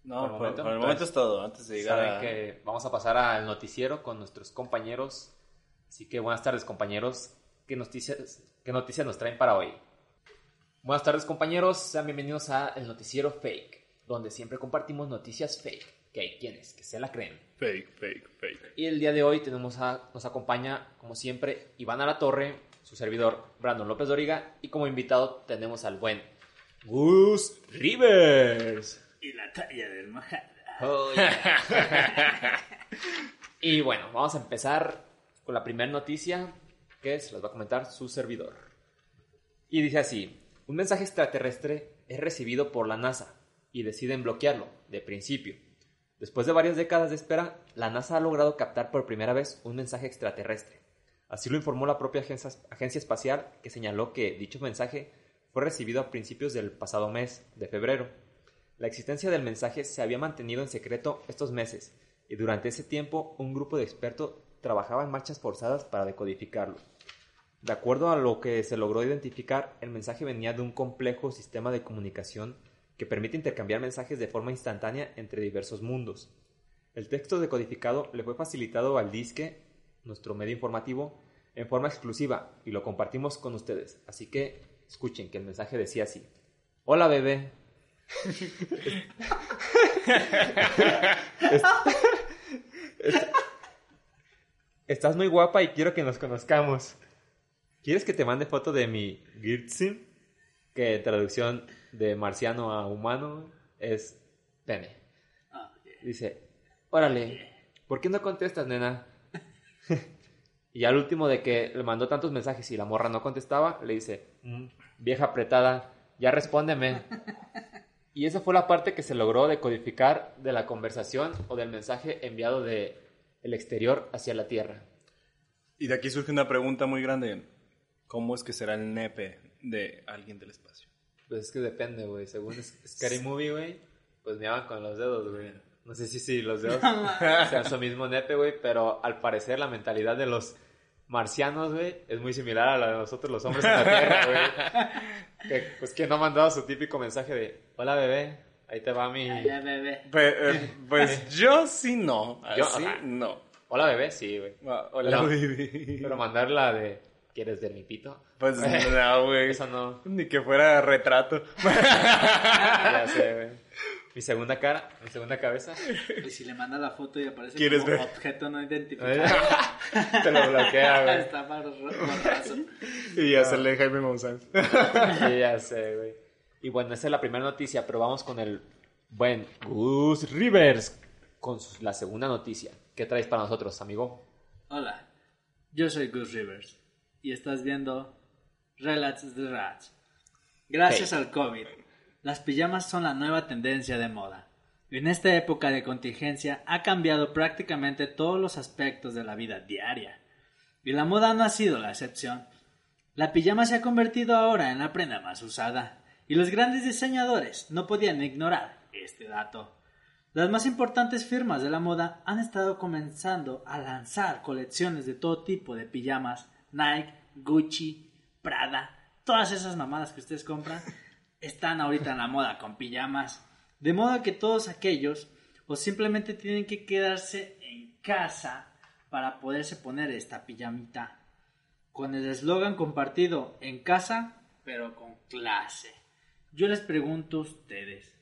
S2: No,
S1: Por
S2: por
S1: el
S2: por el
S1: momento,
S2: momento,
S1: pues,
S2: es todo. Antes de llegar
S1: Saben
S2: a...
S1: que vamos a pasar al noticiero con nuestros compañeros. Así que buenas tardes, compañeros. ¿Qué noticias, qué noticias nos traen para hoy? Buenas tardes, compañeros. Sean bienvenidos a el noticiero fake, donde siempre compartimos noticias fake, que hay quienes que se la creen.
S4: Fake, fake, fake.
S1: Y el día de hoy tenemos a, nos acompaña, como siempre, Iván Alatorre, su servidor, Brandon López Doriga, y como invitado tenemos al buen Gus Rivers.
S3: Y la talla del majada.
S1: Oh, yeah. y bueno, vamos a empezar con la primera noticia que se las va a comentar su servidor. Y dice así, un mensaje extraterrestre es recibido por la NASA y deciden bloquearlo de principio. Después de varias décadas de espera, la NASA ha logrado captar por primera vez un mensaje extraterrestre. Así lo informó la propia agencia, agencia espacial que señaló que dicho mensaje fue recibido a principios del pasado mes de febrero. La existencia del mensaje se había mantenido en secreto estos meses, y durante ese tiempo un grupo de expertos trabajaba en marchas forzadas para decodificarlo. De acuerdo a lo que se logró identificar, el mensaje venía de un complejo sistema de comunicación que permite intercambiar mensajes de forma instantánea entre diversos mundos. El texto decodificado le fue facilitado al disque, nuestro medio informativo, en forma exclusiva y lo compartimos con ustedes. Así que escuchen que el mensaje decía así. Hola bebé, Estás muy guapa y quiero que nos conozcamos. ¿Quieres que te mande foto de mi Girtsin? Que en traducción de marciano a humano es pene. Dice, órale, ¿por qué no contestas, nena? y al último de que le mandó tantos mensajes y la morra no contestaba, le dice, "Mm, vieja apretada, ya respóndeme. y esa fue la parte que se logró decodificar de la conversación o del mensaje enviado de el exterior hacia la Tierra.
S2: Y de aquí surge una pregunta muy grande. ¿Cómo es que será el nepe de alguien del espacio?
S1: Pues es que depende, güey. Según es- Scary Movie, güey, pues me daban con los dedos, güey. No sé si si los dedos sean su mismo nepe, güey, pero al parecer la mentalidad de los marcianos, güey, es muy similar a la de nosotros los hombres en la Tierra, güey. Que, pues que no mandaba su típico mensaje de, hola bebé, ahí te va mi...
S3: Allá, Ah, bebé.
S2: Pues, eh, pues yo sí no.
S1: Yo,
S2: Así
S1: ajá.
S2: no.
S1: Hola bebé, sí, güey.
S2: Ah, Hola,
S1: No.
S2: baby.
S1: Pero mandarla de, ¿quieres ver mi pito?
S2: Pues no, güey.
S1: Eso no,
S2: Ni que fuera retrato.
S1: ya sé, güey. Mi segunda cara, mi segunda cabeza.
S3: Y si le manda la foto y aparece
S2: ¿Quieres
S3: como
S2: ver? ¿Eh?
S3: objeto no identificado.
S1: Te lo bloquea, güey.
S3: Está para borrazo.
S2: y ya sale Jaime Monsanto.
S1: Sí, ya sé, güey. Y bueno, esa es la primera noticia, pero vamos con el buen Gus Rivers con su- la segunda noticia. ¿Qué traes para nosotros, amigo?
S3: Hola, yo soy Gus Rivers y estás viendo Relats de Rats. Gracias al COVID, las pijamas son la nueva tendencia de moda. En esta época de contingencia ha cambiado prácticamente todos los aspectos de la vida diaria. Y la moda no ha sido la excepción. La pijama se ha convertido ahora en la prenda más usada, y los grandes diseñadores no podían ignorar este dato. Las más importantes firmas de la moda han estado comenzando a lanzar colecciones de todo tipo de pijamas, Nike, Gucci, Prada, todas esas mamadas que ustedes compran están ahorita en la moda con pijamas. De modo que todos aquellos o simplemente tienen que quedarse en casa para poderse poner esta pijamita con el eslogan compartido en casa, pero con clase. Yo les pregunto a ustedes,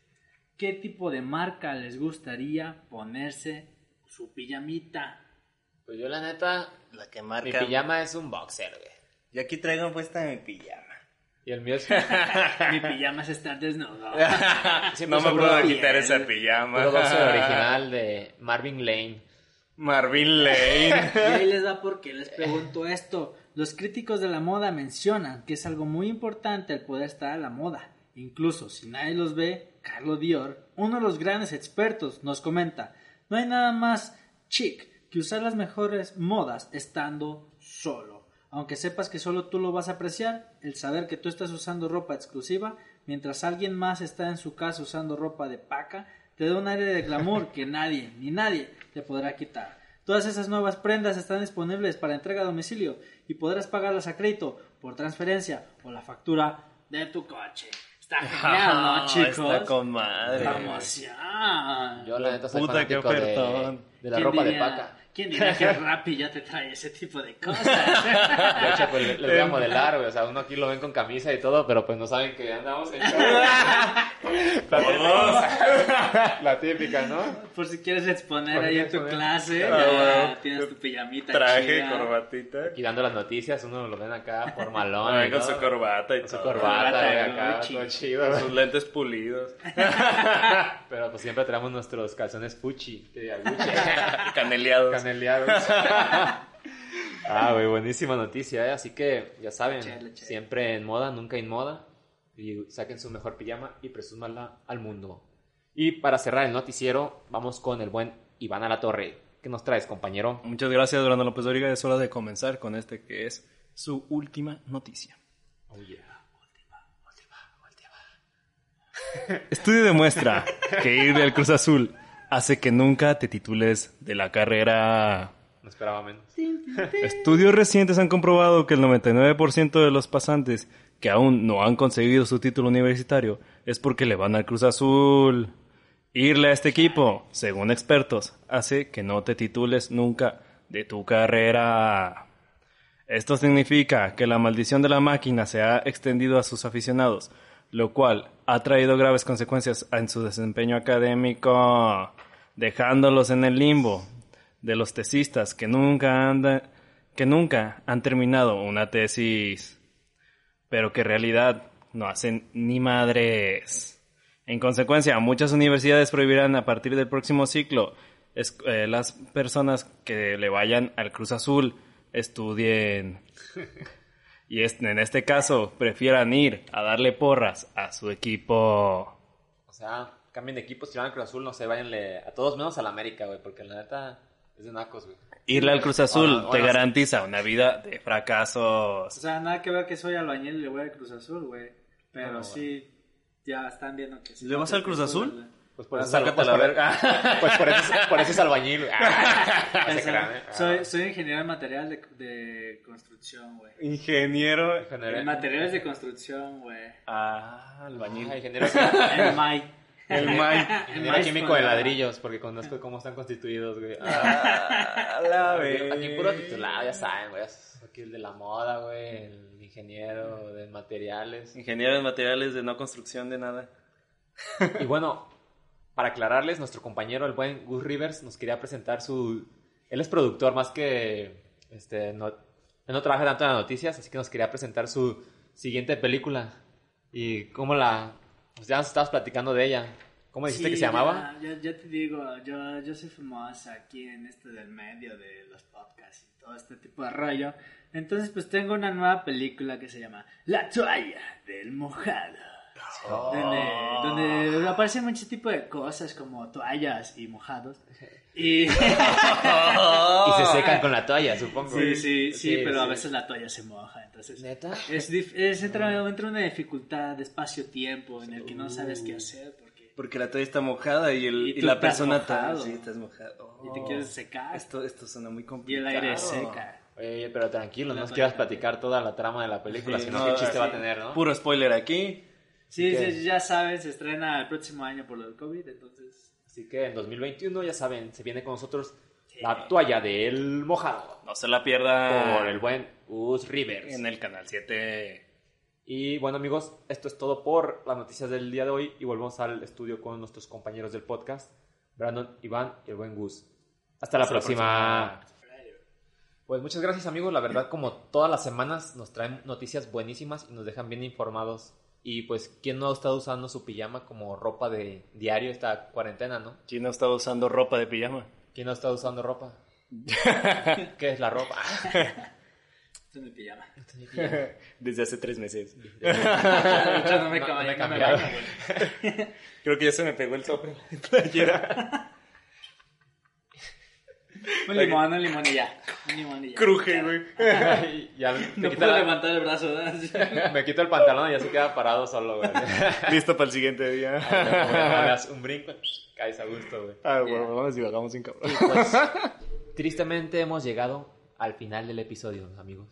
S3: ¿qué tipo de marca les gustaría ponerse su pijamita?
S1: Pues yo, la neta,
S2: La que
S1: mi
S2: marca.
S1: pijama es un boxer, güey.
S2: Yo aquí traigo puesta mi pijama.
S1: Y el mío es.
S3: Mi pijama es estar desnudo.
S1: siempre
S2: No me
S1: uso
S2: puedo
S1: puro-
S2: quitar esa
S1: puro
S2: pijama.
S1: boxer original de Marvin Lane.
S2: Marvin Lane.
S3: Y ahí les va porque les pregunto esto. Los críticos de la moda mencionan que es algo muy importante el poder estar a la moda. Incluso si nadie los ve, Carlo Dior, uno de los grandes expertos, nos comenta, no hay nada más chic que usar las mejores modas estando solo. Aunque sepas que solo tú lo vas a apreciar, el saber que tú estás usando ropa exclusiva, mientras alguien más está en su casa usando ropa de paca, te da un aire de glamour que nadie, ni nadie, te podrá quitar. Todas esas nuevas prendas están disponibles para entrega a domicilio y podrás pagarlas a crédito, por transferencia o la factura de tu coche. Está genial, ¿no, chicos?
S2: Ah, Está con madre.
S3: La
S2: güey.
S3: emoción.
S1: Yo la neta soy
S2: puta, qué
S1: fanático de,
S2: ofertón.
S1: de la
S3: ¿Quién
S1: ropa de
S3: diría-
S1: paca.
S3: ¿Quién diría que Rappi ya te trae ese tipo de cosas?
S1: De hecho, pues les voy a modelar, güey. O sea, uno aquí lo ven con camisa y todo, pero pues no saben que andamos en La típica, ¿no?
S3: Por si quieres exponer
S1: Por ¿eh? si
S3: ahí en
S1: quieres
S3: tu
S1: poner-
S3: clase,
S2: Ah,
S3: ya
S2: bueno.
S3: tienes tu pijamita
S2: Traje,
S3: chida.
S2: corbatita.
S1: Aquí dando las noticias, uno lo ven acá formalón.
S2: Ah,
S1: y
S2: Con
S1: todo.
S2: su Ah, corbata y
S1: Con su
S2: todo.
S1: corbata,
S3: Corbata,
S1: güey,
S3: güey,
S1: acá,
S3: chido.
S1: todo chido. güey.
S2: Sus lentes pulidos.
S1: Pero pues siempre traemos nuestros calzones Pucci de Gucci.
S2: Caneleados.
S1: Caneleados. ah, güey, buenísima noticia, ¿eh? Así que ya saben,
S3: Chale, chale.
S1: siempre en moda, nunca en moda. Y saquen su mejor pijama y presúmanla al mundo. Y para cerrar el noticiero, vamos con el buen Iván a la Torre. ¿Qué nos traes, compañero?
S2: Muchas gracias, Brando López Dóriga. Es hora de comenzar con este que es su última noticia.
S1: Oh, yeah.
S2: Estudio demuestra que ir del Cruz Azul hace que nunca te titules de la carrera.
S1: No esperaba menos.
S2: Estudios recientes han comprobado que el 99% de los pasantes que aún no han conseguido su título universitario es porque le van al Cruz Azul. Irle a este equipo, según expertos, hace que no te titules nunca de tu carrera. Esto significa que la maldición de la máquina se ha extendido a sus aficionados, lo cual ha traído graves consecuencias en su desempeño académico, dejándolos en el limbo de los tesistas que nunca, anda- que nunca han terminado una tesis, pero que en realidad no hacen ni madres. En consecuencia, muchas universidades prohibirán a partir del próximo ciclo es- eh, las personas que le vayan al Cruz Azul estudien. Y es- en este caso, prefieran ir a darle porras a su equipo.
S1: O sea, cambien de equipo, si van al Cruz Azul, no sé, váyanle a todos menos al América, güey, porque la neta es de nacos, güey.
S2: Irle al Cruz Azul
S1: Ahora-
S2: te
S1: ahora sí.
S2: garantiza una vida de
S3: O
S2: fracasos.
S3: sea, nada que ver que soy albañil y le voy a Cruz Azul, güey.
S1: Ah,
S3: Pero sí, ya están viendo que sí.
S2: ¿Le vas al Cruz Azul?
S1: Pues por eso,
S2: Sácate
S1: pues
S2: la
S1: por- pues por eso, es- por eso es albañil. güey. Ah, no se
S3: Eso,
S1: crean, ¿eh? Ah.
S3: soy, soy ingeniero en materiales de, de construcción, güey.
S2: Ingeniero.
S1: Ingeniero-
S3: En materiales de construcción, güey.
S2: Ah, albañil.
S1: Ah, ingeniero,
S3: El Mai.
S2: El Mike.
S1: ingeniero químico de ladrillos, porque conozco cómo están constituidos, güey. Ah,
S2: Ah, la
S1: aquí,
S2: vez.
S1: aquí puro titulado, ya saben, güey. es Aquí el de la moda, güey. El ingeniero de materiales.
S2: Ingeniero en materiales de no construcción de nada.
S1: Y bueno, para aclararles, nuestro compañero, el buen Gus Rivers, nos quería presentar su... Él es productor más que... Este, no, él no trabaja tanto en las noticias, así que nos quería presentar su siguiente película. Y cómo la... Pues ya nos estabas platicando de ella. ¿Cómo Pues, dijiste
S3: Sí,
S1: que se llamaba?
S3: Ya, ya- ya te digo, yo, yo soy famosa aquí en este del medio de los podcasts y todo este tipo de rollo. Entonces, pues tengo una nueva película que se llama La toalla del mojado.
S1: Oh.
S3: Donde, donde aparecen muchos tipos de cosas como toallas y mojados. Y,
S1: Y se secan con la toalla, supongo.
S3: sí, sí, sí, pero a
S1: sí.
S3: veces la toalla se moja. Entonces,
S1: ¿Neta?
S3: es, dif- es entra, entra una dificultad de espacio-tiempo en el que no sabes qué hacer porque
S2: Porque la toalla está mojada y, el,
S3: Y
S2: y,
S3: tú
S2: la
S3: estás
S2: persona
S3: mojado.
S2: está- Sí, estás mojado.
S3: y te quieres secar
S2: Esto, esto suena muy
S3: y
S2: Oh. complicado.
S3: el aire seca.
S1: Oye, oye, pero tranquilo, no
S3: La
S1: nos quieras
S3: toalla.
S1: platicar toda la trama de la película,
S2: Sí,
S1: sino
S2: no,
S1: qué chiste
S2: sí.
S1: va a tener, ¿no?
S2: Puro spoiler aquí.
S3: Sí,
S1: Así que-
S3: sí, ya saben, se estrena el próximo año por lo del COVID, entonces.
S1: Así que en 2021, ya saben, se viene con nosotros la toalla del mojado.
S2: No se la pierda
S1: Por el buen Us Rivers.
S2: en el canal 7.
S1: Y bueno, amigos, esto es todo por las noticias del día de hoy. Y volvemos al estudio con nuestros compañeros del podcast, Brandon, Iván y el buen Gus. Hasta la
S2: Hasta la
S1: próxima.
S2: próxima.
S1: Pues muchas gracias, amigos. La verdad, como todas las semanas, nos traen noticias buenísimas y nos dejan bien informados. Y pues, ¿quién no ha estado usando su pijama como ropa de diario esta cuarentena, no?
S2: Chino estaba usando ropa de pijama.
S1: ¿Quién no está usando ropa? ¿Qué es la ropa? Ah,
S3: Estoy en mi pijama.
S2: Desde hace tres meses.
S3: Yo no me
S1: No,
S3: cambio,
S1: no me he
S3: no me
S1: cambiado.
S3: baño, güey.
S2: Creo que ya se me pegó el sope.
S3: Un limón, un limón y ya. Un limón y ya.
S2: Cruje, güey.
S1: Ay, ya me,
S3: No
S1: quita
S3: puedo
S1: la-
S3: levantar el brazo, ¿verdad? Así.
S1: me quito el pantalón y ya se queda parado solo, güey.
S2: Listo para el siguiente día.
S1: Como le das un brinco, caes a gusto, güey.
S2: Ah, bueno, vamos y bajamos sin cabrón.
S1: Pues, Tristemente hemos llegado al final del episodio, amigos.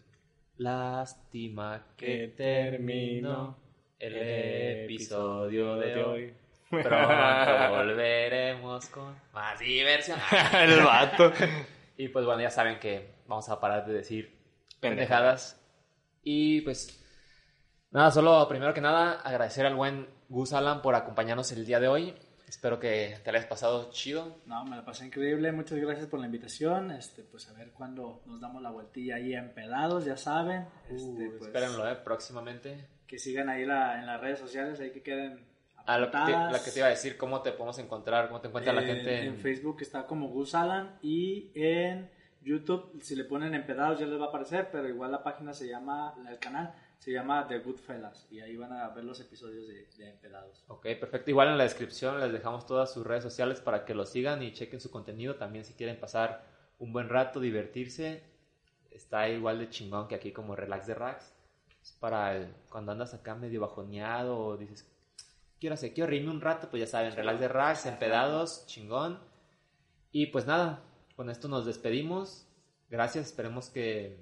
S1: Lástima que
S2: Que terminó
S1: terminó el
S2: el
S1: episodio de hoy. Pronto
S2: Pronto.
S1: volveremos con más diversión. Ah.
S2: El vato.
S1: Y pues bueno, ya saben que vamos a parar de decir
S2: Pendejadas.
S1: pendejadas. Y pues nada, solo primero que nada agradecer al buen Gus Alan por acompañarnos el día de hoy. Espero que te lo hayas pasado chido.
S3: No, me la pasé increíble. Muchas gracias por la invitación. Este, pues a ver cuándo nos damos la vueltilla ahí en pedados, ya saben. Este,
S1: Uh,
S3: pues,
S1: Espérenlo, eh, próximamente.
S3: Que sigan ahí la- en las redes sociales, ahí que queden
S1: A lo que te,
S3: apuntadas.
S1: Ah, la que te iba a decir, cómo te podemos encontrar, cómo te encuentra la
S3: Eh,
S1: gente.
S3: En Facebook está como Gus Alan y en YouTube, si le ponen en pedados ya les va a aparecer, pero igual la página se llama, el canal se llama The Good Fellas y ahí van a ver los episodios de, de Empedados.
S1: Ok, perfecto. Igual en la descripción les dejamos todas sus redes sociales para que lo sigan y chequen su contenido. También si quieren pasar un buen rato, divertirse, está igual de chingón que aquí como Relax de Racks. Es para el- cuando andas acá medio bajoneado o dices, quiero hacer, quiero reírme un rato, pues ya saben, Relax de Racks, empedados, chingón. Y pues nada, con esto nos despedimos. Gracias, esperemos que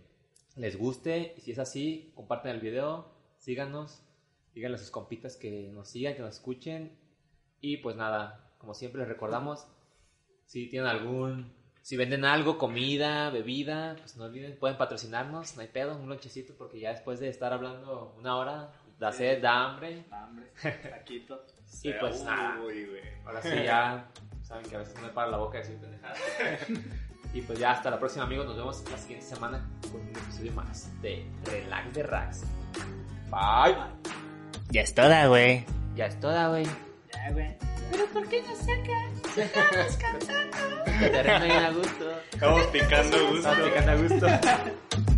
S1: les guste. Y si es así, compartan el video, síganos, díganle a sus compitas que nos sigan, que nos escuchen. Y pues nada, como siempre les recordamos, si tienen algún, si venden algo, comida, bebida, pues no olviden, pueden patrocinarnos, no hay pedo, un lonchecito, porque ya después de estar hablando una hora, da sed, da hambre.
S3: Ah, Hombre, taquitos.
S1: Y pues nada.
S2: Uy, güey.
S1: Ahora sí, ya saben que a veces no me para la boca decir pendejadas. Y pues ya, hasta la próxima, amigos. Nos vemos la siguiente semana con un episodio más de Relax de Racks. Bye.
S5: Ya es toda, güey.
S1: Ya es toda, güey.
S3: Ya, güey.
S1: Que Te rinda bien a gusto.
S2: Estamos picando, gusto.
S1: Estaba picando a gusto.